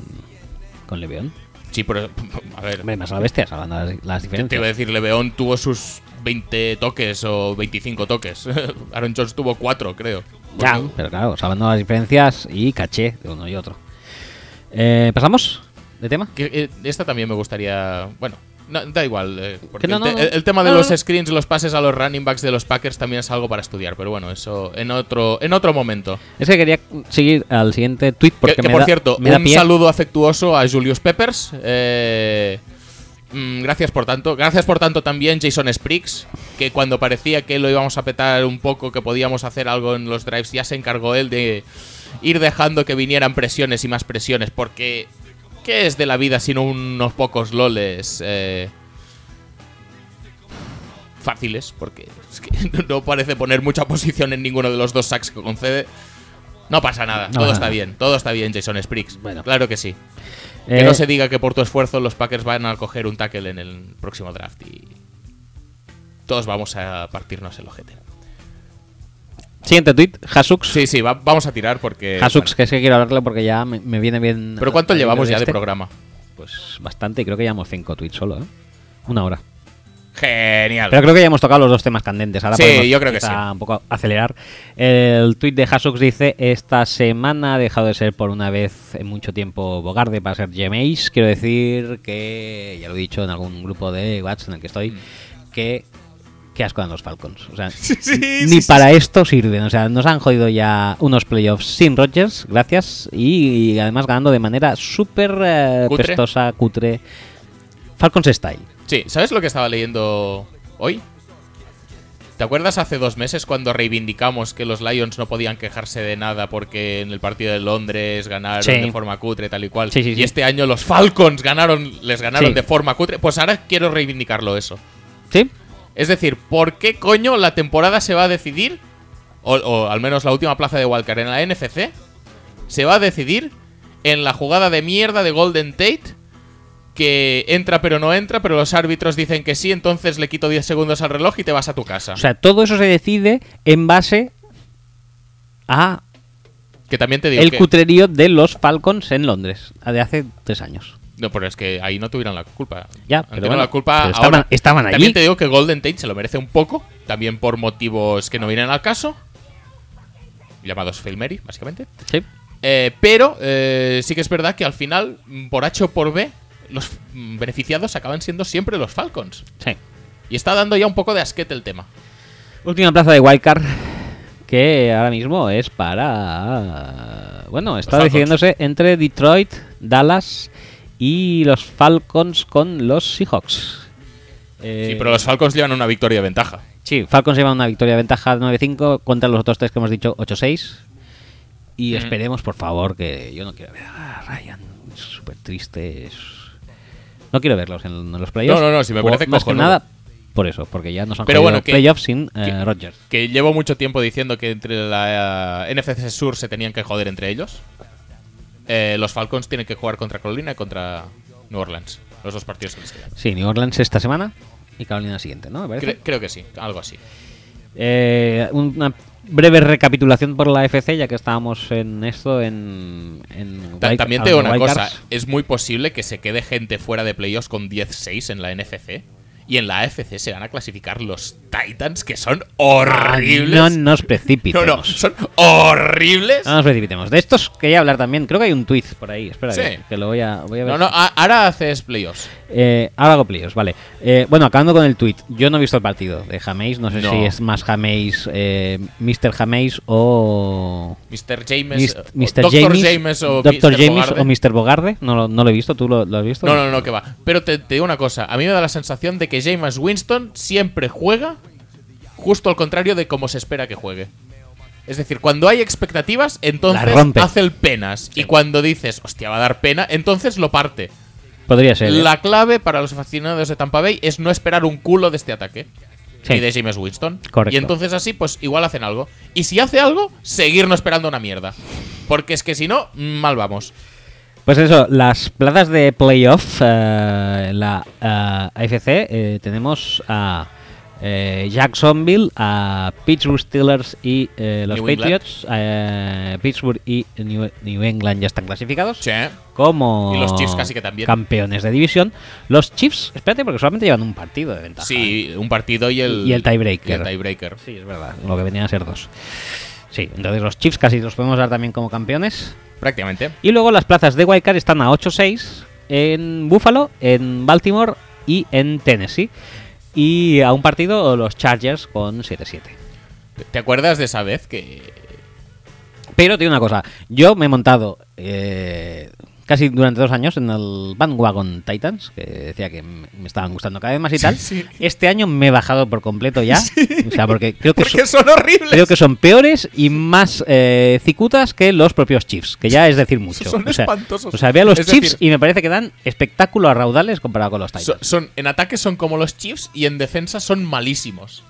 Speaker 1: con Leveón.
Speaker 2: Sí, pero... A ver,
Speaker 1: Hombre, más a la bestia, salvando las, las
Speaker 2: te iba a
Speaker 1: diferencias.
Speaker 2: decir, Leveón tuvo sus 20 toques o 25 toques. [laughs] Aaron Jones tuvo cuatro, creo.
Speaker 1: Ya, pero claro, salvando las diferencias y caché de uno y otro. Eh, ¿Pasamos de tema?
Speaker 2: Que, eh, esta también me gustaría. Bueno, no, da igual. eh, porque
Speaker 1: Que no,
Speaker 2: el, te-
Speaker 1: no, no.
Speaker 2: el- el tema de
Speaker 1: No, no,
Speaker 2: los
Speaker 1: no.
Speaker 2: screens, los pases a los running backs de los Packers también es algo para estudiar. Pero bueno, eso en otro, en otro momento.
Speaker 1: Es que quería seguir al siguiente tweet porque
Speaker 2: que que,
Speaker 1: me
Speaker 2: por
Speaker 1: da-
Speaker 2: cierto,
Speaker 1: me da
Speaker 2: un
Speaker 1: pie.
Speaker 2: saludo afectuoso a Julius Peppers. eh, mm, gracias por tanto. Gracias por tanto también Jason Spriggs, que cuando parecía que lo íbamos a petar un poco, que podíamos hacer algo en los drives, ya se encargó él de ir dejando que vinieran presiones y más presiones, porque ¿qué es de la vida sino unos pocos loles? eh, fáciles, porque es que [laughs] no parece poner mucha posición en ninguno de los dos sacks que concede. No pasa nada,
Speaker 1: No
Speaker 2: todo
Speaker 1: pasa
Speaker 2: está
Speaker 1: nada.
Speaker 2: bien, todo está bien, Jason Spriggs.
Speaker 1: Bueno.
Speaker 2: Claro que sí.
Speaker 1: Eh,
Speaker 2: Que no se diga que por tu esfuerzo los Packers van a coger un tackle en el próximo draft y todos vamos a partirnos el ojete.
Speaker 1: Siguiente tweet, Hasux.
Speaker 2: Sí, eh, sí, va- vamos a tirar porque...
Speaker 1: Hasux,
Speaker 2: bueno.
Speaker 1: que es que quiero hablarlo porque ya me, me viene bien.
Speaker 2: Pero ¿cuánto llevamos ya de programa?
Speaker 1: este. Pues bastante, y creo que llevamos cinco tweets solo, ¿eh? Una hora.
Speaker 2: Genial.
Speaker 1: Pero creo que ya hemos tocado los dos temas candentes. Ahora
Speaker 2: Sí,
Speaker 1: podemos
Speaker 2: yo creo que
Speaker 1: quizá un poco acelerar. El tweet de Hasux dice: Esta semana ha dejado de ser por una vez en mucho tiempo Bogarde para ser Gemeis. Quiero decir que, ya lo he dicho en algún grupo de WhatsApp en el que estoy, que. Qué asco dan los Falcons. O sea,
Speaker 2: [laughs] sí,
Speaker 1: ni
Speaker 2: sí,
Speaker 1: para esto sirven. O sea, nos han jodido ya unos playoffs sin Rodgers, gracias. Y, además ganando de manera súper eh,
Speaker 2: Cutre.
Speaker 1: pestosa, cutre. Falcons style.
Speaker 2: Sí, ¿sabes lo que estaba leyendo hoy? ¿Te acuerdas hace dos meses cuando reivindicamos que los Lions no podían quejarse de nada porque en el partido de Londres ganaron
Speaker 1: Sí.
Speaker 2: de forma cutre, tal y cual?
Speaker 1: Sí, sí, sí.
Speaker 2: Y este año los Falcons ganaron, les ganaron
Speaker 1: Sí.
Speaker 2: de forma cutre. Pues ahora quiero reivindicarlo eso.
Speaker 1: ¿Sí?
Speaker 2: Es decir, ¿por qué coño la temporada se va a decidir? O, o al menos la última plaza de Walker en la NFC se va a decidir en la jugada de mierda de Golden Tate. Que entra pero no entra, pero los árbitros dicen que sí, entonces le quito 10 segundos al reloj y te vas a tu casa.
Speaker 1: O sea, todo eso se decide en base a
Speaker 2: que también te digo
Speaker 1: el
Speaker 2: que-
Speaker 1: cutrerío de los Falcons en Londres, de hace tres años.
Speaker 2: No, pero es que ahí no tuvieron la culpa.
Speaker 1: Ya,
Speaker 2: Han
Speaker 1: pero
Speaker 2: tenido
Speaker 1: bueno,
Speaker 2: la culpa
Speaker 1: pero estaban-
Speaker 2: ahora.
Speaker 1: estaban allí.
Speaker 2: También te digo que Golden Tate se lo merece un poco, también por motivos que no vienen al caso. Llamados Fail Mary, básicamente.
Speaker 1: Sí.
Speaker 2: Eh, pero eh, sí que es verdad que al final, mm, por H o por B, los mm, beneficiados acaban siendo siempre los Falcons.
Speaker 1: Sí.
Speaker 2: Y está dando ya un poco de asquete el tema.
Speaker 1: Última plaza de Wildcard que ahora mismo es para. Bueno, está
Speaker 2: Falcons.
Speaker 1: decidiéndose entre Detroit, Dallas y los Falcons con los Seahawks. Eh,
Speaker 2: Sí, pero los Falcons llevan una victoria de ventaja.
Speaker 1: sí, Falcons llevan una victoria de ventaja de 9-5 contra los otros tres que hemos dicho 8-6. Y
Speaker 2: Mm.
Speaker 1: esperemos, por favor, que yo no quiero ver a Ryan. Es súper triste. es- No quiero verlos en, en los playoffs.
Speaker 2: No, no, no, si me
Speaker 1: Por-
Speaker 2: parece
Speaker 1: Más que
Speaker 2: cojonudo.
Speaker 1: nada por eso, porque ya nos han
Speaker 2: Pero
Speaker 1: jodido
Speaker 2: bueno, que-
Speaker 1: playoffs sin eh,
Speaker 2: que-
Speaker 1: Rodgers.
Speaker 2: Que llevo mucho tiempo diciendo que entre la eh, NFC Sur se tenían que joder entre ellos. Eh, los Falcons tienen que jugar contra Carolina y contra New Orleans. Los dos partidos que les quedan.
Speaker 1: Sí, New Orleans esta semana y Carolina siguiente, ¿no? Me parece.
Speaker 2: Cre- creo que sí, algo así.
Speaker 1: Eh, una breve recapitulación por la FC, ya que estábamos en esto, en. en
Speaker 2: Ta-
Speaker 1: wild-
Speaker 2: también te digo
Speaker 1: hablando
Speaker 2: una
Speaker 1: de
Speaker 2: cosa,
Speaker 1: wildcards.
Speaker 2: es muy posible que se quede gente fuera de playoffs con 10-6 en la NFC. Y en la AFC se van a clasificar los Titans, que son
Speaker 1: Ah,
Speaker 2: horribles.
Speaker 1: No Ah, nos
Speaker 2: no,
Speaker 1: precipitemos.
Speaker 2: [laughs] no, son horribles.
Speaker 1: No nos precipitemos. De estos quería hablar también. Creo que hay un tweet por ahí. Espera,
Speaker 2: Sí.
Speaker 1: que, que lo voy a, voy a ver.
Speaker 2: No, no, a- ahora haces playoffs.
Speaker 1: Eh, ahora hago playoffs, vale. Eh, bueno, acabando con el tweet. Yo no he visto el partido de Jameis. No sé
Speaker 2: No.
Speaker 1: si es más Jameis, eh, Mr. Jameis o.
Speaker 2: Mr. James,
Speaker 1: Mis-
Speaker 2: eh,
Speaker 1: Mr.
Speaker 2: Dr.
Speaker 1: James,
Speaker 2: James o
Speaker 1: Dr.
Speaker 2: Mr.
Speaker 1: James
Speaker 2: Bogarde.
Speaker 1: o Mr. Bogarde. No, lo- no lo he visto, ¿tú lo, lo has visto?
Speaker 2: No, no, no, que va. Pero te, te digo una cosa. A mí me da la sensación de que James Winston siempre juega justo al contrario de como se espera que juegue. Es decir, cuando hay expectativas, entonces
Speaker 1: rompe.
Speaker 2: hace el penas. Y cuando dices, hostia, va a dar pena, entonces lo parte.
Speaker 1: Podría ser. ¿eh?
Speaker 2: La clave para los aficionados de Tampa Bay es no esperar un culo de este ataque.
Speaker 1: Sí.
Speaker 2: Y de James Winston.
Speaker 1: Correcto.
Speaker 2: Y entonces así, pues igual hacen algo. Y si hace algo, seguir no esperando una mierda. Porque es que si no, mal vamos.
Speaker 1: Pues eso, las plazas de playoff, eh, la eh, AFC, eh, tenemos a eh, Jacksonville, a Pittsburgh Steelers y eh, los
Speaker 2: New England.
Speaker 1: Patriots. eh, Pittsburgh y New, New England ya están clasificados.
Speaker 2: Sí.
Speaker 1: Como
Speaker 2: Y los Chiefs casi que también.
Speaker 1: campeones de división. Los Chiefs, espérate, porque solamente llevan un partido de ventaja.
Speaker 2: Sí, un partido y el,
Speaker 1: Y el tiebreaker.
Speaker 2: y el tiebreaker.
Speaker 1: Sí, es verdad, lo que venían a ser dos. Sí, entonces los Chiefs casi los podemos dar también como campeones.
Speaker 2: Prácticamente.
Speaker 1: Y luego las plazas de Wildcard están a 8-6 en Buffalo, en Baltimore y en Tennessee. Y a un partido los Chargers con 7-7.
Speaker 2: ¿Te acuerdas de esa vez que
Speaker 1: Pero tiene una cosa, yo me he montado eh, casi durante dos años en el Bandwagon Titans, que decía que m- me estaban gustando cada vez más y tal.
Speaker 2: [laughs] sí.
Speaker 1: Este año me he bajado por completo
Speaker 2: [laughs]
Speaker 1: ya. O sea, porque creo que... so-
Speaker 2: Porque son horribles.
Speaker 1: Creo que son peores y más eh, cicutas que los propios Chiefs, que ya es decir mucho.
Speaker 2: Son
Speaker 1: o sea,
Speaker 2: espantosos.
Speaker 1: O sea, veo a los
Speaker 2: Es
Speaker 1: Chiefs
Speaker 2: decir-
Speaker 1: y me parece que dan espectáculo a raudales comparado con los Titans.
Speaker 2: So- son, en ataque son como los Chiefs y en defensa son malísimos.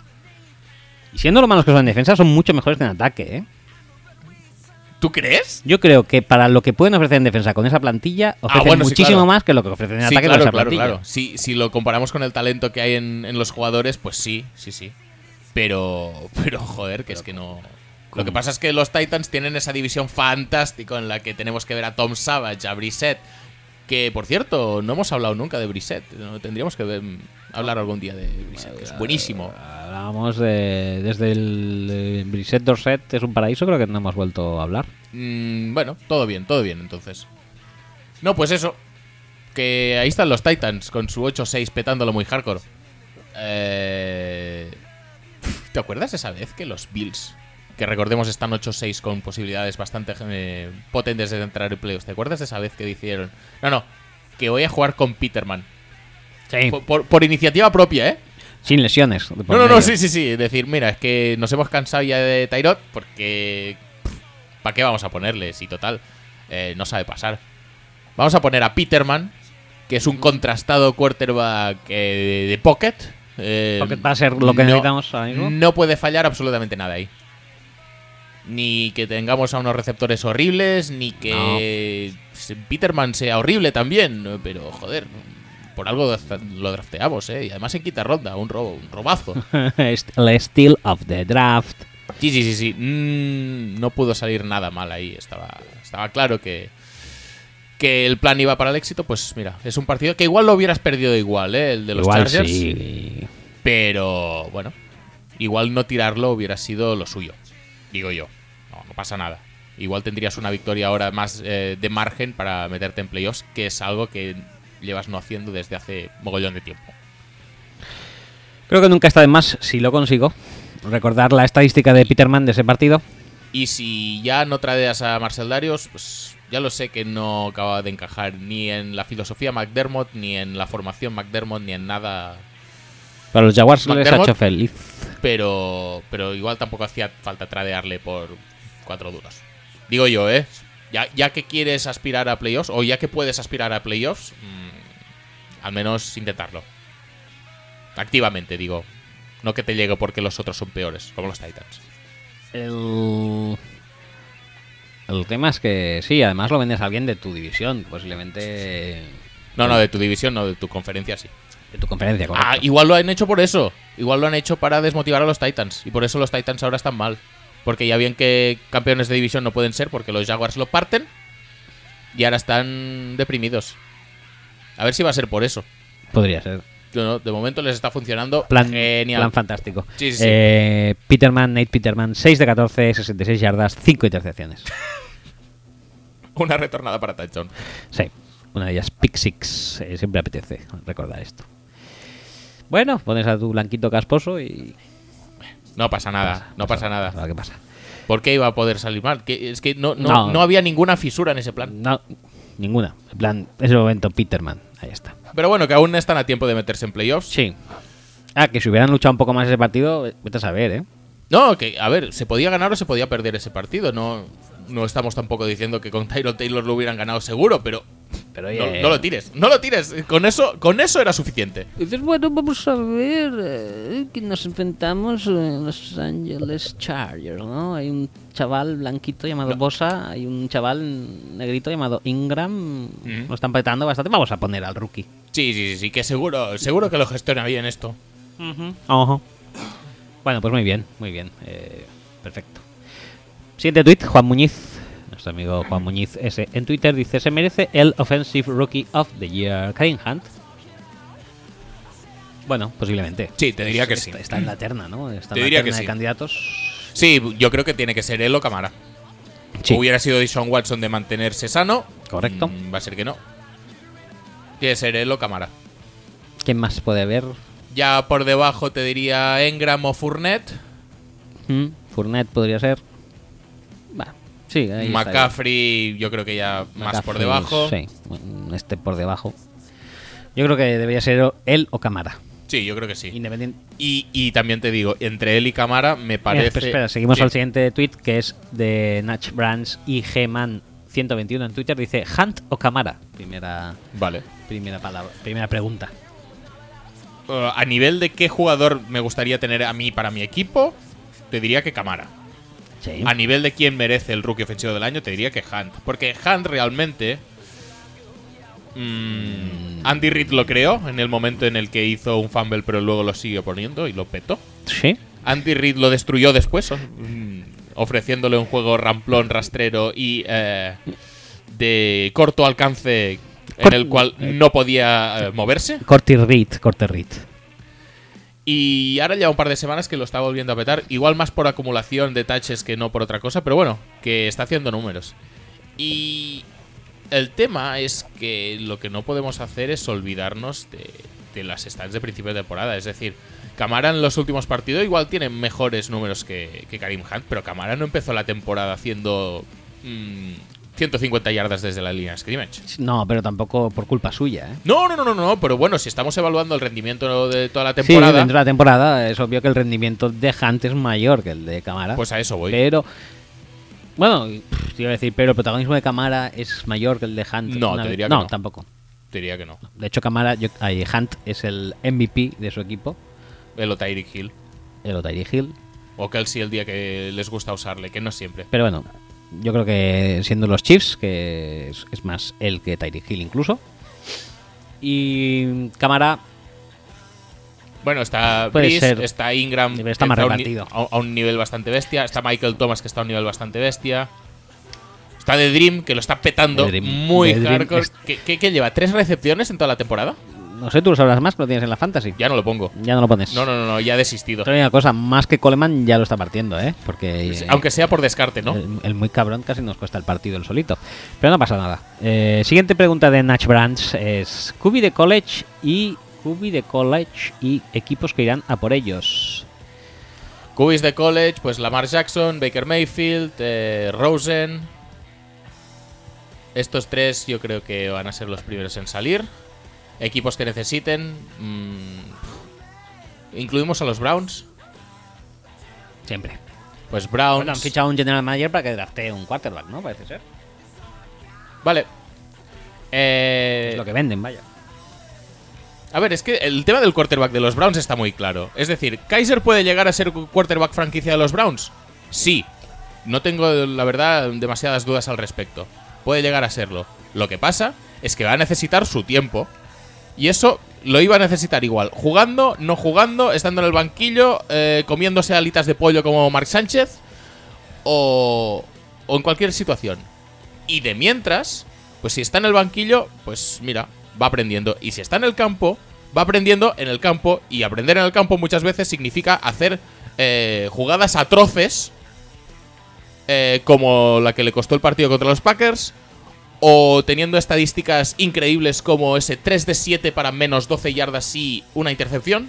Speaker 1: y siendo lo malos que son en defensa, son mucho mejores que en ataque. ¿eh?
Speaker 2: ¿Tú crees?
Speaker 1: Yo creo que para lo que pueden ofrecer en defensa con esa plantilla, ofrecen
Speaker 2: Ah, bueno, sí,
Speaker 1: muchísimo
Speaker 2: claro.
Speaker 1: más que lo que ofrecen en
Speaker 2: Sí,
Speaker 1: ataque
Speaker 2: claro,
Speaker 1: con esa
Speaker 2: claro,
Speaker 1: plantilla.
Speaker 2: claro. Si, si lo comparamos con el talento que hay en, en los jugadores, pues sí, sí, sí. Pero, pero joder, que es que no. Lo que pasa es que los Titans tienen esa división fantástica en la que tenemos que ver a Tom Savage, a Brissett. Que, por cierto, no hemos hablado nunca de Brissett. No, Tendríamos que ver- hablar algún día de Brissett, que es buenísimo.
Speaker 1: eh, Hablábamos de- desde el eh, Brissett Dorset es un paraíso, creo que no hemos vuelto a hablar.
Speaker 2: Mm, bueno, todo bien, todo bien entonces. No, pues eso. Que ahí están los Titans con su 8-6 petándolo muy hardcore. Eh, ¿Te acuerdas esa vez que los Bills, que recordemos están 8-6 con posibilidades bastante eh, potentes de entrar en playoffs, ¿te acuerdas de esa vez que dijeron? No, no, que voy a jugar con Peterman.
Speaker 1: Sí.
Speaker 2: Por, por- por iniciativa propia, ¿eh?
Speaker 1: Sin lesiones. de por
Speaker 2: Pues No, no, no,
Speaker 1: medio. [laughs]
Speaker 2: sí, sí, sí. Es Decir, mira, es que nos hemos cansado ya de Tyrod porque. ¿Para qué vamos a ponerle? Si total, eh, no sabe pasar. Vamos a poner a Peterman, que es un contrastado quarterback eh, de pocket. eh,
Speaker 1: Pocket va a ser lo que
Speaker 2: no-
Speaker 1: necesitamos ahora mismo.
Speaker 2: No puede fallar absolutamente nada ahí. Ni que tengamos a unos receptores horribles, ni que se- Peterman sea horrible también. Pero, joder, por algo dra- lo drafteamos, ¿eh? Y además en quita ronda, un robo, un robazo.
Speaker 1: [laughs] el steal of the draft.
Speaker 2: Sí, sí, sí, sí. Mm, no pudo salir nada mal ahí. Estaba, estaba claro que, que el plan iba para el éxito. Pues mira, es un partido que igual lo hubieras perdido igual, ¿eh? El de los
Speaker 1: Igual
Speaker 2: Chargers.
Speaker 1: sí.
Speaker 2: Pero bueno, igual no tirarlo hubiera sido lo suyo. Digo yo. No, no pasa nada. Igual tendrías una victoria ahora más eh, de margen para meterte en playoffs, que es algo que llevas no haciendo desde hace mogollón de tiempo.
Speaker 1: Creo que nunca está de más, si lo consigo, recordar la estadística de Peterman de ese partido.
Speaker 2: Y si ya no tradeas a Marcel Darius, pues ya lo sé que no acaba de encajar ni en la filosofía McDermott, ni en la formación McDermott, ni en nada.
Speaker 1: Para los Jaguars les ha
Speaker 2: McDermott.
Speaker 1: hecho feliz.
Speaker 2: Pero, pero igual tampoco hacía falta tradearle por cuatro duros. Digo yo, ¿eh? Ya, ya que quieres aspirar a playoffs, o ya que puedes aspirar a playoffs, mm, al menos intentarlo. Activamente, digo. No que te llegue porque los otros son peores, como los Titans.
Speaker 1: El... el tema es que sí, además lo vendes a alguien de tu división, posiblemente
Speaker 2: No, no, de tu división, no, de tu conferencia, sí.
Speaker 1: de tu conferencia. correcto.
Speaker 2: Ah, igual lo han hecho por eso. Igual lo han hecho para desmotivar a los Titans. Y por eso los Titans ahora están mal. Porque ya bien que campeones de división no pueden ser porque los Jaguars lo parten. Y ahora están deprimidos. A ver si va a ser por eso.
Speaker 1: Podría ser.
Speaker 2: Yo no- de momento les está funcionando
Speaker 1: Plan,
Speaker 2: genial.
Speaker 1: plan fantástico.
Speaker 2: Sí, sí, sí.
Speaker 1: Eh, Peterman, Nate Peterman, 6 de 14, 66 yardas, 5 intercepciones.
Speaker 2: [laughs] Una retornada para touchdown.
Speaker 1: Sí, una de ellas, Pick Six. Eh, siempre apetece recordar esto. Bueno, pones a tu blanquito casposo y.
Speaker 2: No pasa nada, no pasa nada.
Speaker 1: Ahora, ¿Qué pasa?
Speaker 2: ¿Por qué iba a poder salir mal? Que, es que no, no,
Speaker 1: No.
Speaker 2: no había ninguna fisura en ese plan.
Speaker 1: No, ninguna. En plan, es el momento Peterman. Ahí está.
Speaker 2: Pero bueno, que aún están a tiempo de meterse en playoffs.
Speaker 1: Sí. Ah, que si hubieran luchado un poco más ese partido, eh, vete a saber, ¿eh?
Speaker 2: No, que, a ver, se podía ganar o se podía perder ese partido. No, no estamos tampoco diciendo que con Tyron Taylor lo hubieran ganado seguro, pero
Speaker 1: Pero
Speaker 2: No,
Speaker 1: oye,
Speaker 2: no lo tires, no lo tires. Con eso, con eso era suficiente.
Speaker 1: Dices, bueno, vamos a ver eh, que nos enfrentamos en Los Angeles Chargers, ¿no? Hay un chaval blanquito llamado Bosa, hay un chaval negrito llamado Ingram.
Speaker 2: Mm.
Speaker 1: Nos están petando bastante. Vamos a poner al rookie.
Speaker 2: Sí, sí, sí, sí, que seguro, seguro que lo gestiona bien esto.
Speaker 1: Ojo. Bueno, pues muy bien, muy bien. eh, perfecto. Siguiente tweet, Juan Muñiz. Nuestro amigo Juan Muñiz S. En Twitter dice, se merece el Offensive Rookie of the Year, Karim Hunt. Bueno, posiblemente.
Speaker 2: Sí, te diría que sí.
Speaker 1: Está, está en la terna, ¿no? Está
Speaker 2: Te
Speaker 1: en la
Speaker 2: diría
Speaker 1: terna
Speaker 2: que
Speaker 1: de
Speaker 2: sí.
Speaker 1: candidatos.
Speaker 2: Sí, yo creo que tiene que ser él o Camara.
Speaker 1: Sí,
Speaker 2: Hubiera sido Dishon Watson de mantenerse sano.
Speaker 1: Correcto.
Speaker 2: Mm, va a ser que no. Tiene que ser él o Camara.
Speaker 1: ¿Quién más puede haber?
Speaker 2: Ya por debajo te diría Engram o Fournette.
Speaker 1: Mm, Fournette podría ser. Va, sí, ahí está bien.
Speaker 2: McCaffrey, yo creo que ya más por
Speaker 1: McCaffrey,
Speaker 2: debajo.
Speaker 1: Sí, mm, este por debajo. Yo creo que debería ser o- él o Camara.
Speaker 2: Sí, yo creo que sí.
Speaker 1: Independiente. Eh,
Speaker 2: Y, y también te digo, entre él y Camara me parece.
Speaker 1: espera, espera, seguimos
Speaker 2: Sí.
Speaker 1: al siguiente tweet que es de Nach Brands y Gman 121 en Twitter. Dice Hunt o Camara. Primera,
Speaker 2: Vale.
Speaker 1: primera palabra, primera pregunta.
Speaker 2: Eh, a nivel de qué jugador me gustaría tener a mí para mi equipo, te diría que Camara.
Speaker 1: Sí.
Speaker 2: A nivel de quién merece el rookie ofensivo del año, te diría que Hunt. Porque Hunt realmente. mm, Andy Reid lo creó en el momento en el que hizo un fumble, pero luego lo siguió poniendo y lo petó.
Speaker 1: Sí.
Speaker 2: Andy Reid lo destruyó después, o- mm, ofreciéndole un juego ramplón, rastrero y eh, de corto alcance en
Speaker 1: Cor-
Speaker 2: el cual no podía eh, moverse.
Speaker 1: Corty Reed, Corty Reed.
Speaker 2: Y ahora ya un par de semanas que lo está volviendo a petar. Igual más por acumulación de taches que no por otra cosa, pero bueno, que está haciendo números. Y el tema es que lo que no podemos hacer es olvidarnos de, de las stats de principio de temporada. Es decir, Camara en los últimos partidos igual tiene mejores números que, que Karim Hunt, pero Camara no empezó la temporada haciendo mm, 150 yardas desde la línea de scrimmage.
Speaker 1: No, pero tampoco por culpa suya. ¿eh?
Speaker 2: No, no, no, no, no, pero bueno, si estamos evaluando el rendimiento de toda la
Speaker 1: Sí,
Speaker 2: temporada,
Speaker 1: dentro de la temporada es obvio que el rendimiento de Hunt es mayor que el de Camara.
Speaker 2: pues a eso voy.
Speaker 1: Pero. Bueno, pff, te iba a decir, pero el protagonismo de Camara es mayor que el de Hunt.
Speaker 2: No,
Speaker 1: Una
Speaker 2: te
Speaker 1: vez-
Speaker 2: diría que no.
Speaker 1: tampoco.
Speaker 2: Diría que no.
Speaker 1: De hecho, Camara, yo- ay, Hunt es el MVP de su equipo,
Speaker 2: el o Tyreek Hill.
Speaker 1: el Otairy Hill.
Speaker 2: O Kelsey el día que les gusta usarle, que no siempre.
Speaker 1: Pero bueno, yo creo que siendo los Chiefs, que es, es más él que Tyreek Hill incluso. Y Camara,
Speaker 2: Bueno, está
Speaker 1: Puede
Speaker 2: Breeze,
Speaker 1: ser.
Speaker 2: está Ingram.
Speaker 1: Pero
Speaker 2: que
Speaker 1: está más
Speaker 2: a un ni-
Speaker 1: repartido.
Speaker 2: A, a un nivel bastante bestia. Está Michael Thomas, que está a un nivel bastante bestia. Está The Dream, que lo está petando
Speaker 1: The Dream.
Speaker 2: muy
Speaker 1: The Dream
Speaker 2: hardcore.
Speaker 1: es-
Speaker 2: ¿Qué, qué- qué lleva? ¿Tres recepciones en toda la temporada?
Speaker 1: no sé, tú lo sabrás más que lo tienes en la Fantasy.
Speaker 2: Ya no lo pongo.
Speaker 1: Ya no lo pones.
Speaker 2: No, no, no, no, ya he desistido.
Speaker 1: Te digo una cosa, más que Coleman ya lo está partiendo, ¿eh? Porque. eh,
Speaker 2: Aunque sea por descarte, ¿no?
Speaker 1: El, el muy cabrón casi nos cuesta el partido el solito. Pero no pasa nada. Eh, siguiente pregunta de Nach Brands es Cubi de College y Cubi de College y equipos que irán a por ellos.
Speaker 2: Cubis de college, pues Lamar Jackson, Baker Mayfield, eh, Rosen. Estos tres yo creo que van a ser los primeros en salir. Equipos que necesiten. mm, Incluimos a los Browns.
Speaker 1: Siempre.
Speaker 2: Pues Browns.
Speaker 1: Bueno, han fichado un general manager para que draftee un quarterback, ¿no? Parece ser.
Speaker 2: Vale. Eh,
Speaker 1: es lo que venden, vaya.
Speaker 2: A ver, es que el tema del quarterback de los Browns está muy claro. Es decir, ¿Kaiser puede llegar a ser quarterback franquicia de los Browns? Sí. No tengo, la verdad, demasiadas dudas al respecto. Puede llegar a serlo. Lo que pasa es que va a necesitar su tiempo. Y eso lo iba a necesitar igual. Jugando, no jugando, estando en el banquillo, eh, comiéndose alitas de pollo como Mark Sánchez. O, o en cualquier situación. Y de mientras, pues si está en el banquillo, pues mira, va aprendiendo. Y si está en el campo, va aprendiendo en el campo. Y aprender en el campo muchas veces significa hacer eh, jugadas atroces. eh, como la que le costó el partido contra los Packers. O teniendo estadísticas increíbles como ese 3 de 7 para menos 12 yardas y una intercepción.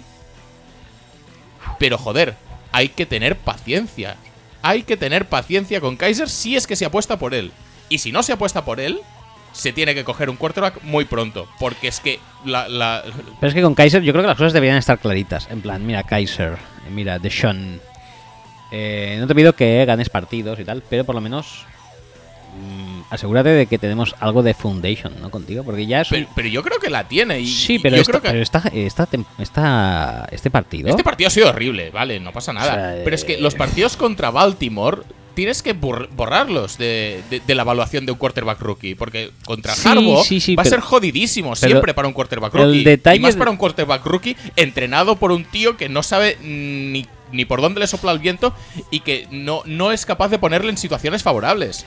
Speaker 2: Pero joder, hay que tener paciencia. Hay que tener paciencia con Kaiser si es que se apuesta por él. Y si no se apuesta por él, se tiene que coger un quarterback muy pronto. Porque es que la. la-
Speaker 1: Pero es que con Kaiser yo creo que las cosas deberían estar claritas. En plan, mira Kaiser, mira Deshaun. Eh, no te pido que ganes partidos y tal, pero por lo menos mm, asegúrate de que tenemos algo de Foundation, ¿no? Contigo, porque ya es un-
Speaker 2: Pero, pero yo creo que la tiene. Y,
Speaker 1: Sí,
Speaker 2: y
Speaker 1: pero,
Speaker 2: yo
Speaker 1: esta-
Speaker 2: creo que
Speaker 1: pero esta- esta tem- esta- este partido...
Speaker 2: este partido ha sido horrible, vale, no pasa nada.
Speaker 1: O sea,
Speaker 2: pero es que
Speaker 1: eh,
Speaker 2: los partidos contra Baltimore tienes que bor- borrarlos de, de- de la evaluación de un quarterback rookie. Porque contra
Speaker 1: Sí,
Speaker 2: Harbaugh
Speaker 1: sí, sí,
Speaker 2: va
Speaker 1: pero-
Speaker 2: a ser jodidísimo siempre para un quarterback
Speaker 1: pero el
Speaker 2: rookie.
Speaker 1: detalle
Speaker 2: y más
Speaker 1: de-
Speaker 2: para un quarterback rookie entrenado por un tío que no sabe ni, ni por dónde le sopla el viento y que no, no es capaz de ponerle en situaciones favorables.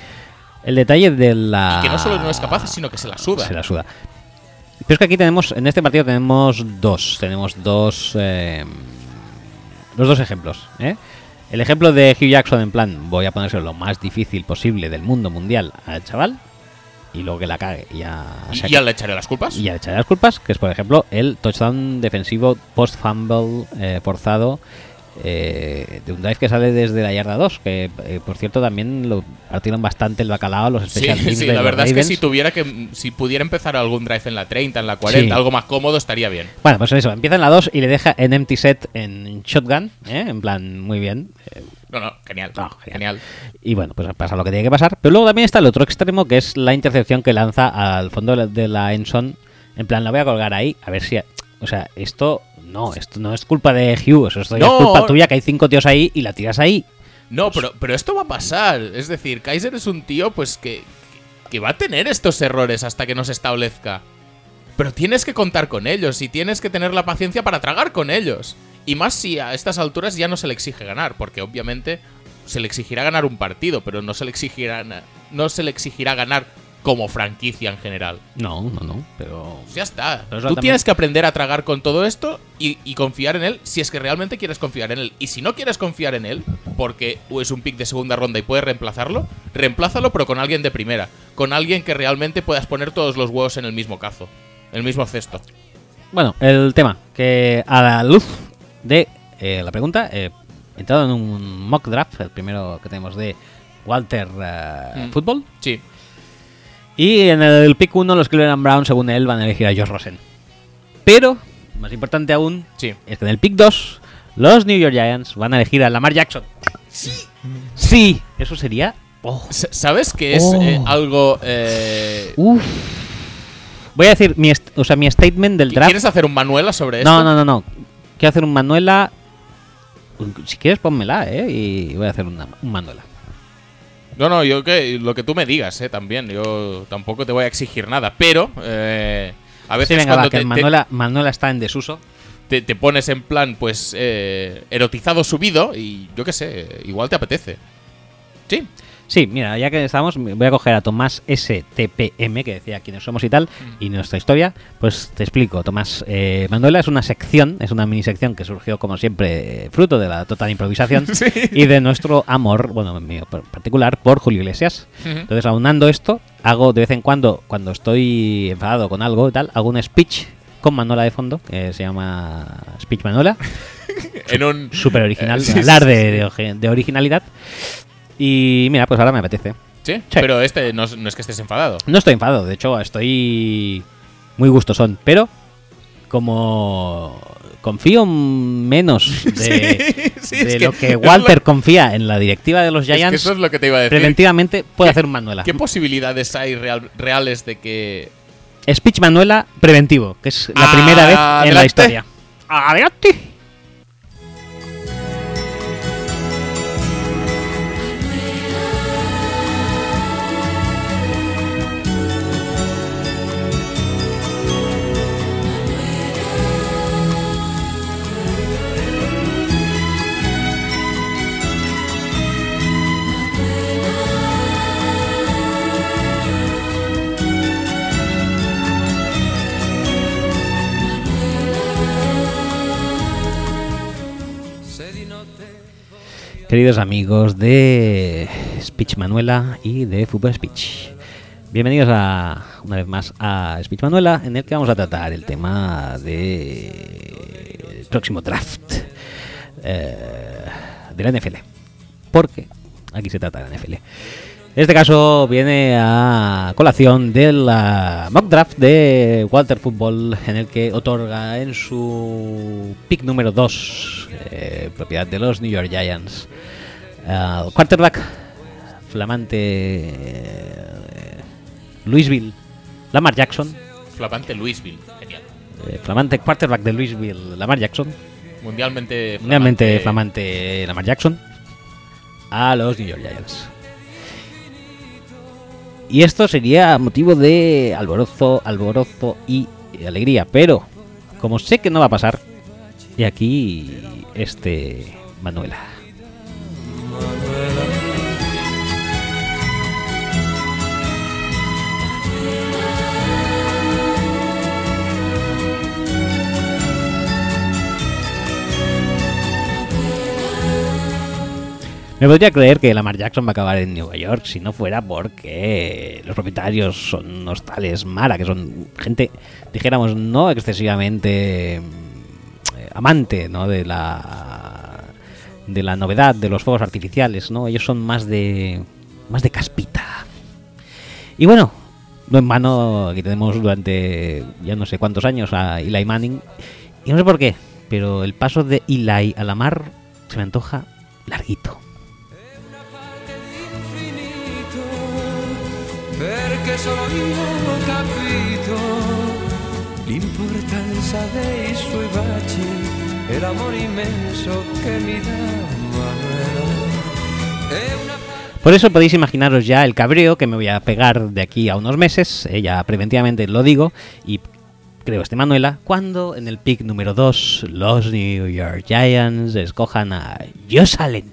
Speaker 1: El detalle de la...
Speaker 2: Y que no solo no es capaz, sino que se la suda.
Speaker 1: Se la suda. Pero es que aquí tenemos, en este partido tenemos dos, tenemos dos, eh, los dos ejemplos. ¿eh? El ejemplo de Hugh Jackson en plan, voy a ponérselo lo más difícil posible del mundo mundial al chaval y luego que la cague y ya,
Speaker 2: Y
Speaker 1: se
Speaker 2: ya le echaré las culpas.
Speaker 1: y ya le echaré las culpas, que es por ejemplo el touchdown defensivo post-fumble eh, forzado eh, de un drive que sale desde la yarda 2, que eh, por cierto también lo partieron bastante el bacalao a los
Speaker 2: [laughs] Sí,
Speaker 1: special teams
Speaker 2: sí,
Speaker 1: de
Speaker 2: la
Speaker 1: los
Speaker 2: verdad es que
Speaker 1: Ravens.
Speaker 2: si tuviera que si pudiera empezar algún drive en la 30, en la 40,
Speaker 1: Sí.
Speaker 2: algo más cómodo estaría bien.
Speaker 1: Bueno, pues eso, empieza en la 2 y le deja en empty set en shotgun, ¿eh? en plan, muy bien. eh,
Speaker 2: No, no, genial.
Speaker 1: No, genial.
Speaker 2: genial.
Speaker 1: y bueno, pues pasa lo que tiene que pasar. Pero luego también está el otro extremo, que es la intercepción que lanza al fondo de la- de la Enson. En plan, la voy a colgar ahí, a ver si... O sea, esto no, esto no es culpa de Hugh, eso esto ya
Speaker 2: No.
Speaker 1: es culpa tuya, que hay cinco tíos ahí y la tiras ahí.
Speaker 2: No, pero, pero esto va a pasar. Es decir, Kaiser es un tío pues que, que va a tener estos errores hasta que nos establezca. Pero tienes que contar con ellos y tienes que tener la paciencia para tragar con ellos. Y más si a estas alturas ya no se le exige ganar, porque obviamente se le exigirá ganar un partido, pero no se le exigirá, na- no se le exigirá ganar como franquicia en general.
Speaker 1: No, no, no, pero...
Speaker 2: Pues ya está.
Speaker 1: Pero eso
Speaker 2: Tú
Speaker 1: también-
Speaker 2: tienes que aprender a tragar con todo esto y, y confiar en él si es que realmente quieres confiar en él. Y si no quieres confiar en él, porque es un pick de segunda ronda y puedes reemplazarlo, reemplázalo pero con alguien de primera. Con alguien que realmente puedas poner todos los huevos en el mismo cazo. En el mismo cesto.
Speaker 1: Bueno, el tema, que a la luz de eh, la pregunta, eh, he entrado en un mock draft, el primero que tenemos de Walter eh,
Speaker 2: Mm.
Speaker 1: Fútbol,
Speaker 2: Sí.
Speaker 1: Y en el pick 1 los Cleveland Browns, según él, van a elegir a Josh Rosen. Pero, más importante aún,
Speaker 2: Sí.
Speaker 1: es que en el pick 2 los New York Giants van a elegir a Lamar Jackson. Sí. Sí, eso sería... oh,
Speaker 2: S- ¿Sabes que es
Speaker 1: Oh.
Speaker 2: eh, algo... eh,
Speaker 1: uf. Voy a decir mi, est- o sea, mi statement del draft.
Speaker 2: ¿Quieres hacer un Manuela sobre esto?
Speaker 1: No, no, no, no. Quiero hacer un Manuela. Si quieres, pónmela, ¿eh? Y voy a hacer una- un Manuela.
Speaker 2: No, no, yo que lo que tú me digas, eh, también. Yo tampoco te voy a exigir nada, pero eh, a
Speaker 1: Sí,
Speaker 2: veces
Speaker 1: venga, va,
Speaker 2: cuando
Speaker 1: que
Speaker 2: te,
Speaker 1: el
Speaker 2: te-
Speaker 1: Manuela, Manuela está en desuso.
Speaker 2: te, te pones en plan, pues, eh, erotizado subido y yo qué sé, igual te apetece. Sí,
Speaker 1: Sí, mira, ya que estamos, me- voy a coger a Tomás STPM, que decía quiénes somos y tal,
Speaker 2: Mm.
Speaker 1: y nuestra historia. Pues te explico, Tomás. Eh, Manuela es una sección, es una minisección que surgió, como siempre, eh, fruto de la total improvisación
Speaker 2: [laughs] Sí.
Speaker 1: y de nuestro amor, bueno, mío en particular, por Julio Iglesias.
Speaker 2: Ujú.
Speaker 1: Entonces, aunando esto, hago de vez en cuando, cuando estoy enfadado con algo y tal, hago un speech con Manuela de fondo, que se llama Speech
Speaker 2: [laughs]
Speaker 1: Manuela
Speaker 2: en un.
Speaker 1: súper original,
Speaker 2: Eh, sí,
Speaker 1: hablar
Speaker 2: sí,
Speaker 1: de, de oje- de originalidad. Y mira, pues ahora me apetece.
Speaker 2: Sí, pero este no, es- no es que estés enfadado.
Speaker 1: No estoy enfadado, de hecho, estoy muy gustosón, pero como confío
Speaker 2: [laughs]
Speaker 1: menos de,
Speaker 2: Sí, sí,
Speaker 1: de
Speaker 2: es
Speaker 1: lo
Speaker 2: que-
Speaker 1: que
Speaker 2: es
Speaker 1: Walter
Speaker 2: lo-
Speaker 1: confía en la directiva de los
Speaker 2: Es que
Speaker 1: Giants,
Speaker 2: eso es lo que te iba a decir.
Speaker 1: preventivamente puede
Speaker 2: ¿Qué-
Speaker 1: hacer un Manuela.
Speaker 2: ¿Qué posibilidades hay real- reales de que.
Speaker 1: Speech Manuela preventivo, que es la primera vez en la
Speaker 2: Adelante.
Speaker 1: historia. ¡Adelante! Queridos amigos de Speech Manuela y de Fútbol Speech, bienvenidos a, una vez más a Speech Manuela, en el que vamos a tratar el tema de el próximo draft eh, de la NFL. Porque aquí se trata de la NFL. Este caso viene a colación del ah, mock draft de Walter Football, en el que otorga en su pick número 2, propiedad de los New York Giants, al quarterback, flamante eh, Louisville, Lamar Jackson,
Speaker 2: Flapante Louisville. Genial.
Speaker 1: eh, flamante quarterback de Louisville, Lamar Jackson,
Speaker 2: Mundialmente flamante.
Speaker 1: realmente flamante Lamar Jackson, a los New York Giants. Y esto sería motivo de alborozo, alborozo y alegría. Pero, como sé que no va a pasar, y aquí este Manuela. Me podría creer que Lamar Jackson va a acabar en Nueva York si no fuera porque los propietarios son unos tales Mara, que son gente, dijéramos, no excesivamente mm, eh, amante ¿no? de la de la novedad de los fuegos artificiales, ¿no? Ellos son más de más de caspita. Y bueno, no en mano aquí tenemos durante ya no sé cuántos años a Eli Manning y no sé por qué, pero el paso de Eli a Lamar se me antoja larguito.
Speaker 4: infinito, perché solo io ho capito l'importanza dei suoi baci e l'amore immenso che mi dà Manuela. È una
Speaker 1: Por eso podéis imaginaros ya el cabreo que me voy a pegar de aquí a unos meses, eh, ya preventivamente lo digo, y creo este Manuela, cuando en el pick número 2 los New York Giants escojan a Jocelyn.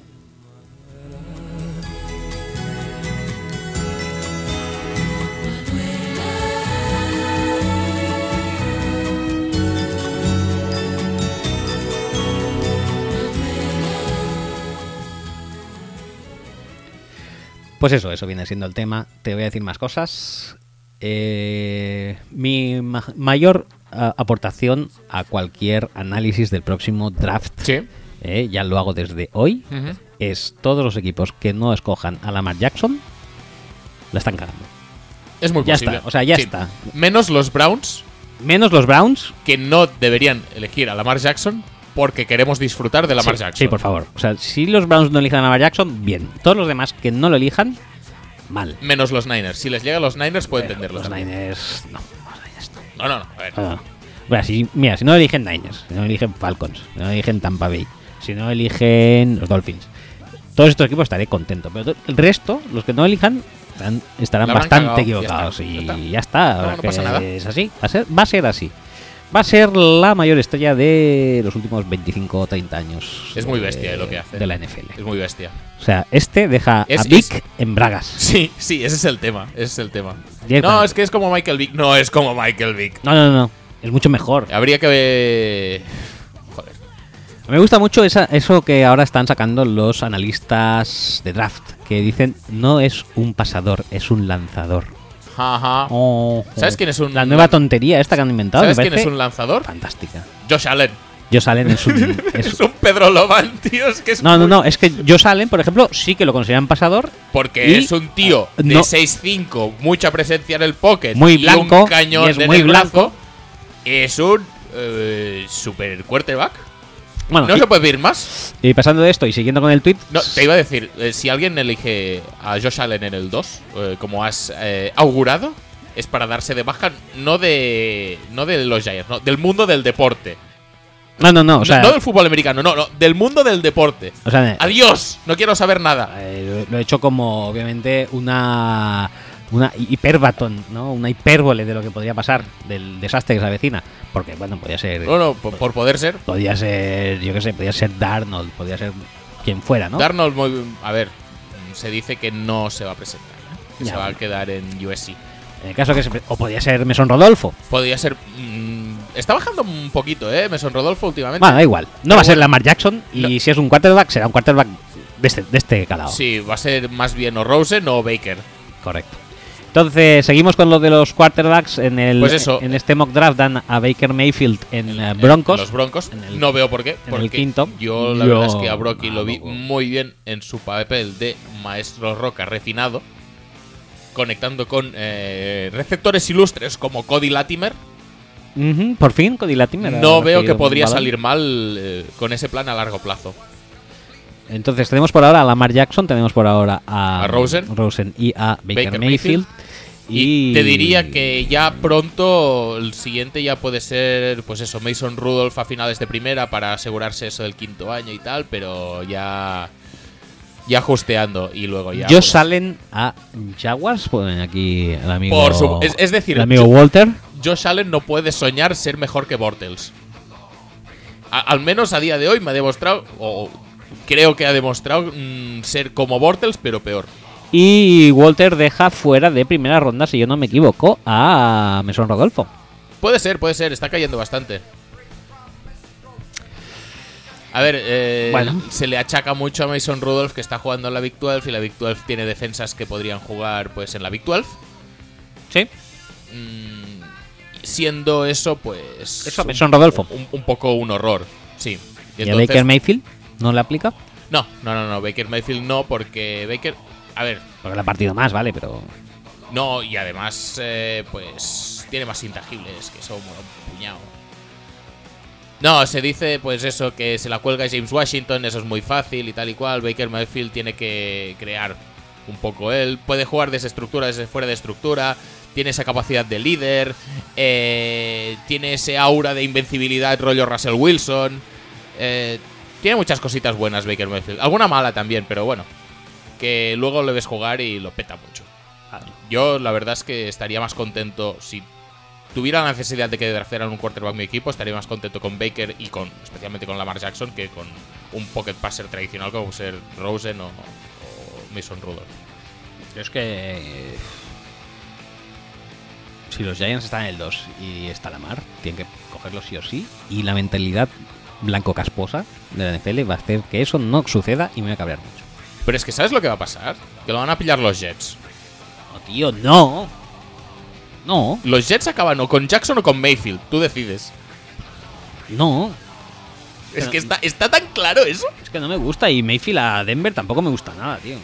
Speaker 1: Pues eso, eso viene siendo el tema. Te voy a decir más cosas. Eh, mi ma- mayor ah, aportación a cualquier análisis del próximo draft,
Speaker 2: Sí.
Speaker 1: eh, ya lo hago desde hoy,
Speaker 2: Ujú.
Speaker 1: es todos los equipos que no escojan a Lamar Jackson, la están cagando.
Speaker 2: Es muy
Speaker 1: Ya
Speaker 2: posible.
Speaker 1: está, o sea, ya está.
Speaker 2: Menos los Browns,
Speaker 1: Menos los Browns.
Speaker 2: que no deberían elegir a Lamar Jackson porque queremos disfrutar de Lamar
Speaker 1: sí,
Speaker 2: Jackson.
Speaker 1: sí, por favor. O sea, si los Browns no elijan a Lamar Jackson, bien. Todos los demás que no lo elijan, mal.
Speaker 2: Menos los Niners. Si les llega a los Niners, puedo
Speaker 1: Pero
Speaker 2: entenderlo.
Speaker 1: Los
Speaker 2: también.
Speaker 1: Niners, no. Los Niners Ah. no.
Speaker 2: No, no, no. A ver.
Speaker 1: No, no. Mira, si, mira, si no eligen Niners, si no eligen Falcons, si no eligen Tampa Bay, si no eligen los Dolphins, todos estos equipos estaré contento. Pero to- el resto, los que no elijan, estarán, estarán
Speaker 2: La habrán
Speaker 1: bastante
Speaker 2: cagado, ya
Speaker 1: equivocados.
Speaker 2: está, ya
Speaker 1: y ya
Speaker 2: está.
Speaker 1: está,
Speaker 2: No,
Speaker 1: ahora
Speaker 2: no
Speaker 1: que
Speaker 2: pasa nada.
Speaker 1: es así. Va a, ser, va a ser así. Va a ser la mayor estrella de los últimos 25 o 30 años.
Speaker 2: Es muy
Speaker 1: de-
Speaker 2: bestia de lo que hace.
Speaker 1: De la NFL.
Speaker 2: Es muy bestia.
Speaker 1: O sea, este deja a
Speaker 2: Es-
Speaker 1: Vic
Speaker 2: es-
Speaker 1: en bragas.
Speaker 2: Sí, sí, ese es el tema. Ese es el tema.
Speaker 1: Directamente.
Speaker 2: No, es que es como Michael Vick. No, es como Michael Vick.
Speaker 1: No, no, no. Es mucho mejor.
Speaker 2: Habría que. Joder.
Speaker 1: Me gusta mucho esa- eso que ahora están sacando los analistas de draft, que dicen no es un pasador, es un lanzador.
Speaker 2: Ajá.
Speaker 1: Oh,
Speaker 2: ¿Sabes quién es un-
Speaker 1: La nueva tontería esta que han inventado.
Speaker 2: ¿Sabes
Speaker 1: me
Speaker 2: quién es
Speaker 1: parece
Speaker 2: un lanzador?
Speaker 1: Fantástica.
Speaker 2: Josh Allen.
Speaker 1: Josh Allen
Speaker 2: [laughs]
Speaker 1: es un... es-
Speaker 2: Es un Pedro Loban, [laughs] tío. Es que es
Speaker 1: No, no,
Speaker 2: muy-
Speaker 1: no, es que Josh Allen, por ejemplo, sí que lo consideran pasador.
Speaker 2: Porque
Speaker 1: Y- ah,
Speaker 2: es un tío de
Speaker 1: no.
Speaker 2: 6'5, mucha presencia en el pocket,
Speaker 1: Muy
Speaker 2: y
Speaker 1: blanco,
Speaker 2: un cañón
Speaker 1: y es
Speaker 2: en
Speaker 1: muy
Speaker 2: el brazo,
Speaker 1: blanco.
Speaker 2: Es un eh, super quarterback.
Speaker 1: Bueno,
Speaker 2: no
Speaker 1: y,
Speaker 2: se puede pedir más.
Speaker 1: y pasando de esto y siguiendo con el tweet,
Speaker 2: No, te iba a decir, eh, si alguien elige a Josh Allen en el 2, eh, como has eh, augurado, es para darse de baja no de no de los Giants, no, del mundo del deporte.
Speaker 1: no, no, no, o
Speaker 2: No-
Speaker 1: sea,
Speaker 2: no Ah, del fútbol americano, no, no, del mundo del deporte.
Speaker 1: o sea,
Speaker 2: Adiós, no quiero saber nada.
Speaker 1: Eh, lo- lo he hecho como obviamente una una hiperbatón, ¿no? Una hipérbole de lo que podría pasar del desastre que se avecina, porque bueno, podía ser
Speaker 2: No, no, por, por poder ser.
Speaker 1: podía ser, yo qué sé, podía ser Darnold, podía ser quien fuera, ¿no?
Speaker 2: Darnold, muy- a ver, se dice que no se va a presentar, ¿eh? que
Speaker 1: Ya,
Speaker 2: se va
Speaker 1: bueno.
Speaker 2: a quedar en USC.
Speaker 1: en el caso que se pre- o podía ser Mesón Rodolfo.
Speaker 2: Podría ser. mm, está bajando un poquito, ¿eh? Meson Rodolfo últimamente.
Speaker 1: Bueno, da igual. No va a ser
Speaker 2: bueno.
Speaker 1: Lamar Jackson y
Speaker 2: No.
Speaker 1: si es un quarterback será un quarterback de este, de este calado.
Speaker 2: Sí, va a ser más bien o Rosen o Baker.
Speaker 1: Correcto. Entonces, seguimos con lo de los quarterbacks en el
Speaker 2: Pues eso.
Speaker 1: en este mock draft dan a Baker Mayfield en, eh,
Speaker 2: En-
Speaker 1: Broncos.
Speaker 2: en los Broncos.
Speaker 1: En el-
Speaker 2: no veo por qué.
Speaker 1: el
Speaker 2: Porque
Speaker 1: quinto.
Speaker 2: yo la
Speaker 1: Yo-
Speaker 2: verdad es que a Brocky lo vi
Speaker 1: tampoco.
Speaker 2: muy bien en su papel de maestro roca refinado. Conectando con eh, receptores ilustres como Cody Latimer.
Speaker 1: Ujú, por fin, Cody Latimer. ha
Speaker 2: No veo que
Speaker 1: recibido un
Speaker 2: podría
Speaker 1: balón.
Speaker 2: salir mal eh, con ese plan a largo plazo.
Speaker 1: Entonces, tenemos por ahora a Lamar Jackson, tenemos por ahora a,
Speaker 2: A Rosen.
Speaker 1: Rosen y a Baker,
Speaker 2: Baker
Speaker 1: Mayfield.
Speaker 2: Y te diría que ya pronto el siguiente ya puede ser, pues eso, Mason Rudolph a finales de primera para asegurarse eso del quinto año y tal, pero ya. Ya ajusteando y luego ya.
Speaker 1: Yo
Speaker 2: pues,
Speaker 1: salen a Jaguars, ponen aquí el amigo.
Speaker 2: Por su- es- es decir,
Speaker 1: el amigo
Speaker 2: yo-
Speaker 1: Walter.
Speaker 2: Josh Allen no puede soñar ser mejor que Bortles. A- al menos a día de hoy me ha demostrado, o creo que ha demostrado mm, ser como Bortles, pero peor.
Speaker 1: Y Walter deja fuera de primera ronda, si yo no me equivoco, a Mesón Rodolfo.
Speaker 2: Puede ser, puede ser, está cayendo bastante. A ver, eh,
Speaker 1: Bueno.
Speaker 2: se le achaca mucho a Mason Rudolph que está jugando en la Big 12 y la Big 12 tiene defensas que podrían jugar pues en la Big 12.
Speaker 1: Sí.
Speaker 2: Mm, siendo eso, pues.
Speaker 1: Eso a
Speaker 2: un-
Speaker 1: Mason Rodolfo.
Speaker 2: Un, un poco un horror, sí. Y
Speaker 1: ¿Y, a
Speaker 2: entonces-
Speaker 1: Baker Mayfield? ¿No le aplica?
Speaker 2: No, no, no, no. Baker Mayfield no, porque Baker. A ver,
Speaker 1: Porque le ha partido más, vale, pero.
Speaker 2: no, y además, eh, pues. Tiene más intangibles, que son bueno, un puñado. No, se dice, pues eso, que se la cuelga James Washington, eso es muy fácil y tal y cual. Baker Mayfield tiene que crear un poco él. Puede jugar desde estructura, desde fuera de estructura. Tiene esa capacidad de líder. eh, tiene ese aura de invencibilidad, rollo Russell Wilson. eh, tiene muchas cositas buenas Baker Mayfield. Alguna mala también, pero bueno. Que luego le ves jugar y lo peta mucho. Yo la verdad es que estaría más contento si tuviera la necesidad de que draftearan un quarterback mi equipo, estaría más contento con Baker y con especialmente con Lamar Jackson que con un pocket passer tradicional como ser Rosen o, o Mason Rudolph.
Speaker 1: es que. Si los Giants están en el 2 y está la mar, tienen que cogerlo sí o sí. Y la mentalidad blanco-casposa de la NFL va a hacer que eso no suceda y me va a cabrear mucho.
Speaker 2: Pero es que ¿sabes lo que va a pasar? Que lo van a pillar los Jets.
Speaker 1: No, tío, no. No,
Speaker 2: Los Jets acaban o con Jackson o con Mayfield, tú decides.
Speaker 1: no.
Speaker 2: Es que está, está tan claro eso.
Speaker 1: Es que no me gusta y Mayfield a Denver tampoco me gusta nada, tío.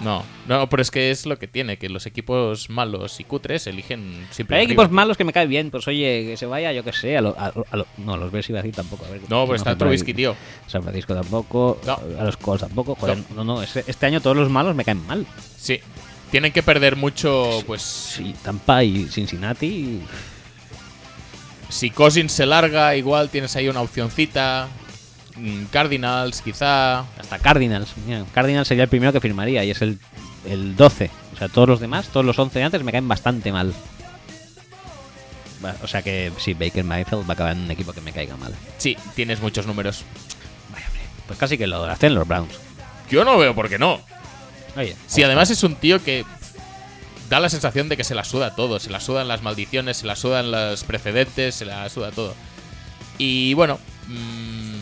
Speaker 2: No, no, pero es que es lo que tiene, que los equipos malos y cutres eligen siempre.
Speaker 1: Pero hay
Speaker 2: arriba.
Speaker 1: equipos malos que me caen bien, pues oye, que se vaya, yo que sé, a, lo- a- a lo- no, a los Bears iba a decir tampoco. A ver,
Speaker 2: No, pero
Speaker 1: pues
Speaker 2: está Trubisky, tío.
Speaker 1: San Francisco tampoco,
Speaker 2: No.
Speaker 1: a los Colts tampoco. Joder, no, no, ese- este año todos los malos me caen mal.
Speaker 2: Sí. Tienen que perder mucho, pues,
Speaker 1: Sí, Tampa y Cincinnati. y-
Speaker 2: Si Cousins se larga, igual tienes ahí una opcioncita. Mm, Cardinals, quizá.
Speaker 1: Hasta Cardinals. Mira, Cardinals sería el primero que firmaría y es el, el 12. O sea, todos los demás, todos los 11 de antes me caen bastante mal. Va- O sea que sí, Baker Mayfield va a acabar en un equipo que me caiga mal.
Speaker 2: Sí, tienes muchos números.
Speaker 1: Pues casi que lo hacen los Browns.
Speaker 2: Yo no veo por qué no.
Speaker 1: Oye,
Speaker 2: Si además es un tío que da la sensación de que se la suda todo. Se la sudan las maldiciones, se la sudan los precedentes, se la suda todo. Y bueno. mm,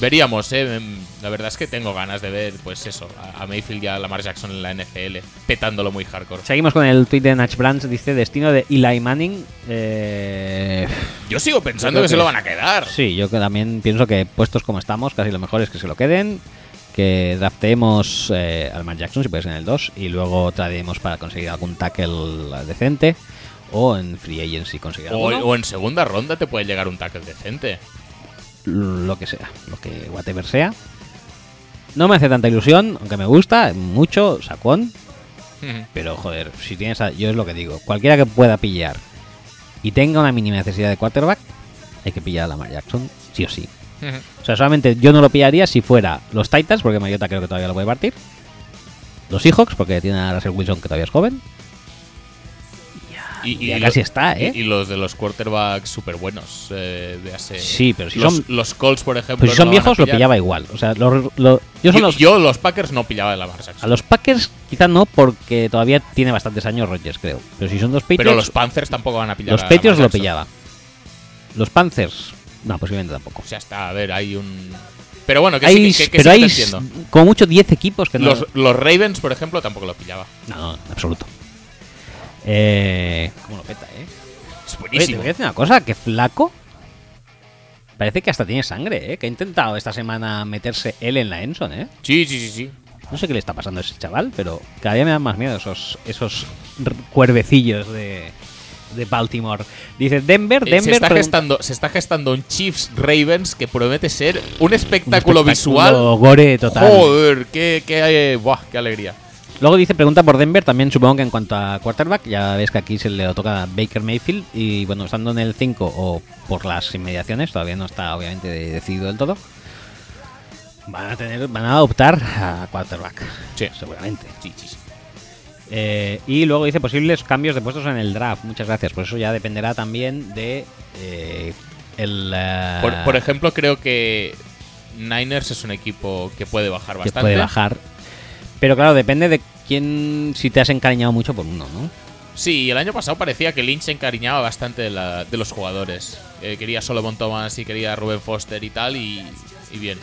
Speaker 2: veríamos, ¿eh? Mm, La verdad es que tengo ganas de ver, pues eso, a a Mayfield y a Lamar Jackson en la NFL, petándolo muy hardcore.
Speaker 1: Seguimos con el tweet de Natch Brands. Dice: Destino de Eli Manning. Eh,
Speaker 2: Yo sigo pensando
Speaker 1: creo
Speaker 2: que se
Speaker 1: que
Speaker 2: lo
Speaker 1: es-
Speaker 2: van a quedar.
Speaker 1: sí, yo que también pienso que puestos como estamos, casi lo mejor es que se lo queden. Que draftemos eh, al Mark Jackson, si puede ser en el 2. Y luego tradeemos para conseguir algún tackle decente. O en free agency conseguir
Speaker 2: O,
Speaker 1: alguno.
Speaker 2: o en segunda ronda te puede llegar un tackle
Speaker 1: [laughs]
Speaker 2: decente.
Speaker 1: lo que sea, lo que whatever sea. No me hace tanta ilusión, aunque me gusta mucho Sacón, Pero joder, si tienes a- yo es lo que digo, cualquiera que pueda pillar y tenga una mínima necesidad de quarterback, hay que pillar a Lamar Jackson, sí o sí. O sea, solamente yo no lo pillaría si fuera los Titans, porque Mariota creo que todavía lo puede partir. Los Seahawks, porque tiene a Russell Wilson que todavía es joven.
Speaker 2: y,
Speaker 1: ya casi está, ¿eh?
Speaker 2: Y, y los de los quarterbacks súper buenos. Eh, véase-
Speaker 1: Sí, pero si
Speaker 2: los,
Speaker 1: son-
Speaker 2: los Colts, por ejemplo.
Speaker 1: Pero Pues si son
Speaker 2: no van a
Speaker 1: viejos, lo
Speaker 2: pillar.
Speaker 1: pillaba igual. O sea, lo- lo- yo son
Speaker 2: Yo,
Speaker 1: los-
Speaker 2: yo los Packers no pillaba de la Lamar
Speaker 1: a
Speaker 2: Jackson.
Speaker 1: los Packers quizá no, porque todavía tiene bastantes años Rodgers, creo. Pero si son dos Patriots,
Speaker 2: pero los Panthers tampoco van a pillar
Speaker 1: los
Speaker 2: a Lamar
Speaker 1: Patriots lo
Speaker 2: Jackson.
Speaker 1: pillaba. Los Panthers, no, posiblemente tampoco.
Speaker 2: Ya está, a ver, hay un. Pero bueno, que
Speaker 1: Hay-
Speaker 2: sí, que, que
Speaker 1: pero
Speaker 2: sí que
Speaker 1: hay
Speaker 2: te entiendo.
Speaker 1: como mucho 10 equipos que no.
Speaker 2: Los, los Ravens, por ejemplo, tampoco lo pillaba.
Speaker 1: No, no, en absoluto. Eh, ¿Cómo lo peta, eh? Oye,
Speaker 2: Es
Speaker 1: te
Speaker 2: buenísimo.
Speaker 1: voy a decir una cosa, que flaco. Parece que hasta tiene sangre, eh. Que ha intentado esta semana meterse él en la Enson, eh.
Speaker 2: Sí, sí, sí, sí.
Speaker 1: No sé qué le está pasando a ese chaval, pero cada día me dan más miedo esos, esos r- cuervecillos de, de Baltimore. Dice Denver,
Speaker 2: Eh,
Speaker 1: Denver.
Speaker 2: se, está
Speaker 1: pregun-
Speaker 2: gestando, se está gestando un Chiefs Ravens que promete ser un
Speaker 1: un
Speaker 2: espectáculo visual.
Speaker 1: Gore total.
Speaker 2: Joder, qué, qué, eh, buah, qué alegría.
Speaker 1: Luego dice, pregunta por Denver, también supongo que en cuanto a quarterback, ya ves que aquí se le toca a Baker Mayfield y bueno, estando en el 5 o por las inmediaciones, todavía no está obviamente de- decidido del todo, van a tener, van a optar a quarterback,
Speaker 2: Sí.
Speaker 1: seguramente.
Speaker 2: Sí, sí, sí.
Speaker 1: Eh, y luego dice posibles cambios de puestos en el draft, muchas gracias, por eso ya dependerá también de eh, el... eh,
Speaker 2: Por, por ejemplo, creo que Niners es un equipo que puede bajar
Speaker 1: que
Speaker 2: bastante.
Speaker 1: puede bajar. Pero claro, depende de quién, si te has encariñado mucho por uno, ¿no?
Speaker 2: Sí, y el año pasado parecía que Lynch se encariñaba bastante de, la- de los jugadores. Eh, quería Solomon Thomas y quería Ruben Foster y tal, y, y bien.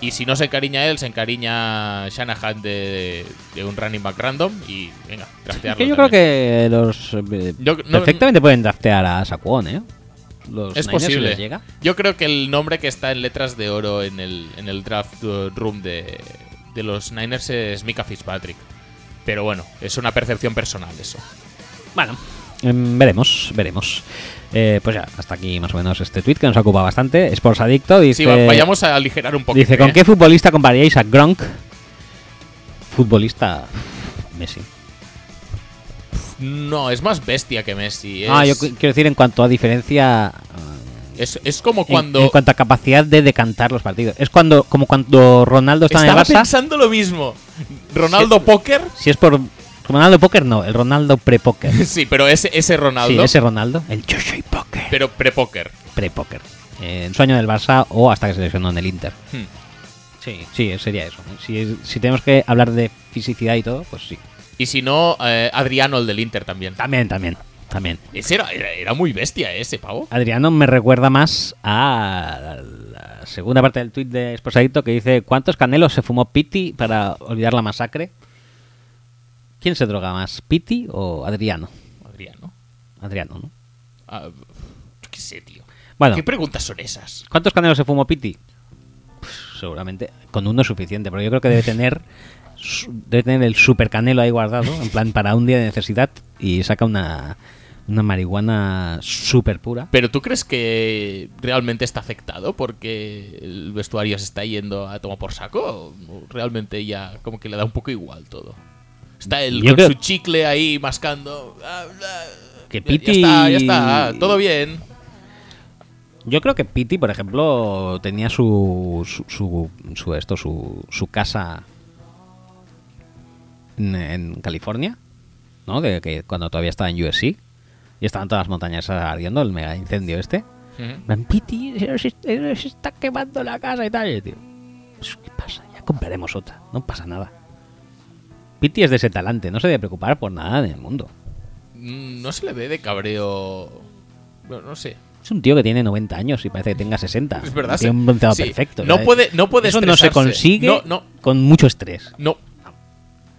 Speaker 2: Y si no se encariña él, se encariña Shanahan de, de un running back random y venga,
Speaker 1: Es
Speaker 2: draftearlo
Speaker 1: que yo creo
Speaker 2: también.
Speaker 1: que los eh,
Speaker 2: Yo- no-
Speaker 1: perfectamente pueden draftear a Saquon, ¿eh? Los
Speaker 2: Es
Speaker 1: Niners, si
Speaker 2: posible.
Speaker 1: les llega.
Speaker 2: Yo creo que el nombre que está en letras de oro en el, en el draft eh, room de, de los Niners es Mika Fitzpatrick. Pero bueno, es una percepción personal eso.
Speaker 1: Bueno, em, veremos, veremos. Eh, pues ya, hasta aquí más o menos este tweet que nos ocupa bastante. Sports Adicto dice,
Speaker 2: Sí, va- vayamos a aligerar un ¿eh? poco.
Speaker 1: dice ¿con qué futbolista compararíais a Gronk? Futbolista Messi.
Speaker 2: No, es más bestia que Messi. Es,
Speaker 1: Ah, yo qui- quiero decir en cuanto a diferencia
Speaker 2: es, es como
Speaker 1: en-
Speaker 2: cuando.
Speaker 1: En, cuanto a capacidad de decantar los partidos. Es cuando como cuando Ronaldo está en
Speaker 2: Estaba
Speaker 1: el Barça.
Speaker 2: pensando lo mismo. Ronaldo Póker.
Speaker 1: Si es por Ronaldo Póker, no. El Ronaldo pre-póker.
Speaker 2: [laughs] Sí, pero ese, ese Ronaldo.
Speaker 1: Sí, ese Ronaldo. El yo soy póker.
Speaker 2: Pero pre-póker.
Speaker 1: Pre-póker. Eh, en sueño del Barça o hasta que se lesionó en el Inter.
Speaker 2: Hmm.
Speaker 1: Sí. Sí, sería eso. Si, si tenemos que hablar de fisicidad y todo, pues sí.
Speaker 2: Y si no, eh, Adriano, el del Inter también.
Speaker 1: También, también. También.
Speaker 2: Ese era, era, era muy bestia, eh, ese pavo.
Speaker 1: Adriano me recuerda más a la segunda parte del tuit de Esposadito que dice ¿Cuántos canelos se fumó Pitti para olvidar la masacre? ¿Quién se droga más? ¿Pitti o Adriano?
Speaker 2: Adriano.
Speaker 1: Adriano, ¿no?
Speaker 2: Ah, yo qué sé, tío.
Speaker 1: Bueno.
Speaker 2: ¿Qué preguntas son esas?
Speaker 1: ¿Cuántos canelos se fumó Piti? Pues, seguramente con uno es suficiente, pero yo creo que debe tener su- debe tener el super canelo ahí guardado, en plan para un día de necesidad y saca una una marihuana super pura.
Speaker 2: Pero tú crees que realmente está afectado porque el vestuario se está yendo a tomar por saco? ¿O realmente ya como que le da un poco igual todo? Está él
Speaker 1: Yo
Speaker 2: con
Speaker 1: creo-
Speaker 2: su chicle ahí mascando. Ah, ah,
Speaker 1: Que
Speaker 2: ya-
Speaker 1: Piti-
Speaker 2: Ya, está, ya está. ah, Todo bien.
Speaker 1: Yo creo que Piti, por ejemplo, tenía su su, su, su- esto su, su casa en, en California, ¿no? De que cuando todavía estaba en USC y estaban todas las montañas ardiendo el mega incendio este. En plan, Piti, eh, se nos, est- se nos está quemando la casa y tal. Y el tío, "Pues, ¿qué pasa? Ya compraremos otra. No pasa nada. Piti es de ese talante, no se debe preocupar por nada en el mundo.
Speaker 2: Mm, No se le ve de cabreo. Bueno, no sé.
Speaker 1: Es un tío que tiene 90 años y parece que tenga 60.
Speaker 2: Es verdad,
Speaker 1: Tiene
Speaker 2: sí.
Speaker 1: un bronceado
Speaker 2: Sí.
Speaker 1: perfecto.
Speaker 2: No
Speaker 1: ¿sabes?
Speaker 2: puede- no puede
Speaker 1: Eso no se
Speaker 2: estresarse.
Speaker 1: consigue
Speaker 2: No, no.
Speaker 1: con mucho estrés.
Speaker 2: No,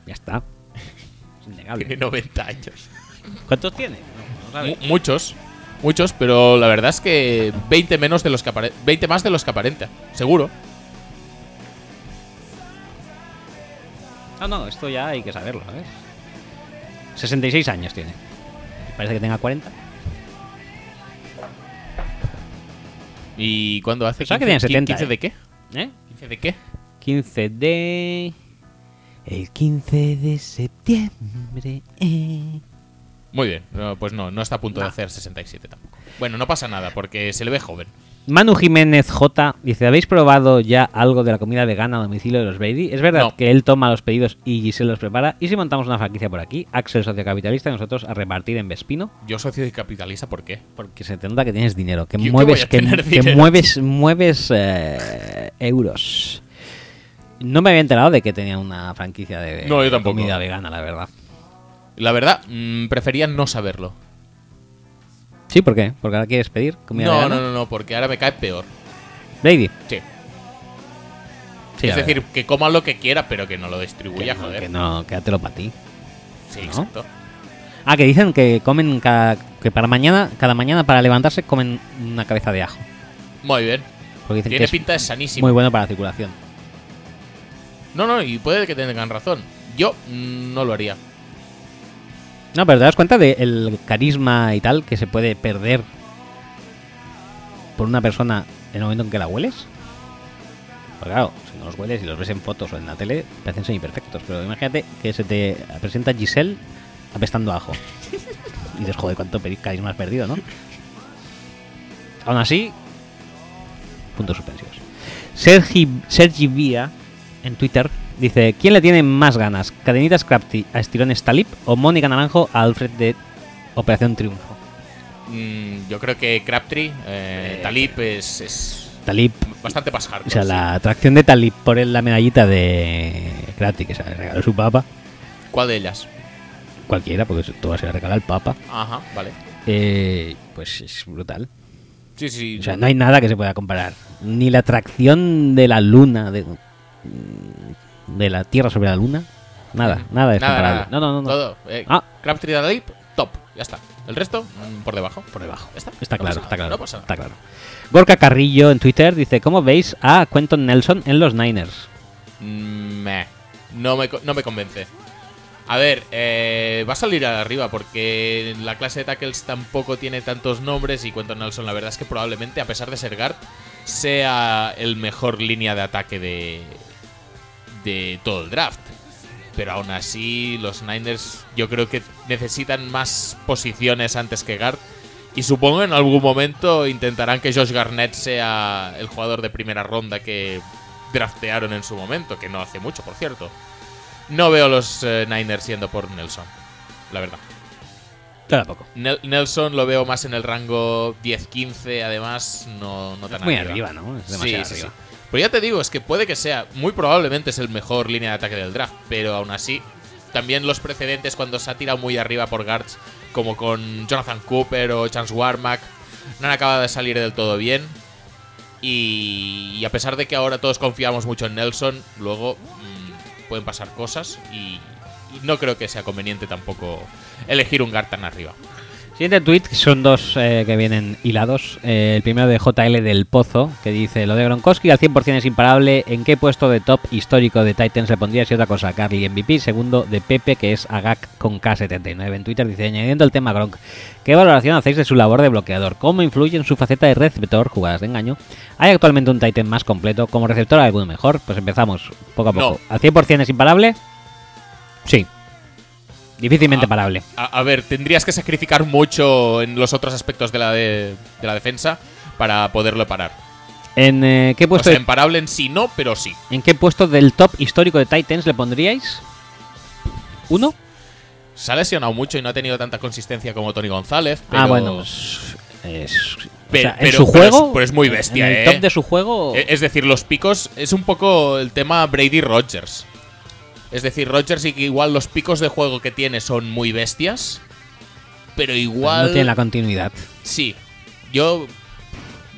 Speaker 1: Ya está. Es
Speaker 2: [laughs] tiene
Speaker 1: innegable.
Speaker 2: 90 años.
Speaker 1: ¿Cuántos tiene? No, no sabe.
Speaker 2: Mu- muchos. Muchos, pero la verdad es que 20 menos de los que apare- 20 más de los que aparenta, seguro.
Speaker 1: No, no, esto ya hay que saberlo, ¿sabes? 66 años tiene. Parece que tenga 40.
Speaker 2: ¿Y cuándo hace?
Speaker 1: Pensaba que tenía 70,
Speaker 2: 15
Speaker 1: eh.
Speaker 2: de qué?
Speaker 1: ¿Eh?
Speaker 2: ¿15 de qué?
Speaker 1: 15 de. El 15 de septiembre. eh.
Speaker 2: Muy bien, no, pues no, no está a punto de hacer 67 tampoco. Bueno, no pasa nada porque se le ve joven.
Speaker 1: Manu Jiménez J dice: ¿Habéis probado ya algo de la comida vegana a domicilio de los Brady? Es verdad
Speaker 2: No.
Speaker 1: que él toma los pedidos y se los prepara. Y si montamos una franquicia por aquí, Axel Sociocapitalista y nosotros a repartir en Vespino.
Speaker 2: Yo socio de capitalista, ¿por qué?
Speaker 1: Porque se te nota que tienes dinero, que
Speaker 2: Yo que voy
Speaker 1: mueves,
Speaker 2: a
Speaker 1: que,
Speaker 2: tener
Speaker 1: que
Speaker 2: dinero.
Speaker 1: mueves, mueves eh, euros. No me había enterado de que tenía una franquicia de
Speaker 2: No, yo tampoco.
Speaker 1: comida vegana, la verdad.
Speaker 2: La verdad, mm, prefería no saberlo.
Speaker 1: Sí, ¿por qué? Porque ahora quieres pedir comida
Speaker 2: No,
Speaker 1: vegana.
Speaker 2: no, no, no, porque ahora me cae peor.
Speaker 1: Brady.
Speaker 2: Sí.
Speaker 1: Sí,
Speaker 2: es
Speaker 1: la
Speaker 2: decir, ¿eh?
Speaker 1: verdad.
Speaker 2: que coma lo que quiera, pero que no lo
Speaker 1: que,
Speaker 2: distribuya,
Speaker 1: no,
Speaker 2: joder.
Speaker 1: que no, quédatelo para ti.
Speaker 2: Sí,
Speaker 1: ¿no?
Speaker 2: exacto.
Speaker 1: Ah, que dicen que comen cada, que para mañana, cada mañana para levantarse comen una cabeza de ajo.
Speaker 2: Muy bien.
Speaker 1: Porque dicen que
Speaker 2: Tiene
Speaker 1: es
Speaker 2: pinta de sanísimo.
Speaker 1: muy bueno para la circulación.
Speaker 2: No, no, y puede que tengan razón. Yo mm, no lo haría.
Speaker 1: No, pero te das cuenta del carisma y tal que se puede perder por una persona en el momento en que la hueles. Porque claro, si no los hueles y los ves en fotos o en la tele, parecen semiperfectos. Pero imagínate que se te presenta Giselle apestando a ajo. Y dices, joder, cuánto peri- carisma has perdido, ¿no? Aún así, puntos suspensivos. Sergi, Sergi Vía, en Twitter, dice, ¿quién le tiene más ganas? ¿Cadenitas Crafty a Estirones Talib o Mónica Naranjo a Alfred de Operación Triunfo?
Speaker 2: Mm, yo creo que Crabtree, eh,
Speaker 1: Eh,
Speaker 2: Talib es, es
Speaker 1: Talib
Speaker 2: bastante más hardcore.
Speaker 1: O sea,
Speaker 2: sí.
Speaker 1: la atracción de Talib por el- la medallita de Krati que se la regaló su papa,
Speaker 2: ¿Cuál de ellas?
Speaker 1: cualquiera, porque eso- todo se la regala el papa,
Speaker 2: Ajá, vale.
Speaker 1: eh, pues es brutal.
Speaker 2: Sí, sí.
Speaker 1: O sea, no hay nada que se pueda comparar. Ni la atracción de la luna, de, mm, de la Tierra sobre la luna, nada, nada es
Speaker 2: Mm, nada,
Speaker 1: comparable.
Speaker 2: nada.
Speaker 1: No, no, no, no.
Speaker 2: Todo. eh,
Speaker 1: Ah.
Speaker 2: Crabtree, Talib, top. Ya está. El resto, mm, por debajo.
Speaker 1: Por debajo.
Speaker 2: Ya Está,
Speaker 1: Está
Speaker 2: No
Speaker 1: claro,
Speaker 2: pasa
Speaker 1: está claro.
Speaker 2: nada, no pasa nada.
Speaker 1: Está claro. Gorka Carrillo en Twitter dice, ¿cómo veis a Quentin Nelson en los Niners?
Speaker 2: Mm, meh. No me, co- no me convence. A ver, eh, va a salir arriba porque la clase de tackles tampoco tiene tantos nombres y Quentin Nelson la verdad es que probablemente, a pesar de ser guard, sea el mejor línea de ataque de, de todo el draft. Pero aún así, los Niners yo creo que necesitan más posiciones antes que guard. Y supongo en algún momento intentarán que Josh Garnett sea el jugador de primera ronda que draftearon en su momento, que no hace mucho, por cierto. No veo los eh, Niners siendo por Nelson, la verdad.
Speaker 1: Yo tampoco.
Speaker 2: Nel- Nelson lo veo más en el rango 10-15, además, no, no tan
Speaker 1: Muy arriba, ¿no? Es demasiado
Speaker 2: Sí, sí,
Speaker 1: arriba.
Speaker 2: sí. Pero ya te digo, es que puede que sea, muy probablemente es el mejor línea de ataque del draft, pero aún así, también los precedentes cuando se ha tirado muy arriba por guards, como con Jonathan Cooper o Chance Warmack, no han acabado de salir del todo bien. Y, y a pesar de que ahora todos confiamos mucho en Nelson, luego mm, pueden pasar cosas y, y no creo que sea conveniente tampoco elegir un guard tan arriba.
Speaker 1: Siguiente tweet, que son dos eh, que vienen hilados. Eh, el primero de JL del Pozo, que dice: Lo de Gronkowski al 100% es imparable. ¿En qué puesto de top histórico de Titans le pondría si otra cosa? Carly MVP. Segundo de Pepe, que es Agak con K79 en Twitter. Dice: Añadiendo el tema Gronk, ¿qué valoración hacéis de su labor de bloqueador? ¿Cómo influye en su faceta de receptor, jugadas de engaño? ¿Hay actualmente un Titan más completo? ¿Como receptor alguno mejor? Pues empezamos poco a poco. ¿Al 100% es imparable? Sí. Difícilmente
Speaker 2: Ah.
Speaker 1: parable.
Speaker 2: A, a ver, tendrías que sacrificar mucho en los otros aspectos de la, de, de la defensa para poderlo parar.
Speaker 1: ¿En eh, qué
Speaker 2: O
Speaker 1: puesto
Speaker 2: sea,
Speaker 1: de
Speaker 2: imparable en sí no, pero sí.
Speaker 1: ¿En qué puesto del top histórico de Titans le pondríais? ¿Uno?
Speaker 2: Se ha lesionado mucho y no ha tenido tanta consistencia como Tony González. Pero,
Speaker 1: Ah, bueno. pues, es- o
Speaker 2: Pe-
Speaker 1: sea, en
Speaker 2: pero-
Speaker 1: su
Speaker 2: pero es-
Speaker 1: juego.
Speaker 2: pero es muy
Speaker 1: en-
Speaker 2: bestia,
Speaker 1: en el
Speaker 2: ¿eh?
Speaker 1: top de su juego.
Speaker 2: e- Es decir, los picos es un poco el tema Brady Rogers. Es decir, Rogers y que igual los picos de juego que tiene son muy bestias. Pero igual.
Speaker 1: no tiene la continuidad.
Speaker 2: Sí, yo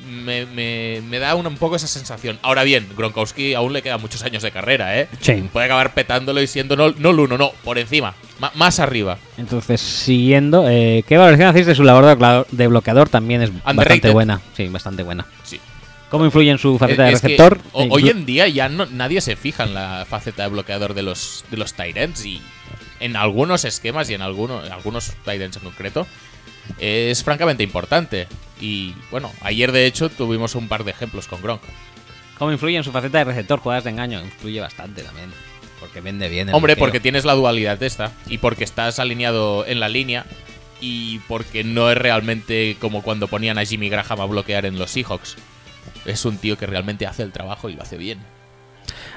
Speaker 2: me, me- me da un, un poco esa sensación. Ahora bien, Gronkowski aún le quedan muchos años de carrera, ¿eh?
Speaker 1: Sí.
Speaker 2: Puede acabar petándolo y siendo no, no el uno, no, por encima, ma- más arriba.
Speaker 1: Entonces, siguiendo, eh, ¿qué valoración hacéis de su labor de bloqueador- de bloqueador? También es bastante
Speaker 2: Underrated.
Speaker 1: buena. Sí, bastante buena.
Speaker 2: Sí.
Speaker 1: ¿Cómo influye en su faceta
Speaker 2: Es
Speaker 1: de
Speaker 2: que
Speaker 1: receptor?
Speaker 2: ho-
Speaker 1: Eh,
Speaker 2: hoy
Speaker 1: inclu-
Speaker 2: en día ya no, nadie se fija en la faceta de bloqueador de los, de los tight ends y en algunos esquemas y en algunos, algunos tight ends en concreto es francamente importante. Y bueno, ayer de hecho tuvimos un par de ejemplos con Gronk.
Speaker 1: ¿Cómo influye en su faceta de receptor? Jugadas de engaño. Influye bastante también. Porque vende bien. el
Speaker 2: Hombre,
Speaker 1: bloqueo.
Speaker 2: porque tienes la dualidad esta y porque estás alineado en la línea y porque no es realmente como cuando ponían a Jimmy Graham a bloquear en los Seahawks. Es un tío que realmente hace el trabajo y lo hace bien.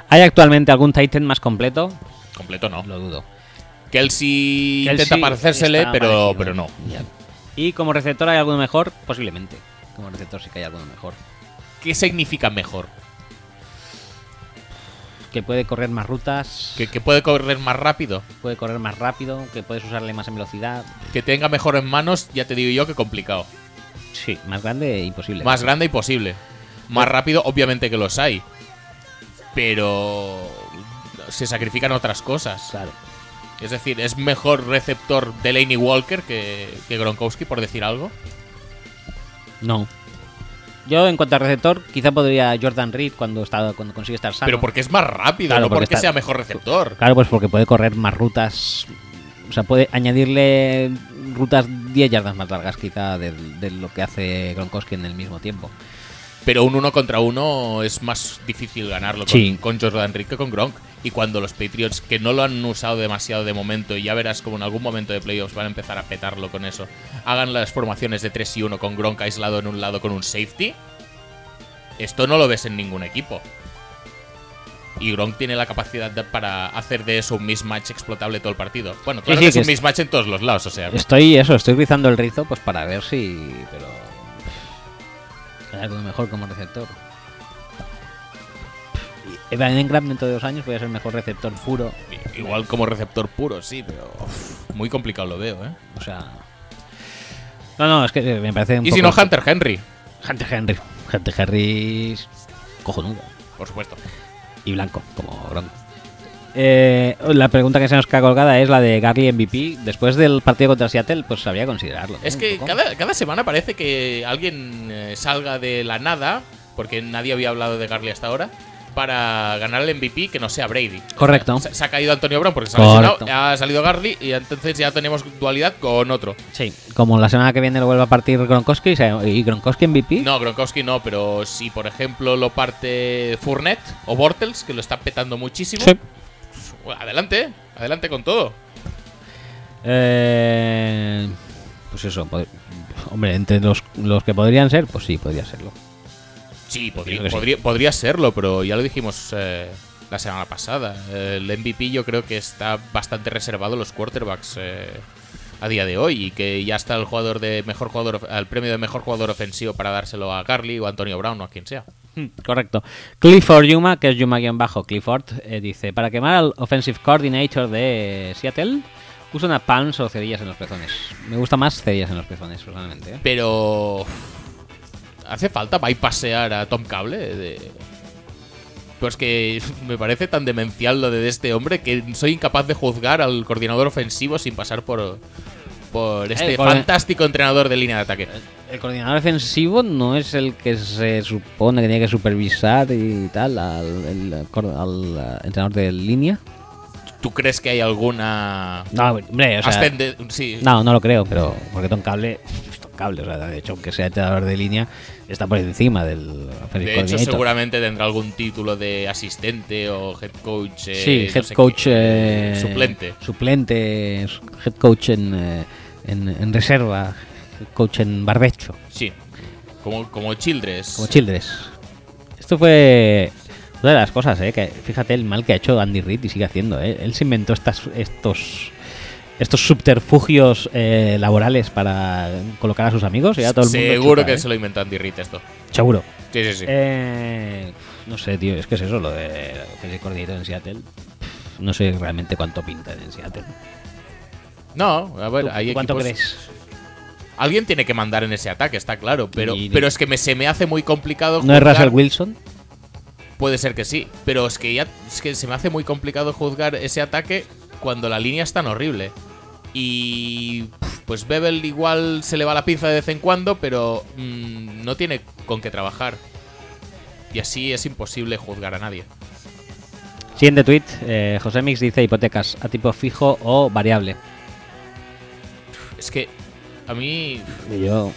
Speaker 1: ¿Hay actualmente algún Titan más completo?
Speaker 2: Completo no.
Speaker 1: Lo dudo.
Speaker 2: Kelsey, intenta
Speaker 1: Kelsey
Speaker 2: parecérsele,
Speaker 1: está parecido.
Speaker 2: pero, pero no.
Speaker 1: Ya. Y como receptor hay alguno mejor, posiblemente. Como receptor sí que hay alguno mejor.
Speaker 2: ¿Qué significa mejor?
Speaker 1: Que puede correr más rutas,
Speaker 2: ¿Que, que puede correr más rápido?
Speaker 1: puede correr más rápido, que puedes usarle más en velocidad.
Speaker 2: ¿Que tenga mejor en manos? Ya te digo yo que complicado.
Speaker 1: Sí, más grande imposible.
Speaker 2: Más grande y posible.
Speaker 1: Pues
Speaker 2: Más rápido, obviamente que los hay. Pero se sacrifican otras cosas.
Speaker 1: Claro.
Speaker 2: Es decir, es mejor receptor Delaney Walker que, que Gronkowski, por decir algo.
Speaker 1: No. Yo en cuanto a receptor, quizá podría Jordan Reed cuando está cuando consigue estar sano.
Speaker 2: Pero porque es más rápido,
Speaker 1: Claro,
Speaker 2: no
Speaker 1: porque
Speaker 2: porque,
Speaker 1: está-
Speaker 2: sea mejor receptor.
Speaker 1: Claro, pues porque puede correr más rutas. O sea, puede añadirle rutas 10 yardas más largas quizá de, de lo que hace Gronkowski en el mismo tiempo.
Speaker 2: Pero un uno contra uno es más difícil ganarlo con,
Speaker 1: Sí.
Speaker 2: con Jordan Reed que con Gronk. Y cuando los Patriots, que no lo han usado demasiado de momento, y ya verás como en algún momento de playoffs van a empezar a petarlo con eso, hagan las formaciones de 3 y 1 con Gronk aislado en un lado con un safety, esto no lo ves en ningún equipo. Y Gronk tiene la capacidad de- para hacer de eso un mismatch explotable todo el partido. Bueno, claro
Speaker 1: Sí, sí,
Speaker 2: que es
Speaker 1: que
Speaker 2: un
Speaker 1: es-
Speaker 2: mismatch en todos los lados, o sea.
Speaker 1: Estoy eso, estoy rizando el rizo pues para ver si. Pero. hay Algo mejor como receptor. Evan Engram dentro de dos años voy a ser mejor receptor puro.
Speaker 2: Igual como receptor puro, sí, pero uf, muy complicado lo veo, ¿eh?
Speaker 1: O sea. No, no, es que eh, me parece un
Speaker 2: Y
Speaker 1: poco-
Speaker 2: si no, Hunter Henry,
Speaker 1: Hunter Henry. Hunter Henry. es Cojonudo.
Speaker 2: por supuesto.
Speaker 1: Y blanco, como Gronk. Eh, la pregunta que se nos queda colgada es la de Garly MVP. Después del partido contra Seattle, pues sabía considerarlo. ¿no?
Speaker 2: Es
Speaker 1: Un
Speaker 2: que
Speaker 1: poco.
Speaker 2: cada, cada semana parece que alguien eh, salga de la nada, porque nadie había hablado de Garley hasta ahora, para ganar el MVP que no sea Brady.
Speaker 1: Correcto.
Speaker 2: Se, se ha caído Antonio Brown porque se ha
Speaker 1: Correcto.
Speaker 2: lesionado, ha salido Garley y entonces ya tenemos dualidad con otro.
Speaker 1: Sí, como la semana que viene lo vuelve a partir Gronkowski y se- y Gronkowski MVP.
Speaker 2: No, Gronkowski no, pero si por ejemplo lo parte Fournette o Bortles, que lo está petando muchísimo, pues,
Speaker 1: Sí.
Speaker 2: adelante, adelante con todo.
Speaker 1: Eh, pues eso, pod- hombre, entre los, los que podrían ser, pues sí, podría serlo.
Speaker 2: Sí, podría,
Speaker 1: Creo que sí.
Speaker 2: podría, podría serlo, pero ya lo dijimos eh, la semana pasada. Eh, el MVP yo creo que está bastante reservado a los quarterbacks eh, a día de hoy y que ya está el jugador de mejor jugador, of- al premio de mejor jugador ofensivo para dárselo a Garly o a Antonio Brown o a quien sea.
Speaker 1: Hmm, Correcto. Clifford Yuma, que es Yuma-Clifford, eh, dice, para quemar al Offensive Coordinator de Seattle, usa una palms o cerillas en los pezones. Me gusta más cerillas en los pezones, personalmente. ¿eh?
Speaker 2: Pero uf, hace falta bypassear a Tom Cable. De... Pues que me parece tan demencial lo de este hombre que soy incapaz de juzgar al coordinador ofensivo sin pasar por por este
Speaker 1: Eh, por-
Speaker 2: fantástico entrenador de línea de ataque.
Speaker 1: El coordinador defensivo no es el que se supone que tiene que supervisar y tal al, el cor- al, eh, entrenador de línea.
Speaker 2: ¿Tú crees que hay alguna
Speaker 1: No, hombre, o sea,
Speaker 2: ascende- sí.
Speaker 1: no, no lo creo, pero porque Tom Cable, Tom Cable, o sea, de hecho, aunque sea entrenador de línea, está por encima del offensive
Speaker 2: De hecho,
Speaker 1: coordinator.
Speaker 2: seguramente tendrá algún título de asistente o head coach. eh,
Speaker 1: Sí,
Speaker 2: no
Speaker 1: head
Speaker 2: sé
Speaker 1: coach
Speaker 2: qué,
Speaker 1: eh,
Speaker 2: suplente.
Speaker 1: suplente, s- head coach en, eh, en, en reserva, head coach en barbecho,
Speaker 2: Sí, como, como Childress.
Speaker 1: como Childress. Esto fue una de las cosas, eh, que fíjate el mal que ha hecho Andy Reid y sigue haciendo. eh. Él se inventó estas, estos estos subterfugios eh, laborales para colocar a sus amigos y ya todo el mundo
Speaker 2: Seguro
Speaker 1: chuta,
Speaker 2: que
Speaker 1: eh.
Speaker 2: se lo inventó Andy Reid esto.
Speaker 1: seguro.
Speaker 2: Sí, sí, sí.
Speaker 1: Eh, no sé, tío, es que es eso lo de que se coordinador en Seattle. Pff, No sé realmente cuánto pintan en Seattle.
Speaker 2: no, a ver,
Speaker 1: ¿Tú-
Speaker 2: hay
Speaker 1: tú ¿Cuánto
Speaker 2: equipos-
Speaker 1: crees?
Speaker 2: Alguien tiene que mandar en ese ataque, está claro. Pero,
Speaker 1: Y-
Speaker 2: pero es que me, se me hace muy complicado.
Speaker 1: ¿No es
Speaker 2: juzgar-
Speaker 1: Russell Wilson?
Speaker 2: Puede ser que sí, pero es que ya es que se me hace muy complicado juzgar ese ataque cuando la línea es tan horrible. Y pf, pues Bebel igual se le va la pinza de vez en cuando, pero mm, no tiene con qué trabajar. Y así es imposible juzgar a nadie.
Speaker 1: Siguiente tweet. Eh, José Mix dice hipotecas a tipo fijo o variable.
Speaker 2: Es que a mí
Speaker 1: Y yo.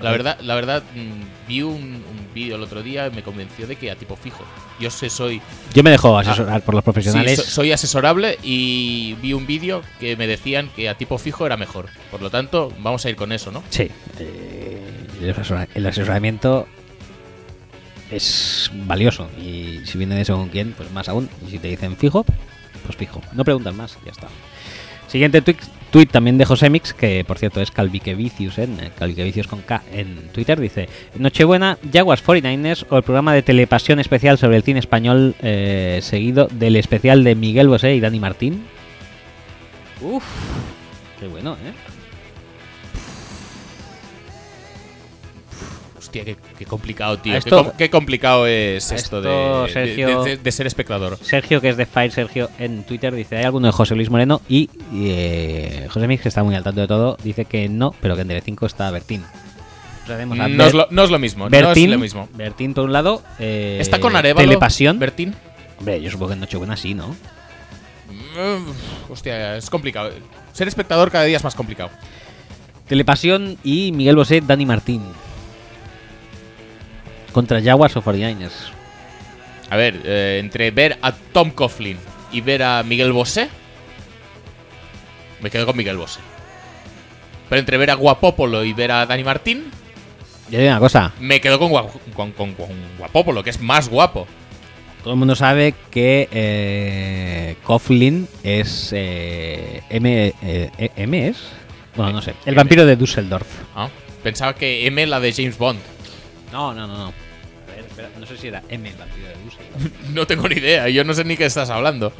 Speaker 2: La verdad, la verdad, mm, vi un, un vídeo el otro día y me convenció de que a tipo fijo. Yo sé, soy,
Speaker 1: Yo me dejo asesorar por los profesionales.
Speaker 2: Ah. sí, so- soy asesorable y vi un vídeo que me decían que a tipo fijo era mejor. Por lo tanto, vamos a ir con eso, ¿no?
Speaker 1: Sí. eh, el asesora- el asesoramiento es valioso. Y si viene de según quién, pues más aún. Y si te dicen fijo, pues fijo. No preguntan más, ya está. Siguiente tweet, tweet también de Josemix, que por cierto es Calviquevicius, en eh, Calviquevicius con K en Twitter, dice Nochebuena, Jaguars 49ers o el programa de telepasión especial sobre el cine español eh, seguido del especial de Miguel Bosé y Dani Martín. Uf, qué bueno, ¿eh?
Speaker 2: Hostia, qué, qué complicado, tío.
Speaker 1: A
Speaker 2: Qué
Speaker 1: esto-
Speaker 2: com- qué, complicado es esto,
Speaker 1: esto,
Speaker 2: de- de,
Speaker 1: Sergio-
Speaker 2: de- de ser espectador.
Speaker 1: Sergio, que es de Fire Sergio en Twitter, dice, hay alguno de José Luis Moreno y, y, eh, José Mix, que está muy al tanto de todo, dice que no, pero que en Telecinco está Bertín. Sabemos a
Speaker 2: Mm, No es,
Speaker 1: Ber-
Speaker 2: lo, no es lo mismo.
Speaker 1: Bertín,
Speaker 2: no es lo mismo.
Speaker 1: Bertín por un lado. eh,
Speaker 2: Está con Arevalo.
Speaker 1: Telepasión.
Speaker 2: Bertín.
Speaker 1: Hombre, yo supongo que en Nochebuena sí, ¿no?
Speaker 2: Mm, hostia, es complicado. Ser espectador cada día es más complicado.
Speaker 1: Telepasión y Miguel Bosé, Dani Martín. contra Jaguars o 49ers.
Speaker 2: A ver, eh, entre ver a Tom Coughlin y ver a Miguel Bosé, me quedo con Miguel Bosé. Pero entre ver a Guapopolo y ver a Dani Martín,
Speaker 1: Yo digo una cosa,
Speaker 2: me quedo con, Gua- con- con- con Guapopolo, que es más guapo.
Speaker 1: todo el mundo sabe que eh, Coughlin es eh, M, eh, eh, M es, bueno no sé, el
Speaker 2: M.
Speaker 1: vampiro de Düsseldorf.
Speaker 2: Ah, Pensaba que M la de James Bond.
Speaker 1: No, no, no, no. A ver, espera, no sé si era M el vampiro de [laughs] Düsseldorf.
Speaker 2: No tengo ni idea, yo no sé ni qué estás hablando.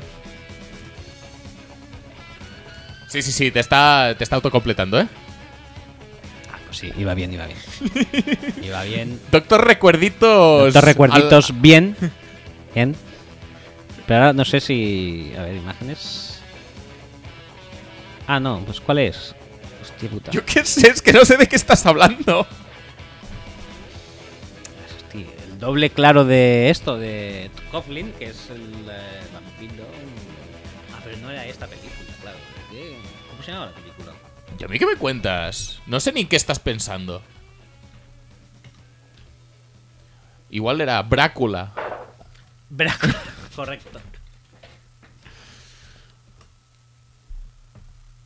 Speaker 2: Sí, sí, sí, te está, te está autocompletando, ¿eh?
Speaker 1: Ah, pues sí, iba bien, iba bien. Iba bien.
Speaker 2: Doctor Recuerditos.
Speaker 1: Estos recuerditos bien, bien. Pero ahora no sé si, a ver, imágenes. Ah, no, pues ¿cuál es? Hostia puta.
Speaker 2: al- Yo qué sé, es que no sé de qué estás hablando.
Speaker 1: Hostia, el doble claro de esto, de Coughlin, que es el eh, vampiro. Ah, pero no era esta película, claro. ¿Qué? ¿Cómo se llama la película?
Speaker 2: ¿Y a mí qué me cuentas? No sé ni en qué estás pensando. Igual era Brácula.
Speaker 1: Drácula, [laughs] correcto.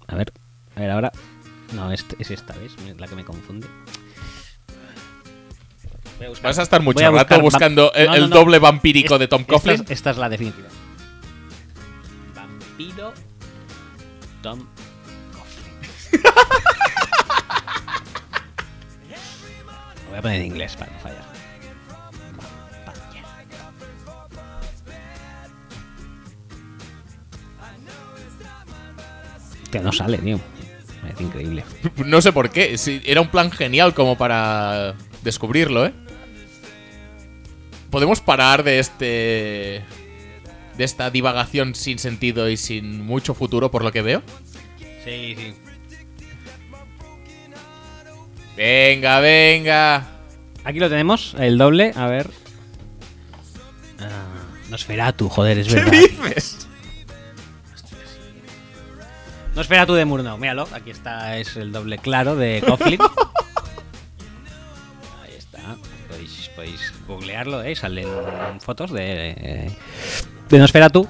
Speaker 1: A ver, a ver ahora. No, este- es esta, ¿ves? Mira, La que me confunde. Voy a buscar-
Speaker 2: Vas a estar mucho
Speaker 1: voy a
Speaker 2: rato
Speaker 1: buscar va-
Speaker 2: buscando el,
Speaker 1: No,
Speaker 2: el
Speaker 1: no, no.
Speaker 2: doble vampírico de Tom
Speaker 1: Esta es-
Speaker 2: Coughlin.
Speaker 1: Esta, es la definitiva. Vampiro Tom Coughlin. [laughs] Lo voy a poner en inglés para no fallar. Vampire. Hostia, no sale, tío. Es increíble.
Speaker 2: [laughs] No sé por qué. sí, era un plan genial como para descubrirlo, ¿eh? Podemos parar de este. de esta divagación sin sentido y sin mucho futuro, por lo que veo.
Speaker 1: Sí, sí.
Speaker 2: Venga, venga.
Speaker 1: Aquí lo tenemos, el doble, a ver. Ah, Nosferatu, joder, es
Speaker 2: ¿Qué
Speaker 1: verdad.
Speaker 2: dices?
Speaker 1: Nosferatu de Murnau, míralo, aquí está, es el doble claro de [laughs] Coughlin. Ahí está, podéis, podéis googlearlo, ¿eh? salen fotos de, de Nosferatu,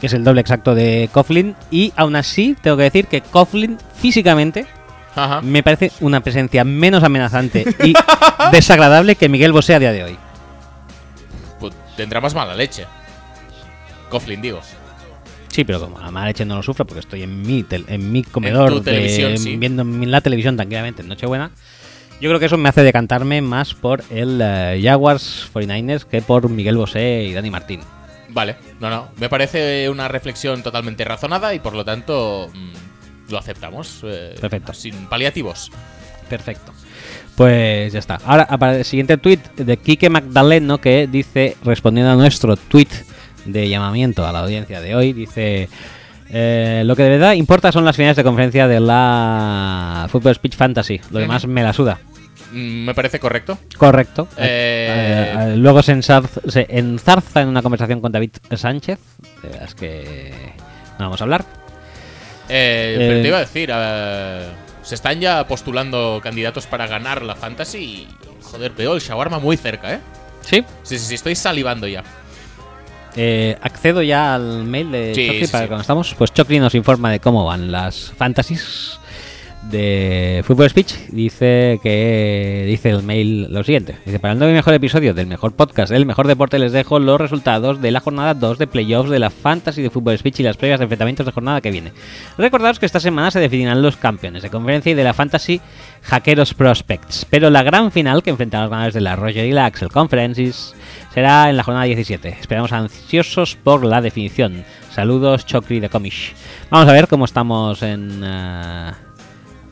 Speaker 1: que es el doble exacto de Coughlin. Y aún así, tengo que decir que Coughlin físicamente
Speaker 2: Ajá.
Speaker 1: me parece una presencia menos amenazante y [laughs] desagradable que Miguel Bosé a día de hoy.
Speaker 2: Pues tendrá más mala leche. Coughlin, digo.
Speaker 1: Sí, pero como la mala leche no lo sufro porque estoy en mi, tel- en mi comedor,
Speaker 2: En tu
Speaker 1: de-
Speaker 2: televisión, sí.
Speaker 1: viendo mi- la televisión tranquilamente en Nochebuena. Yo creo que eso me hace decantarme más por el eh, Jaguars 49ers que por Miguel Bosé y Dani Martín.
Speaker 2: Vale, no, no. Me parece una reflexión totalmente razonada y por lo tanto mm, lo aceptamos. eh,
Speaker 1: Perfecto.
Speaker 2: Sin paliativos.
Speaker 1: Perfecto. Pues ya está. Ahora, a- para el siguiente tweet de Quique Magdaleno que dice, respondiendo a nuestro tweet de llamamiento a la audiencia de hoy, dice, eh, lo que de verdad importa son las finales de conferencia de la Football Speech Fantasy. Lo demás me la suda.
Speaker 2: Mm, Me parece correcto.
Speaker 1: Correcto.
Speaker 2: Eh,
Speaker 1: Eh, eh, luego se, ensarz- se enzarza en una conversación con David Sánchez, de las que no vamos a hablar.
Speaker 2: Eh,
Speaker 1: Eh,
Speaker 2: pero te iba a decir, eh, se están ya postulando candidatos para ganar la Fantasy y, joder, veo el shawarma muy cerca, ¿eh?
Speaker 1: Sí.
Speaker 2: Sí, sí, sí, estoy salivando ya.
Speaker 1: Eh, accedo ya al mail de
Speaker 2: Sí,
Speaker 1: Chocri
Speaker 2: sí,
Speaker 1: para
Speaker 2: sí.
Speaker 1: que conozcamos. Pues Chocri nos informa de cómo van las fantasies de Fútbol Speech. Dice que dice el mail lo siguiente. Dice, para el nuevo y mejor episodio del mejor podcast del mejor deporte les dejo los resultados de la jornada 2 de playoffs de la Fantasy de Fútbol Speech y las previas de enfrentamientos de jornada que viene. Recordaos que esta semana se definirán los campeones de conferencia y de la Fantasy Hackeros Prospects, pero la gran final que enfrentará a los ganadores de la Roger y la Axel Conferences será en la jornada 17. Esperamos ansiosos por la definición. Saludos, Chocri de Comish. Vamos a ver cómo estamos en... eh,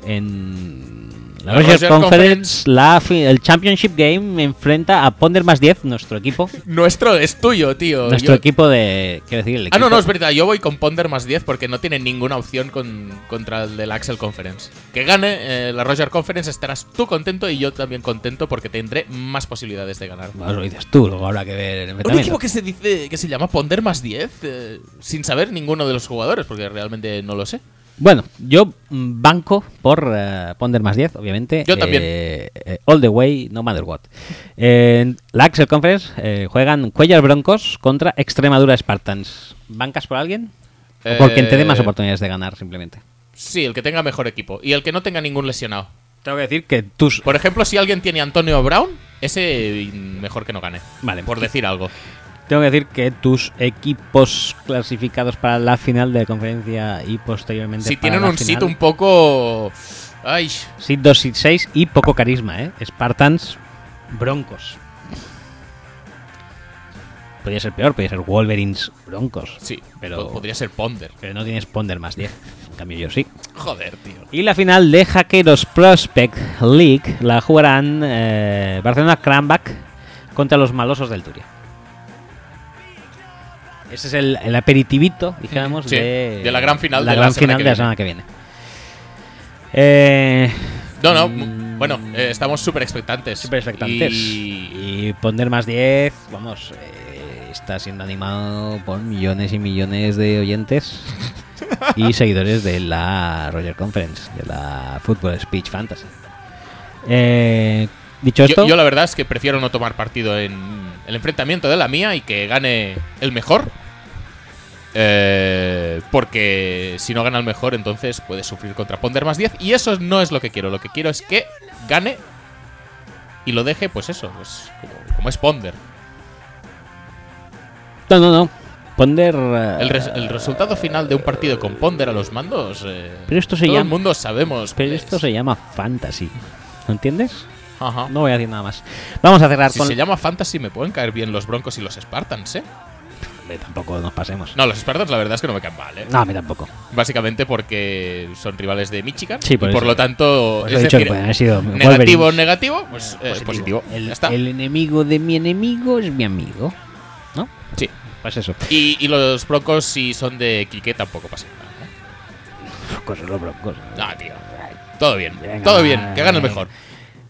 Speaker 1: en la Roger, Conference, la fi- el Championship Game enfrenta a Ponder más 10, nuestro equipo.
Speaker 2: Nuestro es tuyo, tío.
Speaker 1: nuestro
Speaker 2: Yo-
Speaker 1: equipo de. Quiero decir, el
Speaker 2: Ah,
Speaker 1: equipo.
Speaker 2: no, no, es verdad, yo voy con Ponder más 10 porque no tiene ninguna opción con- contra el del Axel Conference. Que gane eh, la Roger Conference estarás tú contento y yo también contento porque tendré más posibilidades de ganar.
Speaker 1: Bueno, eso lo dices tú, luego habrá que ver. el
Speaker 2: Un
Speaker 1: enfrentamiento.
Speaker 2: equipo que se dice que se llama Ponder más 10 eh, sin saber ninguno de los jugadores porque realmente no lo sé.
Speaker 1: Bueno, yo mm, banco por eh, Ponder más 10, obviamente.
Speaker 2: Yo también.
Speaker 1: Eh, eh, all the way, no matter what. En la Axel Conference eh, juegan Cuellar Broncos contra Extremadura Spartans. ¿Bancas por alguien? O por quien te dé más
Speaker 2: Eh,
Speaker 1: oportunidades de ganar, simplemente.
Speaker 2: Sí, el que tenga mejor equipo. Y el que no tenga ningún lesionado.
Speaker 1: Tengo que decir que tus
Speaker 2: Por ejemplo, si alguien tiene a Antonio Brown, ese mm, mejor que no gane.
Speaker 1: Vale.
Speaker 2: Por decir algo.
Speaker 1: Tengo que decir que tus equipos clasificados para la final de conferencia y posteriormente
Speaker 2: Si
Speaker 1: para
Speaker 2: tienen
Speaker 1: la
Speaker 2: un sit
Speaker 1: final,
Speaker 2: un poco. Ay,
Speaker 1: seed 2, seed 6 y poco carisma, ¿eh? Spartans, Broncos. Podría ser peor, podría ser Wolverines, Broncos.
Speaker 2: sí,
Speaker 1: pero,
Speaker 2: po- podría ser Ponder.
Speaker 1: pero no tienes Ponder más 10. En cambio, yo sí.
Speaker 2: Joder, tío.
Speaker 1: Y la final de Hackeros Prospect League la jugarán eh, Barcelona Cranback contra los malosos del Turia. Ese es el, el aperitivito, dijéramos,
Speaker 2: Sí,
Speaker 1: de,
Speaker 2: de la gran final
Speaker 1: la
Speaker 2: de la
Speaker 1: gran final
Speaker 2: semana que
Speaker 1: de la
Speaker 2: viene.
Speaker 1: semana que viene. Eh,
Speaker 2: No, no.
Speaker 1: Mm.
Speaker 2: m- Bueno, eh, estamos súper expectantes.
Speaker 1: Súper expectantes.
Speaker 2: Y.
Speaker 1: Y poner más 10, vamos, eh, está siendo animado por millones y millones de oyentes
Speaker 2: [laughs]
Speaker 1: y seguidores de la Roger Conference, de la Football Speech Fantasy. Eh, dicho esto,
Speaker 2: Yo, yo la verdad es que prefiero no tomar partido en el enfrentamiento de la mía y que gane el mejor. Eh, porque si no gana el mejor, entonces puede sufrir contra Ponder más 10. Y eso no es lo que quiero. Lo que quiero es que gane y lo deje, pues eso, pues, como, como es Ponder.
Speaker 1: no, no, no, Ponder... eh,
Speaker 2: El, res- el resultado final de un partido con Ponder a los mandos. eh,
Speaker 1: Pero esto se
Speaker 2: todo
Speaker 1: llama-
Speaker 2: el mundo sabemos.
Speaker 1: pero
Speaker 2: cuál
Speaker 1: esto
Speaker 2: es.
Speaker 1: se llama Fantasy, ¿lo entiendes?
Speaker 2: Ajá.
Speaker 1: No voy a decir nada más. Vamos a cerrar
Speaker 2: Si
Speaker 1: con...
Speaker 2: Ah. se llama Fantasy, me pueden caer bien los Broncos y los Spartans, ¿eh?
Speaker 1: Hombre, Tampoco nos pasemos.
Speaker 2: No, los Spartans, la verdad es que no me caen mal, ¿eh?
Speaker 1: No, a mí tampoco.
Speaker 2: Básicamente porque son rivales de Michigan.
Speaker 1: Sí, por
Speaker 2: por y por
Speaker 1: eso.
Speaker 2: lo tanto,
Speaker 1: Pues
Speaker 2: es
Speaker 1: lo he dicho, que
Speaker 2: decir,
Speaker 1: pueden haber sido
Speaker 2: negativo
Speaker 1: Wolverines.
Speaker 2: negativo, pues eh, positivo.
Speaker 1: El,
Speaker 2: Ya está.
Speaker 1: el enemigo de mi enemigo es mi amigo. ¿No?
Speaker 2: Sí.
Speaker 1: Pues eso.
Speaker 2: Y, y los Broncos, si son de Quique, tampoco pasa nada. ¿eh?
Speaker 1: Broncos, los broncos.
Speaker 2: No, tío. Todo bien.
Speaker 1: Venga,
Speaker 2: todo
Speaker 1: va,
Speaker 2: bien. Que gane el
Speaker 1: eh.
Speaker 2: mejor.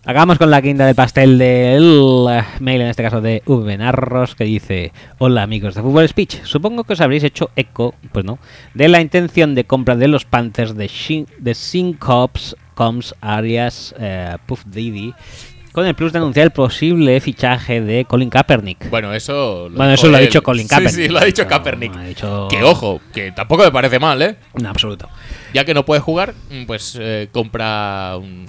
Speaker 1: Acabamos con la quinta del pastel del eh, mail, en este caso de Ubenarros, que dice: Hola amigos de Fútbol Speech. Supongo que os habréis hecho eco, pues no, de la intención de compra de los Panthers de, Shin, de Syncops, Coms, Arias, eh, Puff Diddy, con el plus de anunciar el posible fichaje de Colin Kaepernick.
Speaker 2: Bueno, eso
Speaker 1: Bueno, eso lo ha
Speaker 2: él.
Speaker 1: dicho Colin Kaepernick.
Speaker 2: Sí, sí, lo ha dicho
Speaker 1: No,
Speaker 2: Kaepernick.
Speaker 1: ha dicho-
Speaker 2: Que ojo, que tampoco me parece mal, ¿eh?
Speaker 1: En absoluto.
Speaker 2: Ya que no puede jugar, mm, pues eh, compra un.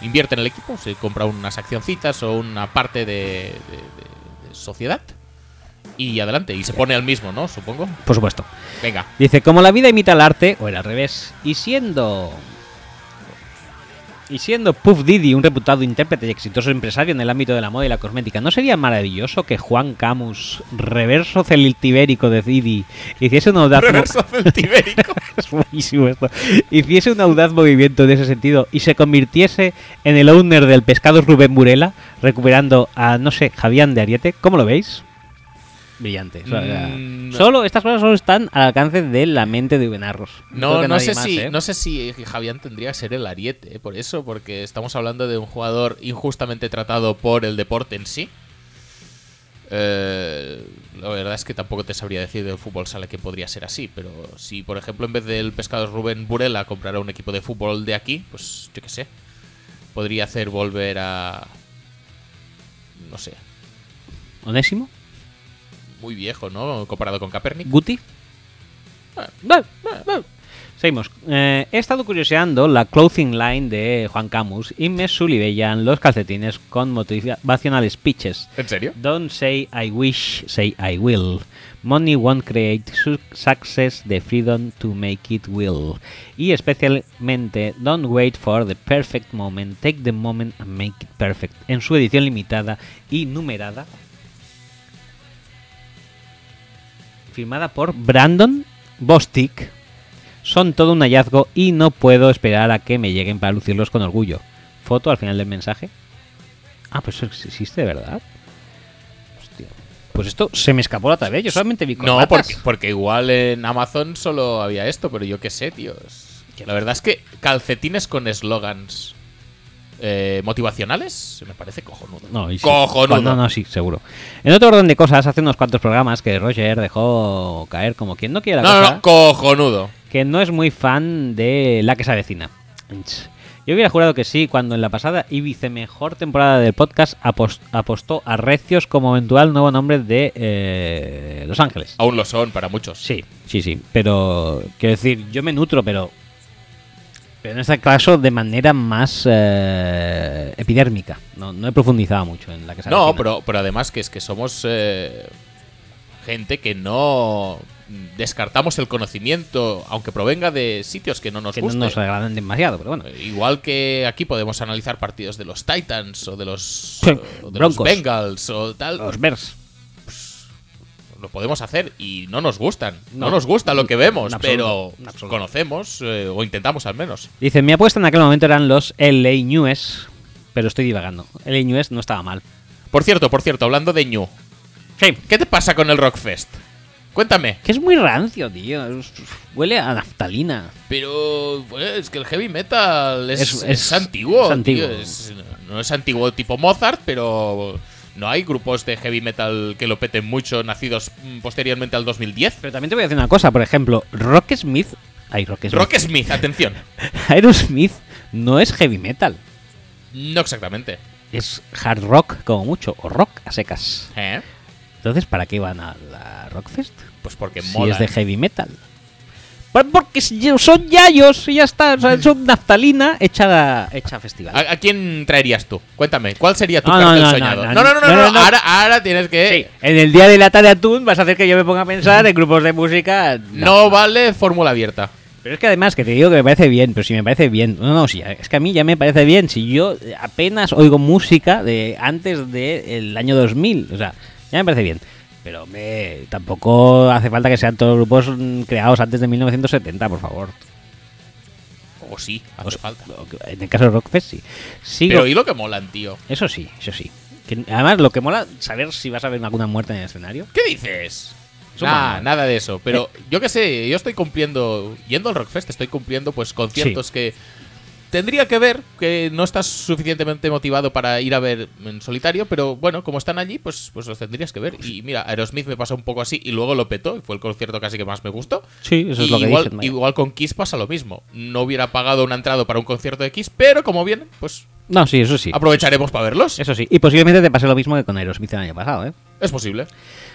Speaker 2: Invierte en el equipo, se compra unas accioncitas o una parte de, de- de- de sociedad. Y adelante, y se pone al mismo, ¿no? Supongo.
Speaker 1: Por supuesto.
Speaker 2: Venga,
Speaker 1: Dice, como la vida imita el arte, o era al revés, y siendo... Y siendo Puff Diddy un reputado intérprete y exitoso empresario en el ámbito de la moda y la cosmética, ¿no sería maravilloso que Juan Camus, reverso celtibérico de Diddy, hiciese un audaz...
Speaker 2: [laughs] reverso celtibérico.
Speaker 1: [laughs] Es buenísimo esto. Hiciese un audaz movimiento en ese sentido y se convirtiese en el owner del pescado Rubén Burela, recuperando a, no sé, Javián de Ariete. ¿Cómo lo veis? Brillante. O sea,
Speaker 2: Mm, no.
Speaker 1: Solo, estas cosas solo están al alcance de la mente de Ubenarros. creo
Speaker 2: No,
Speaker 1: que
Speaker 2: no
Speaker 1: nadie
Speaker 2: sé,
Speaker 1: más,
Speaker 2: si,
Speaker 1: ¿eh?
Speaker 2: no sé si Javián tendría que ser el ariete, eh, por eso, porque estamos hablando de un jugador injustamente tratado por el deporte en sí. Eh, la verdad es que tampoco te sabría decir del fútbol sala que podría ser así, pero si, por ejemplo, en vez del pescado Rubén Burela comprara un equipo de fútbol de aquí, pues yo qué sé, podría hacer volver a. No sé,
Speaker 1: ¿Onésimo?
Speaker 2: muy viejo, ¿no? Comparado con Kaepernick.
Speaker 1: ¿Guti?
Speaker 2: Ah,
Speaker 1: Vale, vale, vale. Seguimos. Eh, he estado curioseando la clothing line de Juan Camus y me sulibellan los calcetines con motivacionales pitches.
Speaker 2: ¿En serio?
Speaker 1: Don't say I wish, say I will. Money won't create su- success, the freedom to make it will. Y especialmente, don't wait for the perfect moment, take the moment and make it perfect. En su edición limitada y numerada, firmada por Brandon Bostick, son todo un hallazgo y no puedo esperar a que me lleguen para lucirlos con orgullo. Foto al final del mensaje. Ah, pues eso ex- existe de verdad. Hostia. Pues esto se me escapó la otra vez. Yo solamente vi
Speaker 2: No,
Speaker 1: corbatas.
Speaker 2: porque, porque igual en Amazon solo había esto, pero yo qué sé, tíos. La verdad es que calcetines con eslogans. eh, motivacionales, me parece cojonudo.
Speaker 1: No, y sí. Ah,
Speaker 2: cojonudo.
Speaker 1: No, no, sí, seguro. En otro orden de cosas, hace unos cuantos programas que Roger dejó caer como quien no quiera la
Speaker 2: No, no,
Speaker 1: cosa,
Speaker 2: no, cojonudo.
Speaker 1: que no es muy fan de la que se avecina. Yo hubiera jurado que sí, cuando en la pasada y vicemejor temporada del podcast apos- apostó a Recios como eventual nuevo nombre de eh, Los Ángeles.
Speaker 2: Aún lo son para muchos.
Speaker 1: Sí, sí, sí. Pero quiero decir, yo me nutro, pero. Pero en este caso de manera más eh, epidérmica. No, no he profundizado mucho en la que se
Speaker 2: No,
Speaker 1: avecina.
Speaker 2: pero, pero además que es que somos eh, gente que no descartamos el conocimiento, aunque provenga de sitios que no nos
Speaker 1: Que no
Speaker 2: gusten.
Speaker 1: nos agradan demasiado, pero bueno.
Speaker 2: Eh, Igual que aquí podemos analizar partidos de los Titans o de los,
Speaker 1: Sí,
Speaker 2: o de los
Speaker 1: Broncos.
Speaker 2: Bengals o tal,
Speaker 1: Los Bears.
Speaker 2: lo podemos hacer y no nos gustan. No,
Speaker 1: No,
Speaker 2: nos gusta lo que vemos,
Speaker 1: en
Speaker 2: pero
Speaker 1: absoluto, en absoluto.
Speaker 2: conocemos eh, o intentamos al menos.
Speaker 1: Dice, mi apuesta en aquel momento eran los LA News, pero estoy divagando. LA News no estaba mal.
Speaker 2: Por cierto, por cierto, hablando de Ñu,
Speaker 1: Sí.
Speaker 2: ¿qué te pasa con el Rockfest? Cuéntame.
Speaker 1: Que es muy rancio, tío. Es- Huele a naftalina.
Speaker 2: Pero pues, es que el heavy metal es,
Speaker 1: Es-
Speaker 2: es
Speaker 1: es-
Speaker 2: antiguo.
Speaker 1: es
Speaker 2: tío.
Speaker 1: antiguo.
Speaker 2: Es- no es antiguo tipo Mozart, pero no hay grupos de heavy metal que lo peten mucho nacidos mm, posteriormente al 2010.
Speaker 1: Pero también te voy a decir una cosa, por ejemplo, Rock Smith. Ay, Rock Smith.
Speaker 2: Rock Smith, atención.
Speaker 1: [laughs] Aerosmith no es heavy metal.
Speaker 2: No exactamente.
Speaker 1: Es hard rock, como mucho, o rock a secas.
Speaker 2: ¿Eh?
Speaker 1: Entonces, ¿para qué van a la Rockfest?
Speaker 2: Pues porque
Speaker 1: Si
Speaker 2: mola.
Speaker 1: es de heavy metal. Pues Porque si- son yayos y ya está. o sea, son naftalina echada, hecha a festival.
Speaker 2: ¿A, a quién traerías tú? Cuéntame, ¿cuál sería tu
Speaker 1: No, no,
Speaker 2: cartel
Speaker 1: no, no,
Speaker 2: soñado?
Speaker 1: no,
Speaker 2: No, no, no, no,
Speaker 1: no,
Speaker 2: no,
Speaker 1: no, no.
Speaker 2: Ahora, ahora tienes que.
Speaker 1: Sí, en el día de la de atún vas a hacer que yo me ponga a pensar en grupos de música.
Speaker 2: No vale fórmula abierta.
Speaker 1: Pero es que además, que te digo que me parece bien, pero si me parece bien. No, no, si ya- es que a mí ya me parece bien. Si yo eh, apenas oigo música de antes del año 2000, o sea, ya me parece bien. Pero hombre, tampoco hace falta que sean todos grupos mm, creados antes de 1970, por favor.
Speaker 2: O Oh, sí, hace
Speaker 1: O sea,
Speaker 2: falta.
Speaker 1: lo que- En el caso de Rockfest, sí. Sigo-
Speaker 2: Pero y lo que molan, tío.
Speaker 1: Eso sí, eso sí. Que, además, lo que mola, saber si vas a ver alguna muerte en el escenario.
Speaker 2: ¿Qué dices?
Speaker 1: Eso
Speaker 2: Nah,
Speaker 1: mola. Eh.
Speaker 2: nada de eso. Pero yo qué sé, yo estoy cumpliendo, yendo al Rockfest, estoy cumpliendo pues conciertos que tendría que ver, que no estás suficientemente motivado para ir a ver en solitario, pero bueno, como están allí, pues, pues los tendrías que ver. Y mira, Aerosmith me pasó un poco así y luego lo petó, y fue el concierto casi que más me gustó.
Speaker 1: Sí, eso es lo que
Speaker 2: igual,
Speaker 1: dicen, vaya.
Speaker 2: igual con Kiss pasa lo mismo. No hubiera pagado una entrada para un concierto de Kiss, pero como viene, pues
Speaker 1: No, sí, eso sí.
Speaker 2: aprovecharemos para verlos.
Speaker 1: Eso sí. Y posiblemente te pase lo mismo que con Aerosmith el año pasado, ¿eh?
Speaker 2: Es posible.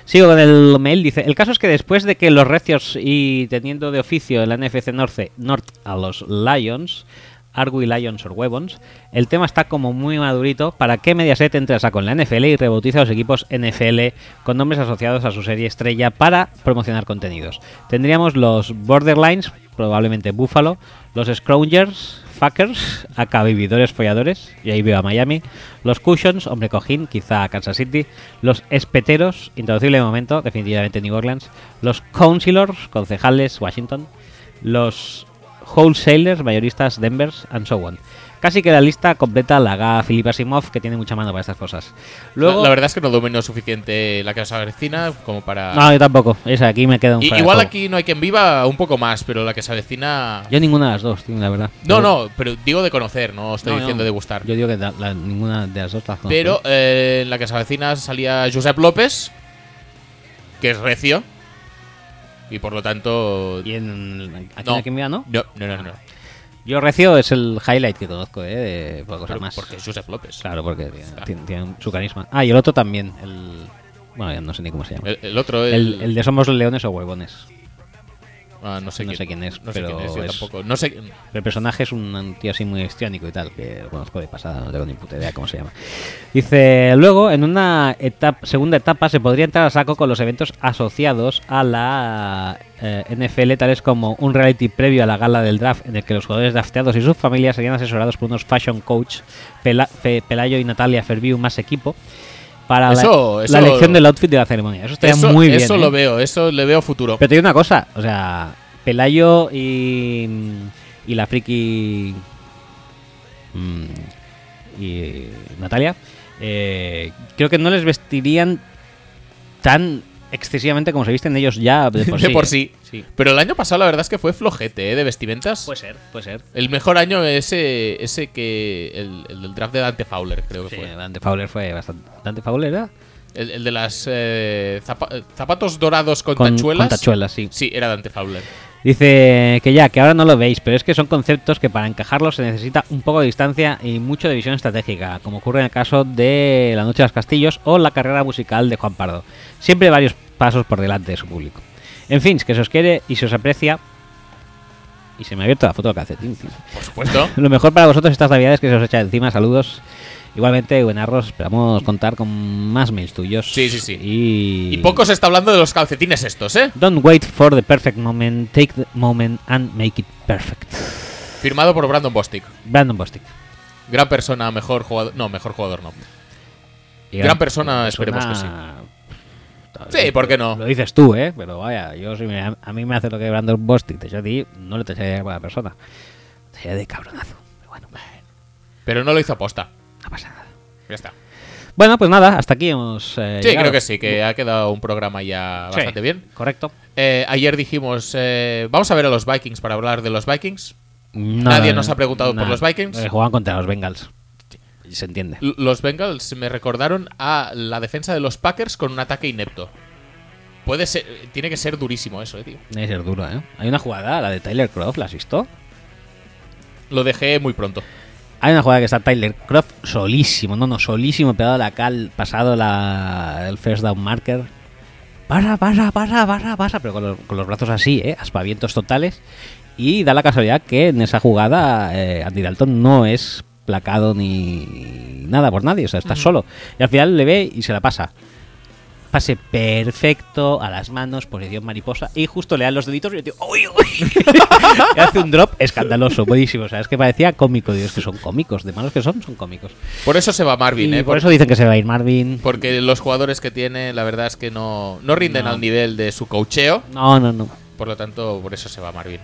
Speaker 1: Sigo con el mail, dice, el caso es que después de que los recios y teniendo de oficio en la NFC Norte, North a los Lions, Argue Lions or Weapons, el tema está como muy madurito para que Mediaset entre a saco en la NFL y rebautiza a los equipos NFL con nombres asociados a su serie estrella para promocionar contenidos. Tendríamos los Borderlines, probablemente Buffalo, los Scroungers, Fuckers, acá vividores folladores, y ahí veo a Miami, los Cushions, hombre cojín, quizá a Kansas City, los Espeteros, introducible de momento, definitivamente New Orleans, los Councilors, concejales, Washington, los Wholesalers, mayoristas, Denvers, and so on. Casi que la lista completa la haga Philip Asimov, que tiene mucha mano para estas cosas. Luego,
Speaker 2: la, la verdad es que no domino suficiente la casa vecina como para...
Speaker 1: no, yo tampoco, esa aquí me queda un
Speaker 2: I-
Speaker 1: fuera de
Speaker 2: igual
Speaker 1: juego.
Speaker 2: aquí no hay quien viva un poco más, pero la que se avecina.
Speaker 1: Yo ninguna de las dos, tío, la verdad.
Speaker 2: No,
Speaker 1: Yo-
Speaker 2: no, pero digo de conocer, no estoy
Speaker 1: no,
Speaker 2: diciendo
Speaker 1: no.
Speaker 2: de gustar.
Speaker 1: Yo digo que da- la- ninguna de las dos las conozco.
Speaker 2: pero eh, en la que se avecina salía Josep López, que es recio, y por lo tanto.
Speaker 1: ¿Y en aquí
Speaker 2: No.
Speaker 1: en Aquimia, no? Ah, pues
Speaker 2: No, no, no. no.
Speaker 1: Yo recio es el highlight que conozco, ¿eh? De por cosas
Speaker 2: Pero
Speaker 1: más.
Speaker 2: Porque es Josep López.
Speaker 1: Claro, porque tiene, tiene- tiene su carisma. Ah, y el otro también. El... Bueno, ya no sé ni cómo se llama.
Speaker 2: El, el otro, el.
Speaker 1: El, el de Somos Leones o Huevones.
Speaker 2: ah, no sé,
Speaker 1: no sé quién es,
Speaker 2: No
Speaker 1: pero
Speaker 2: sé quién es, yo
Speaker 1: es-
Speaker 2: tampoco. No sé.
Speaker 1: El personaje es un tío así muy histriónico y tal, que lo conozco de pasada, no tengo ni puta idea cómo se llama. Dice, luego, en una etapa, segunda etapa se podría entrar a saco con los eventos asociados a la eh, NFL, tales como un reality previo a la gala del draft, en el que los jugadores drafteados y sus familias serían asesorados por unos fashion coach, Pela- Fe- Pelayo y Natalia Ferviu más equipo, para la-
Speaker 2: Eso-
Speaker 1: la,
Speaker 2: eso-
Speaker 1: elección del outfit de la ceremonia. Eso estaría
Speaker 2: Eso,
Speaker 1: muy bien.
Speaker 2: eso
Speaker 1: ¿eh?
Speaker 2: lo veo, eso le veo futuro.
Speaker 1: Pero te digo una cosa, o sea, Pelayo y, y la friki mm, y Natalia, eh, creo que no les vestirían tan excesivamente como se visten ellos ya de
Speaker 2: [laughs]
Speaker 1: por sí. ¿eh?
Speaker 2: de por sí.
Speaker 1: Sí.
Speaker 2: Pero el año pasado la verdad es que fue flojete, ¿eh? De vestimentas.
Speaker 1: Puede ser, puede ser.
Speaker 2: el mejor año ese, ese que... El, el del draft de Dante Fowler, creo que
Speaker 1: Sí,
Speaker 2: fue.
Speaker 1: Dante Fowler Pues fue bastante. Dante Fowler era
Speaker 2: El, el de las eh, zapa- eh, zapatos dorados con,
Speaker 1: Con-
Speaker 2: tachuelas.
Speaker 1: con tachuelas, sí.
Speaker 2: Sí, era Dante Fowler.
Speaker 1: Dice que ya, que ahora no lo veis, pero es que son conceptos que para encajarlos se necesita un poco de distancia y mucho de visión estratégica, como ocurre en el caso de La Noche de los Castillos o la carrera musical de Juan Pardo. Siempre varios pasos por delante de su público. En fin, que se os quiere y se os aprecia. Y se me ha abierto la foto del calcetín. tío. [laughs]
Speaker 2: Por supuesto.
Speaker 1: Lo mejor para vosotros estas navidades que se os echa encima. Saludos. Igualmente, buenarros, esperamos contar con más mails tuyos.
Speaker 2: Sí, sí, sí.
Speaker 1: Y,
Speaker 2: y poco se está hablando de los calcetines estos, ¿eh?
Speaker 1: Don't wait for the perfect moment, take the moment and make it perfect.
Speaker 2: Firmado por Brandon Bostic.
Speaker 1: Brandon Bostic.
Speaker 2: Gran persona, mejor jugador. No, mejor jugador no.
Speaker 1: Y
Speaker 2: Gran persona, esperemos que
Speaker 1: que
Speaker 2: Sí, ¿por qué no?
Speaker 1: Lo dices tú, ¿eh? Pero vaya, yo si me- a mí me hace lo que Brandon Bostic te yo a ti, no le te sería de mala persona. Te sería de cabronazo. Pero bueno,
Speaker 2: Pero no lo hizo aposta.
Speaker 1: no pasa nada.
Speaker 2: Ya está.
Speaker 1: Bueno, pues nada, hasta aquí hemos eh,
Speaker 2: Sí,
Speaker 1: llegado.
Speaker 2: creo que sí, que ha quedado un programa ya
Speaker 1: Sí,
Speaker 2: bastante bien.
Speaker 1: Correcto.
Speaker 2: Eh, ayer dijimos, eh, vamos a ver a los Vikings para hablar de los Vikings.
Speaker 1: No,
Speaker 2: Nadie
Speaker 1: no,
Speaker 2: nos
Speaker 1: no,
Speaker 2: ha preguntado por
Speaker 1: no,
Speaker 2: los Vikings.
Speaker 1: eh, jugaban contra los Bengals. Y Se entiende.
Speaker 2: L- los Bengals me recordaron a la defensa de los Packers con un ataque inepto. Puede ser, tiene que ser durísimo eso, eh, tío.
Speaker 1: Debe ser duro, ¿eh? Hay una jugada, la de Tyler Croft, ¿la has visto?
Speaker 2: Lo dejé muy pronto.
Speaker 1: Hay una jugada que está Tyler Croft solísimo, no, no, solísimo, pegado a la cal, pasado la, el first down marker. Barra, barra, barra, barra, barra, pero con los, con los brazos así, ¿eh? aspavientos totales. Y da la casualidad que en esa jugada eh, Andy Dalton no es placado ni nada por nadie, o sea, está solo. Y al final le ve y se la pasa. Pase perfecto a las manos, posición mariposa, y justo le dan los deditos y el tío, ¡Uy, uy! Y hace un drop escandaloso, buenísimo. O sea, es que parecía cómico. Dios, que son cómicos. De malos que son, son cómicos.
Speaker 2: Por eso se va Marvin,
Speaker 1: y
Speaker 2: eh.
Speaker 1: por
Speaker 2: por-
Speaker 1: eso dicen que se va a ir Marvin.
Speaker 2: porque los jugadores que tiene, la verdad es que no, no rinden
Speaker 1: No.
Speaker 2: al nivel de su cocheo.
Speaker 1: No, no, no.
Speaker 2: Por lo tanto, por eso se va Marvin.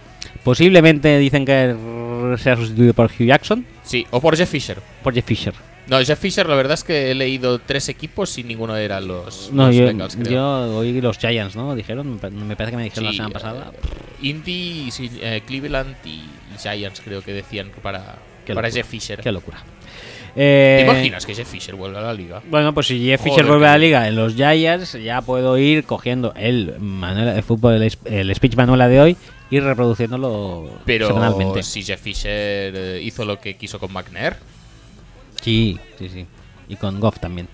Speaker 1: Posiblemente dicen que r- sea sustituido por Hugh Jackson,
Speaker 2: Sí, o por Jeff Fisher.
Speaker 1: por Jeff Fisher.
Speaker 2: No, Jeff Fisher, la verdad es que he leído tres equipos y ninguno eran los,
Speaker 1: No,
Speaker 2: los
Speaker 1: yo,
Speaker 2: Bengals, creo.
Speaker 1: yo oí los Giants, ¿no? Dijeron, me pa- me parece que me dijeron
Speaker 2: Sí,
Speaker 1: la semana
Speaker 2: eh,
Speaker 1: pasada.
Speaker 2: Indy, sí, eh, Cleveland y Giants, creo que decían que para,
Speaker 1: Qué
Speaker 2: para
Speaker 1: locura.
Speaker 2: Jeff Fisher.
Speaker 1: Qué locura. Eh,
Speaker 2: ¿Te imaginas que Jeff Fisher vuelve a la liga?
Speaker 1: Bueno, pues si Jeff
Speaker 2: Joder,
Speaker 1: Fisher vuelve a la
Speaker 2: qué-
Speaker 1: liga en los Giants, ya puedo ir cogiendo el manual de fútbol, el, es- el speech manuela de hoy y reproduciéndolo
Speaker 2: Pero
Speaker 1: semanalmente.
Speaker 2: si Jeff Fisher eh, hizo lo que quiso con McNair,
Speaker 1: Sí, sí, sí. Y con Goff también.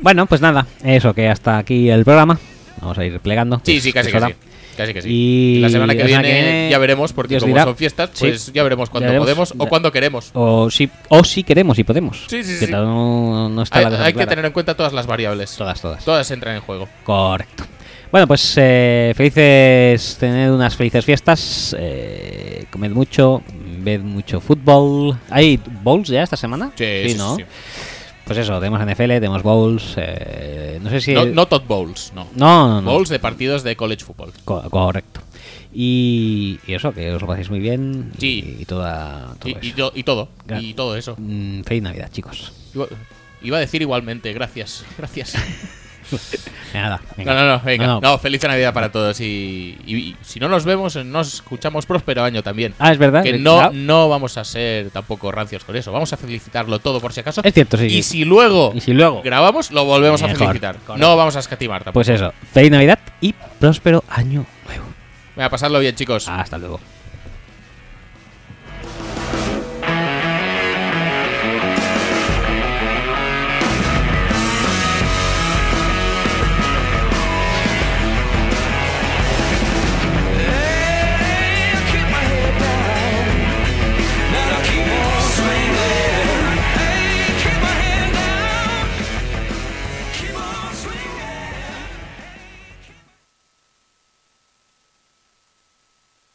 Speaker 1: bueno, pues nada, eso que hasta aquí el programa. Vamos a ir plegando.
Speaker 2: sí,
Speaker 1: Es-
Speaker 2: sí, casi
Speaker 1: es
Speaker 2: que
Speaker 1: hora.
Speaker 2: sí. Casi que sí.
Speaker 1: Y
Speaker 2: la semana que,
Speaker 1: la semana
Speaker 2: viene,
Speaker 1: que viene,
Speaker 2: ya veremos, porque
Speaker 1: Dios
Speaker 2: como
Speaker 1: dirá.
Speaker 2: son fiestas,
Speaker 1: Sí.
Speaker 2: pues ya veremos cuando
Speaker 1: Ya veremos.
Speaker 2: podemos o
Speaker 1: Ya.
Speaker 2: cuando queremos.
Speaker 1: O si, o si queremos y podemos.
Speaker 2: Sí, sí,
Speaker 1: que
Speaker 2: sí.
Speaker 1: No, no está
Speaker 2: Hay,
Speaker 1: la cosa
Speaker 2: hay que
Speaker 1: clara.
Speaker 2: tener en cuenta todas las variables.
Speaker 1: todas, todas.
Speaker 2: Todas entran en juego.
Speaker 1: Correcto. Bueno, pues eh, felices, tened unas felices fiestas, eh, comed mucho, ved mucho fútbol. ¿Hay bowls ya esta semana?
Speaker 2: Sí, sí, sí,
Speaker 1: ¿no?
Speaker 2: sí.
Speaker 1: Pues eso, tenemos NFL, tenemos bowls, eh, no sé si...
Speaker 2: No, no Todd Bowls, no.
Speaker 1: no, no, no.
Speaker 2: Bowls de partidos de college football.
Speaker 1: Co- correcto. Y, y eso, que os lo paséis muy bien y-
Speaker 2: Sí.
Speaker 1: y, toda, todo
Speaker 2: Y, y
Speaker 1: eso.
Speaker 2: to- y todo.
Speaker 1: Gra-
Speaker 2: Y todo eso.
Speaker 1: Mm, feliz Navidad, chicos.
Speaker 2: Iba- Iba a decir igualmente, gracias, gracias.
Speaker 1: Nada,
Speaker 2: No,
Speaker 1: venga.
Speaker 2: no, no, venga.
Speaker 1: No,
Speaker 2: No,
Speaker 1: no.
Speaker 2: feliz Navidad para todos. Y, y- y si no nos vemos, nos escuchamos próspero año también.
Speaker 1: Ah, es verdad.
Speaker 2: Que
Speaker 1: eh,
Speaker 2: no,
Speaker 1: claro.
Speaker 2: no vamos a ser tampoco rancios con eso. Vamos a felicitarlo todo por si acaso.
Speaker 1: Es cierto, sí,
Speaker 2: Y
Speaker 1: sí.
Speaker 2: si luego
Speaker 1: Y si luego...
Speaker 2: grabamos, lo volvemos a
Speaker 1: Mejor,
Speaker 2: felicitar.
Speaker 1: correcto.
Speaker 2: No vamos a escatimar tampoco.
Speaker 1: Pues eso, feliz Navidad y próspero año nuevo.
Speaker 2: Venga, pasadlo bien, chicos.
Speaker 1: Hasta luego.